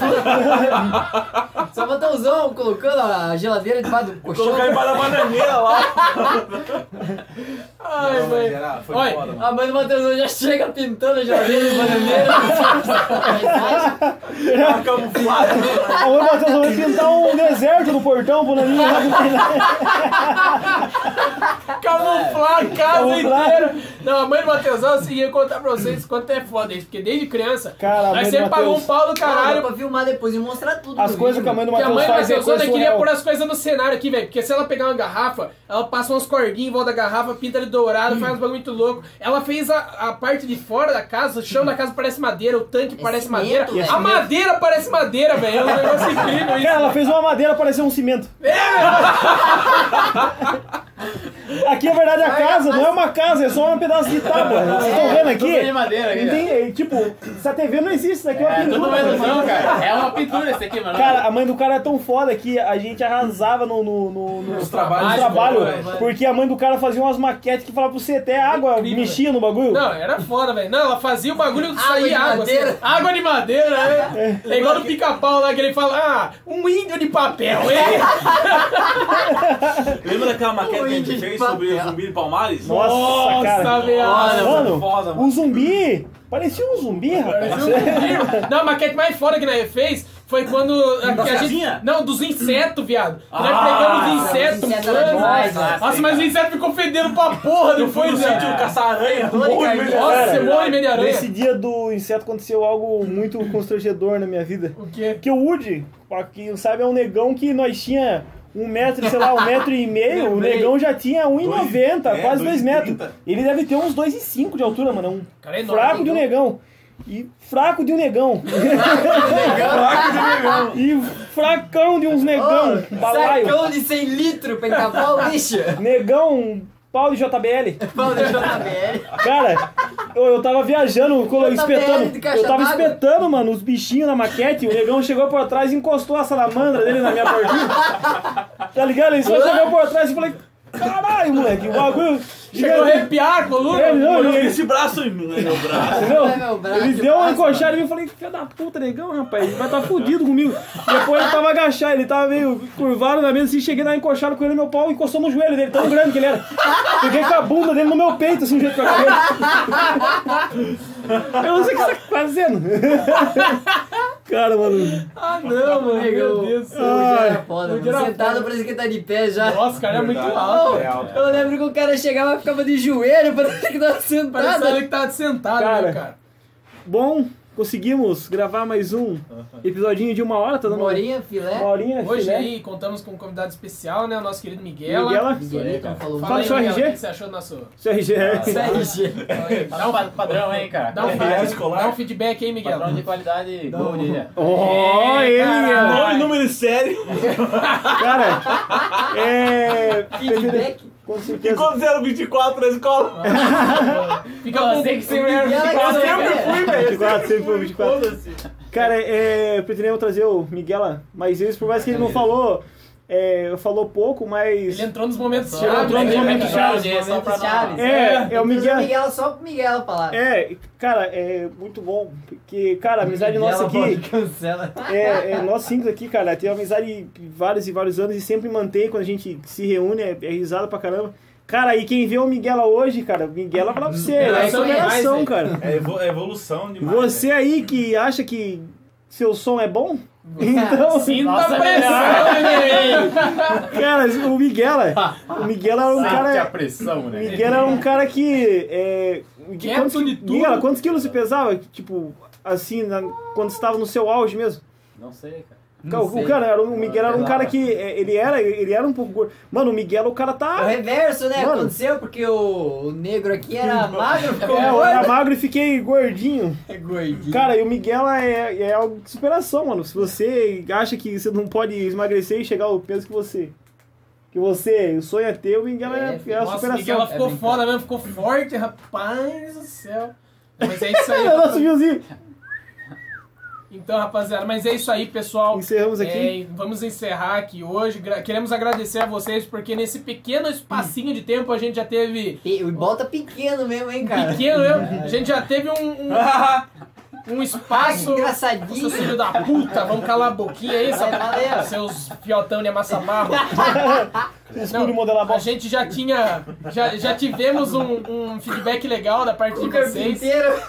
Speaker 1: Só botãozão colocando a geladeira debaixo do colchão.
Speaker 2: Colocar embaixo da bananeira lá.
Speaker 4: Ai, velho.
Speaker 2: era- foi
Speaker 4: Olha,
Speaker 2: foda, mano.
Speaker 1: A mãe do Matheusão já chega pintando a geladeira de bananeira.
Speaker 2: Tá camuflado.
Speaker 3: Ah, o Matheus vai pintar um deserto no portão pro Nandinho. É.
Speaker 4: Camuflar a casa
Speaker 3: Camuflar.
Speaker 4: inteira. Não, a mãe do Matheusão, assim, ia contar pra vocês quanto é foda isso. Porque desde criança,
Speaker 3: Cara, a mãe
Speaker 4: nós
Speaker 3: do
Speaker 4: sempre pagou um
Speaker 3: Matheus.
Speaker 4: pau do
Speaker 1: Caralho, pra
Speaker 4: caralho.
Speaker 1: filmar depois e mostrar tudo.
Speaker 3: As
Speaker 1: no
Speaker 3: coisas que
Speaker 1: vídeo.
Speaker 3: a mãe do
Speaker 4: Porque a
Speaker 3: Matheus
Speaker 4: mãe do
Speaker 3: faz é
Speaker 4: Matheusão
Speaker 3: coisa
Speaker 4: ela queria
Speaker 3: surreal.
Speaker 4: pôr as coisas no cenário aqui, velho. Porque se ela pegar uma garrafa, ela passa umas cordinhas em volta da garrafa, pinta de dourado, faz uns bagulho muito louco. Ela fez a, a parte de fora da casa, o chão da casa parece madeira, o tanque parece
Speaker 1: É cimento,
Speaker 4: madeira.
Speaker 1: velho.
Speaker 4: A madeira parece madeira, velho. É um negócio incrível isso.
Speaker 3: Cara, ela fez uma madeira parecer um cimento. Aqui, na verdade, a casa não é uma casa, é só um pedaço de tábua. Vocês estão vendo
Speaker 5: Tudo de
Speaker 3: aqui?
Speaker 5: madeira aqui.
Speaker 3: Não
Speaker 5: ó.
Speaker 3: tem, é, tipo, essa TV não existe, isso daqui é uma
Speaker 5: É, tudo
Speaker 3: pintura.
Speaker 5: menos não, cara. É uma pintura esse aqui, mano.
Speaker 3: Cara, a mãe do cara é tão foda que a gente arrasava no, no, no, no-
Speaker 2: Os
Speaker 3: no
Speaker 4: Ah,
Speaker 2: trabalhos.
Speaker 3: trabalho,
Speaker 4: né,
Speaker 2: mano.
Speaker 3: porque a mãe do cara fazia umas maquetes que falava pra você até a água
Speaker 4: Incrível,
Speaker 3: mexia no bagulho.
Speaker 4: Não, era foda, velho. Não, ela fazia o bagulho
Speaker 1: Água de
Speaker 4: sair água. assim.
Speaker 1: madeira.
Speaker 4: água de madeira, né? É igual no pica-pau lá que ele fala, ah, um índio de papel, hein?
Speaker 2: Lembra daquela maquete que a
Speaker 1: Ui,
Speaker 2: gente fez
Speaker 1: de
Speaker 2: sobre
Speaker 1: papel.
Speaker 2: zumbi de Palmares?
Speaker 3: Nossa, cara.
Speaker 4: velho.
Speaker 2: Olha,
Speaker 3: Mano,
Speaker 2: mano, foda,
Speaker 3: um
Speaker 2: mano.
Speaker 3: zumbi. Parecia um zumbi, rapaz.
Speaker 4: Parecia um vampiro. Não, a maquete mais foda que nós fez foi quando. a-
Speaker 2: Das
Speaker 4: que a gente-
Speaker 2: casinhas?
Speaker 4: não, dos insetos, viado. Que nós
Speaker 2: Ah,
Speaker 4: pegamos os
Speaker 1: os
Speaker 4: insetos.
Speaker 1: insetos era
Speaker 4: mano.
Speaker 1: demais,
Speaker 4: nossa,
Speaker 5: nossa,
Speaker 4: mas o
Speaker 5: cara.
Speaker 4: inseto ficou fedendo pra porra
Speaker 2: Eu fui no
Speaker 4: depois,
Speaker 2: sítio
Speaker 4: velho.
Speaker 2: caçar aranha.
Speaker 1: Dor de
Speaker 2: morro de
Speaker 1: cabeça.
Speaker 2: medo.
Speaker 4: Nossa, você
Speaker 3: Cara,
Speaker 4: morre meio de
Speaker 3: Nesse
Speaker 4: aranha.
Speaker 3: dia do inseto aconteceu algo muito constrangedor na minha vida.
Speaker 4: O quê?
Speaker 3: Porque o Woody, pra quem não sabe, é um negão que nós tinha um metro, sei lá, um metro e meio. o negão já tinha 1,90,
Speaker 2: Dois- é,
Speaker 3: quase dois
Speaker 2: 2,30.
Speaker 3: metros. Ele deve ter uns 2,5 de altura, mano. É um
Speaker 4: Cara, é enorme.
Speaker 3: fraco de um negão. E fraco de um negão. E fracão de uns negão.
Speaker 1: Ô,
Speaker 3: balaio.
Speaker 1: Sacão de 100 litros pra encapar o bicho.
Speaker 3: Negão, pau de JBL.
Speaker 1: Pão de JBL.
Speaker 3: Cara, eu, eu tava viajando, colo-
Speaker 1: JBL
Speaker 3: espetando.
Speaker 1: de caixa
Speaker 3: Eu tava
Speaker 1: d'água.
Speaker 3: espetando, mano, os bichinhos na maquete. O negão chegou por trás e encostou a salamandra dele na minha portinha. Tá ligado? Ele só chegou por trás e falei, caralho, moleque, o bagulho.
Speaker 4: Chegou a
Speaker 3: gigante."
Speaker 4: arrepiar a coluna.
Speaker 3: Ele, não,
Speaker 2: Olha
Speaker 3: ele,
Speaker 2: esse braço aí, meu braço.
Speaker 3: entendeu?
Speaker 1: É, meu braço,
Speaker 3: Ele deu uma
Speaker 1: braço,
Speaker 3: encoxada e eu falei, filho da puta, negão, rapaz, ele vai estar tá fudido comigo. Depois ele tava agachado, ele tava meio curvado na mesa, assim, cheguei na encoxada com ele, meu pau encostou no joelho dele, tão grande que ele era. Peguei com a bunda dele no meu peito, assim, um jeito pra cabelo. Eu não sei o que você tá fazendo. Cara, mano.
Speaker 4: Ah, não, mano. Meu
Speaker 1: Negão.
Speaker 4: Deus do céu.
Speaker 1: Já
Speaker 3: Ai,
Speaker 1: era foda,
Speaker 4: Hoje era
Speaker 1: mano. Sentado parece que tá de pé já.
Speaker 4: Nossa, cara, é muito
Speaker 2: Verdade.
Speaker 4: alto.
Speaker 1: Ô,
Speaker 4: velho.
Speaker 1: eu lembro que o cara chegava e ficava de joelho, parecia que tava
Speaker 4: Parece
Speaker 1: sentado.
Speaker 4: que tava sentado,
Speaker 3: Cara.
Speaker 4: né, cara?
Speaker 3: Bom, Conseguimos gravar mais um episodinho de uma hora, tá dando uma
Speaker 1: Morinha, filé.
Speaker 3: uma horinha.
Speaker 4: Hoje
Speaker 3: filé.
Speaker 4: aí contamos com um convidado especial, né? O nosso querido Miguel.
Speaker 3: Miguela,
Speaker 1: Miguelito não falou
Speaker 4: Fala
Speaker 3: é Fala
Speaker 4: aí,
Speaker 3: seu
Speaker 4: Miguel, o
Speaker 3: RG.
Speaker 4: que que você achou do nosso...
Speaker 3: CRG.
Speaker 5: Dá um pa- padrão aí, cara. É,
Speaker 4: Dá um,
Speaker 2: Material
Speaker 4: feedback,
Speaker 2: escolar.
Speaker 4: dá um feedback aí, Miguel.
Speaker 5: Padrão de qualidade
Speaker 3: um
Speaker 5: gold aí. ó.
Speaker 3: Oh,
Speaker 4: É,
Speaker 3: ele!
Speaker 4: caralho.
Speaker 3: ó.
Speaker 2: Nome, número e série.
Speaker 3: Cara, é.
Speaker 1: Feedback.
Speaker 3: Com
Speaker 2: E
Speaker 3: certeza.
Speaker 2: quando 024 na escola?
Speaker 4: Fica
Speaker 5: Pô,
Speaker 4: com...
Speaker 5: tem que ser
Speaker 1: o Miguel é
Speaker 5: ficar-
Speaker 1: que
Speaker 4: né,
Speaker 5: sempre
Speaker 1: sempre-
Speaker 5: fui.
Speaker 3: 24, sempre foi 24.
Speaker 2: Foda-se.
Speaker 3: Cara, é, pretendemos trazer o Miguela, mas isso, por mais que ele não falou, é, falou pouco, mas.
Speaker 4: Ele entrou nos momentos
Speaker 5: Só-
Speaker 4: chaves.
Speaker 3: entrou nos
Speaker 4: né,
Speaker 3: momentos
Speaker 4: cara?
Speaker 5: chaves,
Speaker 4: Momentos
Speaker 5: só pra-
Speaker 4: chaves.
Speaker 3: É, é o Miguel.
Speaker 1: Miguel só pro Miguel falar.
Speaker 3: É, cara, é muito bom, porque, cara, a amizade nossa aqui.
Speaker 1: Miguel Cancela.
Speaker 3: É, é, nós cinco aqui, cara, tem uma amizade de vários e vários anos e sempre mantém quando a gente se reúne, é, é risada pra caramba. Cara, e quem vê o Miguela hoje, cara, o Miguela fala pra você, é
Speaker 4: Geração
Speaker 3: sua geração,
Speaker 4: demais,
Speaker 3: cara.
Speaker 2: É evo- é evolução demais.
Speaker 3: Você
Speaker 4: né?
Speaker 3: aí que acha que seu som é bom, então,
Speaker 4: Sinta
Speaker 5: Nossa,
Speaker 4: a pressão,
Speaker 3: cara, o Miguela, o Miguela era um
Speaker 5: Sente a
Speaker 4: é
Speaker 3: cara...
Speaker 5: pressão,
Speaker 3: o
Speaker 5: né?
Speaker 3: Miguela era um cara que... É, que-
Speaker 4: Quieto
Speaker 3: quantos,
Speaker 4: de tudo.
Speaker 3: Miguela, quantos quilos você pesava, tipo, assim, na- quando estava no seu auge mesmo?
Speaker 5: Não sei, cara.
Speaker 1: Não
Speaker 3: o
Speaker 1: sei.
Speaker 3: cara era um- o Miguel era um
Speaker 1: Sei lá.
Speaker 3: cara que é, ele era ele era um pouco gordo. Mano, o Miguel o cara
Speaker 1: O
Speaker 3: tá
Speaker 1: reverso, né?
Speaker 3: Mano.
Speaker 1: Aconteceu porque o, o negro aqui era magro, ficou
Speaker 3: é, eu era
Speaker 1: gordo.
Speaker 3: magro e fiquei gordinho.
Speaker 1: É gordinho.
Speaker 3: Cara, e o Miguel é, é algo de superação, mano. Se você acha que você não pode emagrecer e chegar ao peso que você. Que você, o sonho é teu, o Miguel é,
Speaker 1: É,
Speaker 3: é a
Speaker 4: Nossa,
Speaker 3: superação.
Speaker 4: Miguel, ela ficou
Speaker 1: É
Speaker 4: foda mesmo, ficou forte, rapaz do céu. Mas é isso
Speaker 3: Cara, nosso
Speaker 4: aí.
Speaker 3: viuzinho.
Speaker 4: então, rapaziada, mas é isso aí, pessoal.
Speaker 3: Encerramos aqui.
Speaker 4: É, e vamos encerrar aqui hoje. Gra- Queremos agradecer a vocês porque nesse pequeno espacinho de tempo a gente já teve.
Speaker 1: E o bota pequeno mesmo, hein, cara?
Speaker 4: Pequeno, eu, a gente já teve um, um, um
Speaker 1: Ah, que
Speaker 4: espaço.
Speaker 1: engraçadinho.
Speaker 4: Seus filhos da puta, vamos calar a boquinha aí,
Speaker 1: Vai, valeu.
Speaker 4: essa, seus fiotão de amassa barro.
Speaker 3: Escuro modelar
Speaker 4: É, A
Speaker 3: bola.
Speaker 4: gente já tinha. Já, já tivemos um, um feedback legal da parte de
Speaker 1: Cuca
Speaker 4: vocês.
Speaker 1: Quinteiro.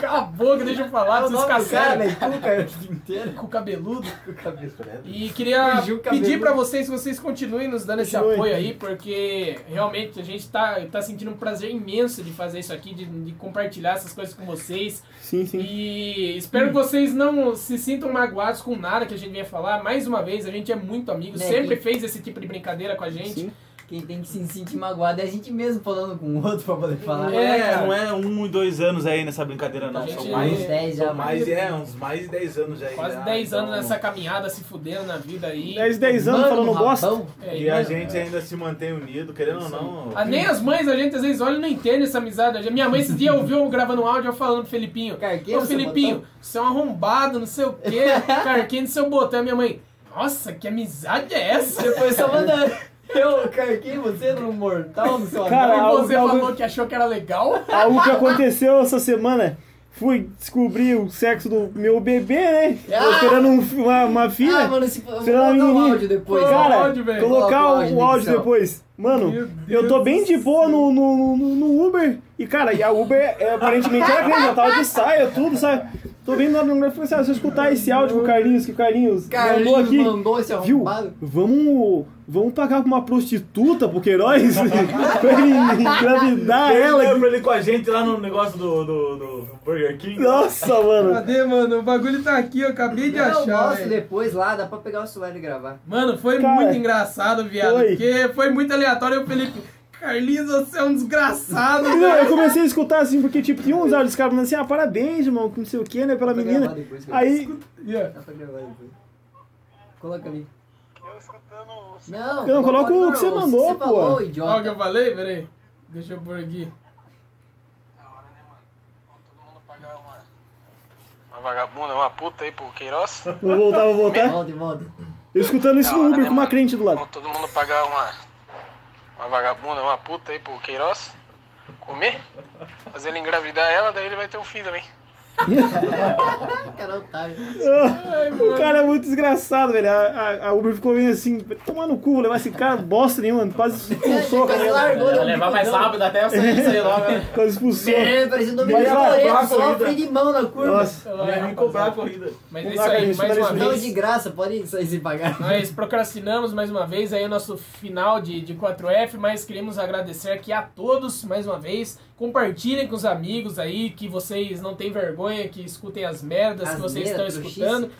Speaker 4: Cala a boca, deixa eu
Speaker 1: Fala
Speaker 4: falar,
Speaker 1: É o
Speaker 4: vocês
Speaker 1: nome do cara,
Speaker 4: caçaram.
Speaker 1: velho. Cuca é o Quinteiro.
Speaker 4: Com o cabeludo.
Speaker 1: Cuca mesmo.
Speaker 4: E queria
Speaker 1: Fugiu o cabeludo.
Speaker 4: pedir pra vocês, que vocês continuem nos dando esse
Speaker 3: Continue.
Speaker 4: apoio aí, porque realmente a gente tá, tá sentindo um prazer imenso de fazer isso aqui, de, de compartilhar essas coisas com vocês.
Speaker 3: Sim, sim.
Speaker 4: E
Speaker 1: Hum.
Speaker 4: espero que vocês não se sintam magoados com nada que a gente venha falar. Mais uma vez, a gente é muito amigo,
Speaker 1: Né,
Speaker 4: sempre
Speaker 1: e-
Speaker 4: fez esse tipo de brincadeira com a gente.
Speaker 3: Sim.
Speaker 1: Quem tem que se sentir magoado é a gente mesmo falando com o outro pra poder falar.
Speaker 2: É,
Speaker 4: É, cara.
Speaker 2: não é um e dois anos aí nessa brincadeira, não.
Speaker 4: Gente, é.
Speaker 2: São
Speaker 1: Mais
Speaker 2: mais.
Speaker 1: 10 já.
Speaker 2: São mais, é, uns mais de 10 anos já aí.
Speaker 4: Quase
Speaker 2: já,
Speaker 4: 10 anos
Speaker 2: então.
Speaker 4: nessa caminhada, se fudendo na vida aí.
Speaker 3: 10, 10 anos falando bosta.
Speaker 4: É,
Speaker 2: E a
Speaker 4: mas-
Speaker 2: gente ainda se mantém unido, querendo ou não.
Speaker 4: Ah, nem as mães, a gente às vezes olha e não entende essa amizade. Minha mãe esse dia ouviu eu gravando um áudio eu falando pro Felipinho.
Speaker 1: Carqueiro,
Speaker 4: Ô
Speaker 1: seu
Speaker 4: Felipinho, você é um arrombado, não sei o quê. Carquinho do seu botão. Minha mãe, nossa, que amizade é essa?
Speaker 1: Depois só mandando. Eu carquei você no mortal no seu
Speaker 3: Cara,
Speaker 4: e
Speaker 1: anel.
Speaker 4: você
Speaker 3: algo-
Speaker 4: falou que achou que era legal?
Speaker 3: Algo que aconteceu essa semana. Fui descobrir o sexo do meu bebê, né?
Speaker 1: Ah!
Speaker 3: Esperando um- uma, uma filha.
Speaker 1: Ah, mano, esse, eu vou
Speaker 3: Será
Speaker 1: mandar um
Speaker 3: menininho?
Speaker 1: áudio depois.
Speaker 4: Foi,
Speaker 3: Cara,
Speaker 4: áudio, velho.
Speaker 1: Coloca
Speaker 3: colocar
Speaker 1: o áudio
Speaker 3: o,
Speaker 1: na
Speaker 3: áudio
Speaker 1: edição.
Speaker 3: depois.
Speaker 4: Meu
Speaker 3: Mano, eu tô
Speaker 4: Deus
Speaker 3: bem
Speaker 4: do
Speaker 3: de boa no, no, no- no Uber. E, cara, e a Uber é, aparentemente era grande, ela tava de saia, tudo, sabe? Tô vendo lá no lugar e falei assim, ah, se eu escutar esse áudio com o Carlinhos, que o Carlinhos, mandou
Speaker 1: Carlinhos
Speaker 3: aqui,
Speaker 1: mandou esse
Speaker 3: viu?
Speaker 1: arrombado.
Speaker 3: Vamos, vamos pagar pra uma prostituta pro Queiroz pra ele engravidar
Speaker 2: Eu
Speaker 3: ela.
Speaker 2: lembro ele com a gente lá no negócio do, do, do Burger King.
Speaker 3: Nossa, mano.
Speaker 4: Cadê, mano? O bagulho tá aqui, eu acabei de
Speaker 1: Eu mostro depois lá, dá pra pegar o celular e gravar.
Speaker 4: Mano, foi
Speaker 3: Cara,
Speaker 4: muito engraçado, viado.
Speaker 3: foi.
Speaker 4: Porque foi muito aleatório. E o Felipe, Carlinhos, você é um desgraçado.
Speaker 3: Não, eu comecei a escutar assim, porque tipo, tinha uns áudios dos caras falando assim, ah, parabéns, irmão, que não sei o que, né, pela
Speaker 1: Dá pra
Speaker 3: menina.
Speaker 1: gravar depois, cara.
Speaker 3: Aí,
Speaker 4: Yeah.
Speaker 1: Dá pra gravar depois. Coloca ali.
Speaker 6: Eu escutando os
Speaker 1: Não,
Speaker 3: Não, coloca o
Speaker 1: normal,
Speaker 3: que você mandou,
Speaker 1: você falou,
Speaker 3: pô.
Speaker 4: Olha o que eu
Speaker 1: idiota.
Speaker 4: falei, peraí. Deixa eu pôr aqui.
Speaker 6: Na hora, né, mano? Quando todo mundo pagar uma. Uma vagabunda, uma puta aí pro Queiroz.
Speaker 3: vou voltar, vou voltar.
Speaker 1: Volta e volta.
Speaker 3: Eu escutando isso no Uber com uma crente do lado.
Speaker 6: Quando todo mundo pagar uma. Uma vagabunda, uma puta aí pro Queiroz. Comer. Fazer ele engravidar ela, daí ele vai ter um filho também.
Speaker 1: Cara, otário.
Speaker 3: O cara é muito desgraçado, velho. A, a- a Uber ficou meio assim, tomar no cu, vou levar esse cara bosta nenhuma, quase expulsou,
Speaker 1: Ele
Speaker 3: cara.
Speaker 1: largou, deu
Speaker 5: Vai
Speaker 1: um
Speaker 5: levar mais
Speaker 1: bicudão.
Speaker 5: rápido até eu sair disso aí logo. né?
Speaker 3: Quase expulsou.
Speaker 1: É, parecia o nome
Speaker 3: Mas
Speaker 1: de
Speaker 3: lá,
Speaker 2: lá,
Speaker 1: Loreto, só
Speaker 2: corrida.
Speaker 1: freio de mão na curva.
Speaker 3: Nossa.
Speaker 2: Ele ia me cobrar a corrida.
Speaker 4: Mas é
Speaker 3: Vamos
Speaker 4: isso
Speaker 3: lá,
Speaker 4: aí,
Speaker 3: Carlinhos,
Speaker 4: mais uma
Speaker 3: finaliza
Speaker 1: Não,
Speaker 4: vez.
Speaker 1: de graça, pode sair sem pagar.
Speaker 4: Nós procrastinamos mais uma vez aí o nosso final de, de 4F, mas queremos agradecer aqui a todos mais uma vez. Compartilhem com os amigos aí que vocês não têm vergonha acompanha, que escutem as merdas
Speaker 1: As
Speaker 4: que vocês
Speaker 1: merda,
Speaker 4: estão
Speaker 1: trouxice.
Speaker 4: escutando.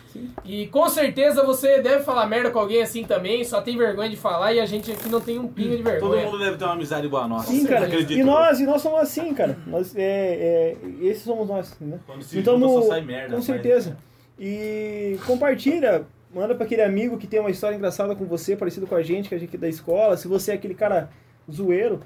Speaker 4: E com certeza você deve falar merda com alguém assim também, só tem vergonha de falar e a gente aqui não tem um pingo de
Speaker 2: Todo
Speaker 4: vergonha.
Speaker 2: mundo deve ter uma amizade igual a nossa.
Speaker 3: Sim, cara.
Speaker 2: Acredito.
Speaker 3: E nós, e nós somos assim, cara. Nós, é, é, esses somos nós, né?
Speaker 2: Quando se
Speaker 3: Então,
Speaker 2: junta, só sai merda,
Speaker 3: com
Speaker 2: mas-
Speaker 3: certeza. E compartilha, manda pra aquele amigo que tem uma história engraçada com você, parecido com a gente, que a gente é da escola. Se você é aquele cara
Speaker 4: É,
Speaker 3: zoeiro,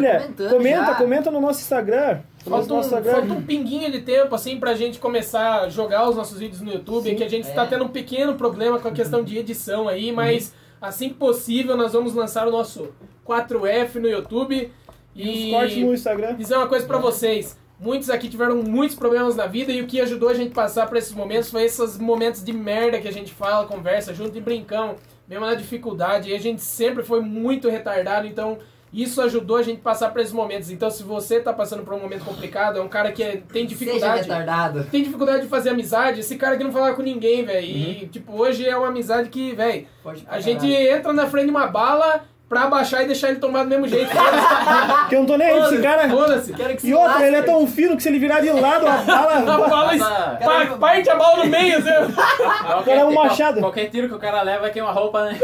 Speaker 1: já vai comentando,
Speaker 3: comenta,
Speaker 1: já.
Speaker 3: comenta no nosso Instagram. No
Speaker 4: Falta
Speaker 3: nosso
Speaker 4: um,
Speaker 3: Instagram.
Speaker 4: falta um pinguinho de tempo, assim, pra gente começar a jogar os nossos vídeos no YouTube, que a gente
Speaker 1: é.
Speaker 4: está tendo um pequeno problema com a questão de edição aí, mas assim que possível nós vamos lançar o nosso 4F no YouTube.
Speaker 3: E
Speaker 4: E
Speaker 3: os cortes no Instagram.
Speaker 4: dizer uma coisa pra vocês. Muitos aqui tiveram muitos problemas na vida e o que ajudou a gente passar por esses momentos foi esses momentos de merda que a gente fala, conversa junto e brincão, mesmo na dificuldade. E a gente sempre foi muito retardado, então isso ajudou a gente passar por esses momentos. Então se você tá passando por um momento complicado, é um cara que é- tem
Speaker 1: Seja
Speaker 4: dificuldade
Speaker 1: retardado.
Speaker 4: tem dificuldade de fazer amizade, esse cara que não falava com ninguém, velho. E, tipo, hoje é uma amizade que, velho,
Speaker 1: Forte pra
Speaker 4: a gente
Speaker 1: Uhum. caralho.
Speaker 4: entra na frente de uma bala pra abaixar e deixar ele tomar do mesmo jeito. Ah,
Speaker 3: Porque eu não tô nem aí pra esse cara.
Speaker 4: Foda-se.
Speaker 1: Quero que se
Speaker 3: E outra,
Speaker 1: lasque.
Speaker 3: ele é tão fino que se ele virar de lado, a
Speaker 4: A
Speaker 3: bala.
Speaker 4: bala
Speaker 5: Nossa,
Speaker 4: espa-
Speaker 1: Cara,
Speaker 4: parte a bala no meio, assim.
Speaker 5: Qualquer-
Speaker 3: é um
Speaker 5: qual-
Speaker 3: machado.
Speaker 5: Qualquer tiro que o cara leva queima a roupa, né?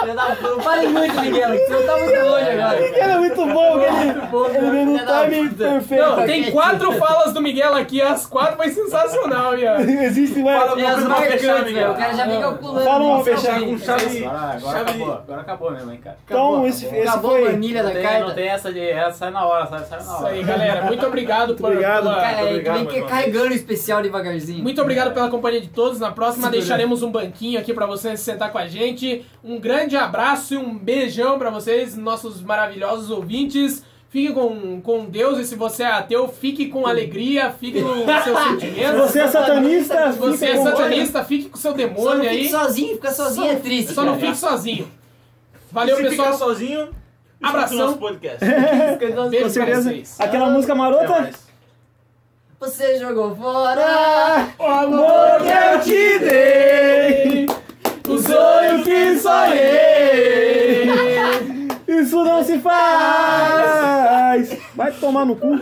Speaker 1: Filha da puta, Não fale muito, Miguel, que você tá muito longe agora.
Speaker 3: Ele é muito bom, ele, tá ele veio no
Speaker 1: Filha da
Speaker 3: timing
Speaker 1: puta.
Speaker 3: perfeito.
Speaker 4: Não, tem quatro falas do Miguel aqui, as quatro foi sensacional, viado.
Speaker 3: Existe mais.
Speaker 1: É as
Speaker 2: Vamos fechar,
Speaker 1: marcantes,
Speaker 2: Miguel.
Speaker 1: velho. O cara já vem
Speaker 4: Não.
Speaker 1: calculando.
Speaker 3: Fala uma
Speaker 1: Nossa,
Speaker 3: fechada
Speaker 1: gente,
Speaker 2: com chave.
Speaker 5: Agora, agora
Speaker 2: Chave.
Speaker 5: acabou, agora acabou mesmo, hein, cara.
Speaker 1: né? acabou,
Speaker 3: Então, esse,
Speaker 1: acabou.
Speaker 3: esse
Speaker 1: Acabou a
Speaker 3: foi.
Speaker 1: planilha
Speaker 5: Não
Speaker 1: da
Speaker 5: tem, não
Speaker 1: carta.
Speaker 5: tem essa de. Essa sai na hora, sai, sai na
Speaker 4: Isso
Speaker 5: hora.
Speaker 4: aí, galera. Muito obrigado por.
Speaker 3: obrigado.
Speaker 4: pela-
Speaker 1: Cara, é que
Speaker 2: Obrigado,
Speaker 1: vem
Speaker 2: mais uma
Speaker 1: carregando o especial devagarzinho.
Speaker 4: Muito obrigado pela companhia de todos. Na próxima
Speaker 1: Segura.
Speaker 4: deixaremos um banquinho aqui pra você sentar com a gente. Um grande abraço e um beijão pra vocês, nossos maravilhosos ouvintes. Fique com, com Deus e se você é ateu, fique com alegria, fique com seus
Speaker 3: Se
Speaker 4: sentimentos.
Speaker 3: você é satanista,
Speaker 4: Se você
Speaker 3: fica
Speaker 4: é
Speaker 3: com o olho.
Speaker 4: satanista, fique com seu
Speaker 1: Só não
Speaker 4: demônio
Speaker 1: fique
Speaker 4: aí.
Speaker 1: sozinho, ficar sozinho é triste.
Speaker 4: Só não
Speaker 1: cara.
Speaker 4: fique sozinho.
Speaker 2: Se
Speaker 4: Valeu,
Speaker 2: ficar
Speaker 4: pessoal.
Speaker 2: sozinho, escuta o
Speaker 4: Abração.
Speaker 2: nosso podcast.
Speaker 4: Beijo
Speaker 3: Com
Speaker 4: pra
Speaker 3: certeza.
Speaker 4: vocês.
Speaker 3: Aquela música
Speaker 2: Até
Speaker 3: marota.
Speaker 2: mais.
Speaker 1: Você jogou fora.
Speaker 4: O Ah, amor que eu te dei, o sonho que sonhei.
Speaker 3: Isso não se faz! Vai tomar no cu.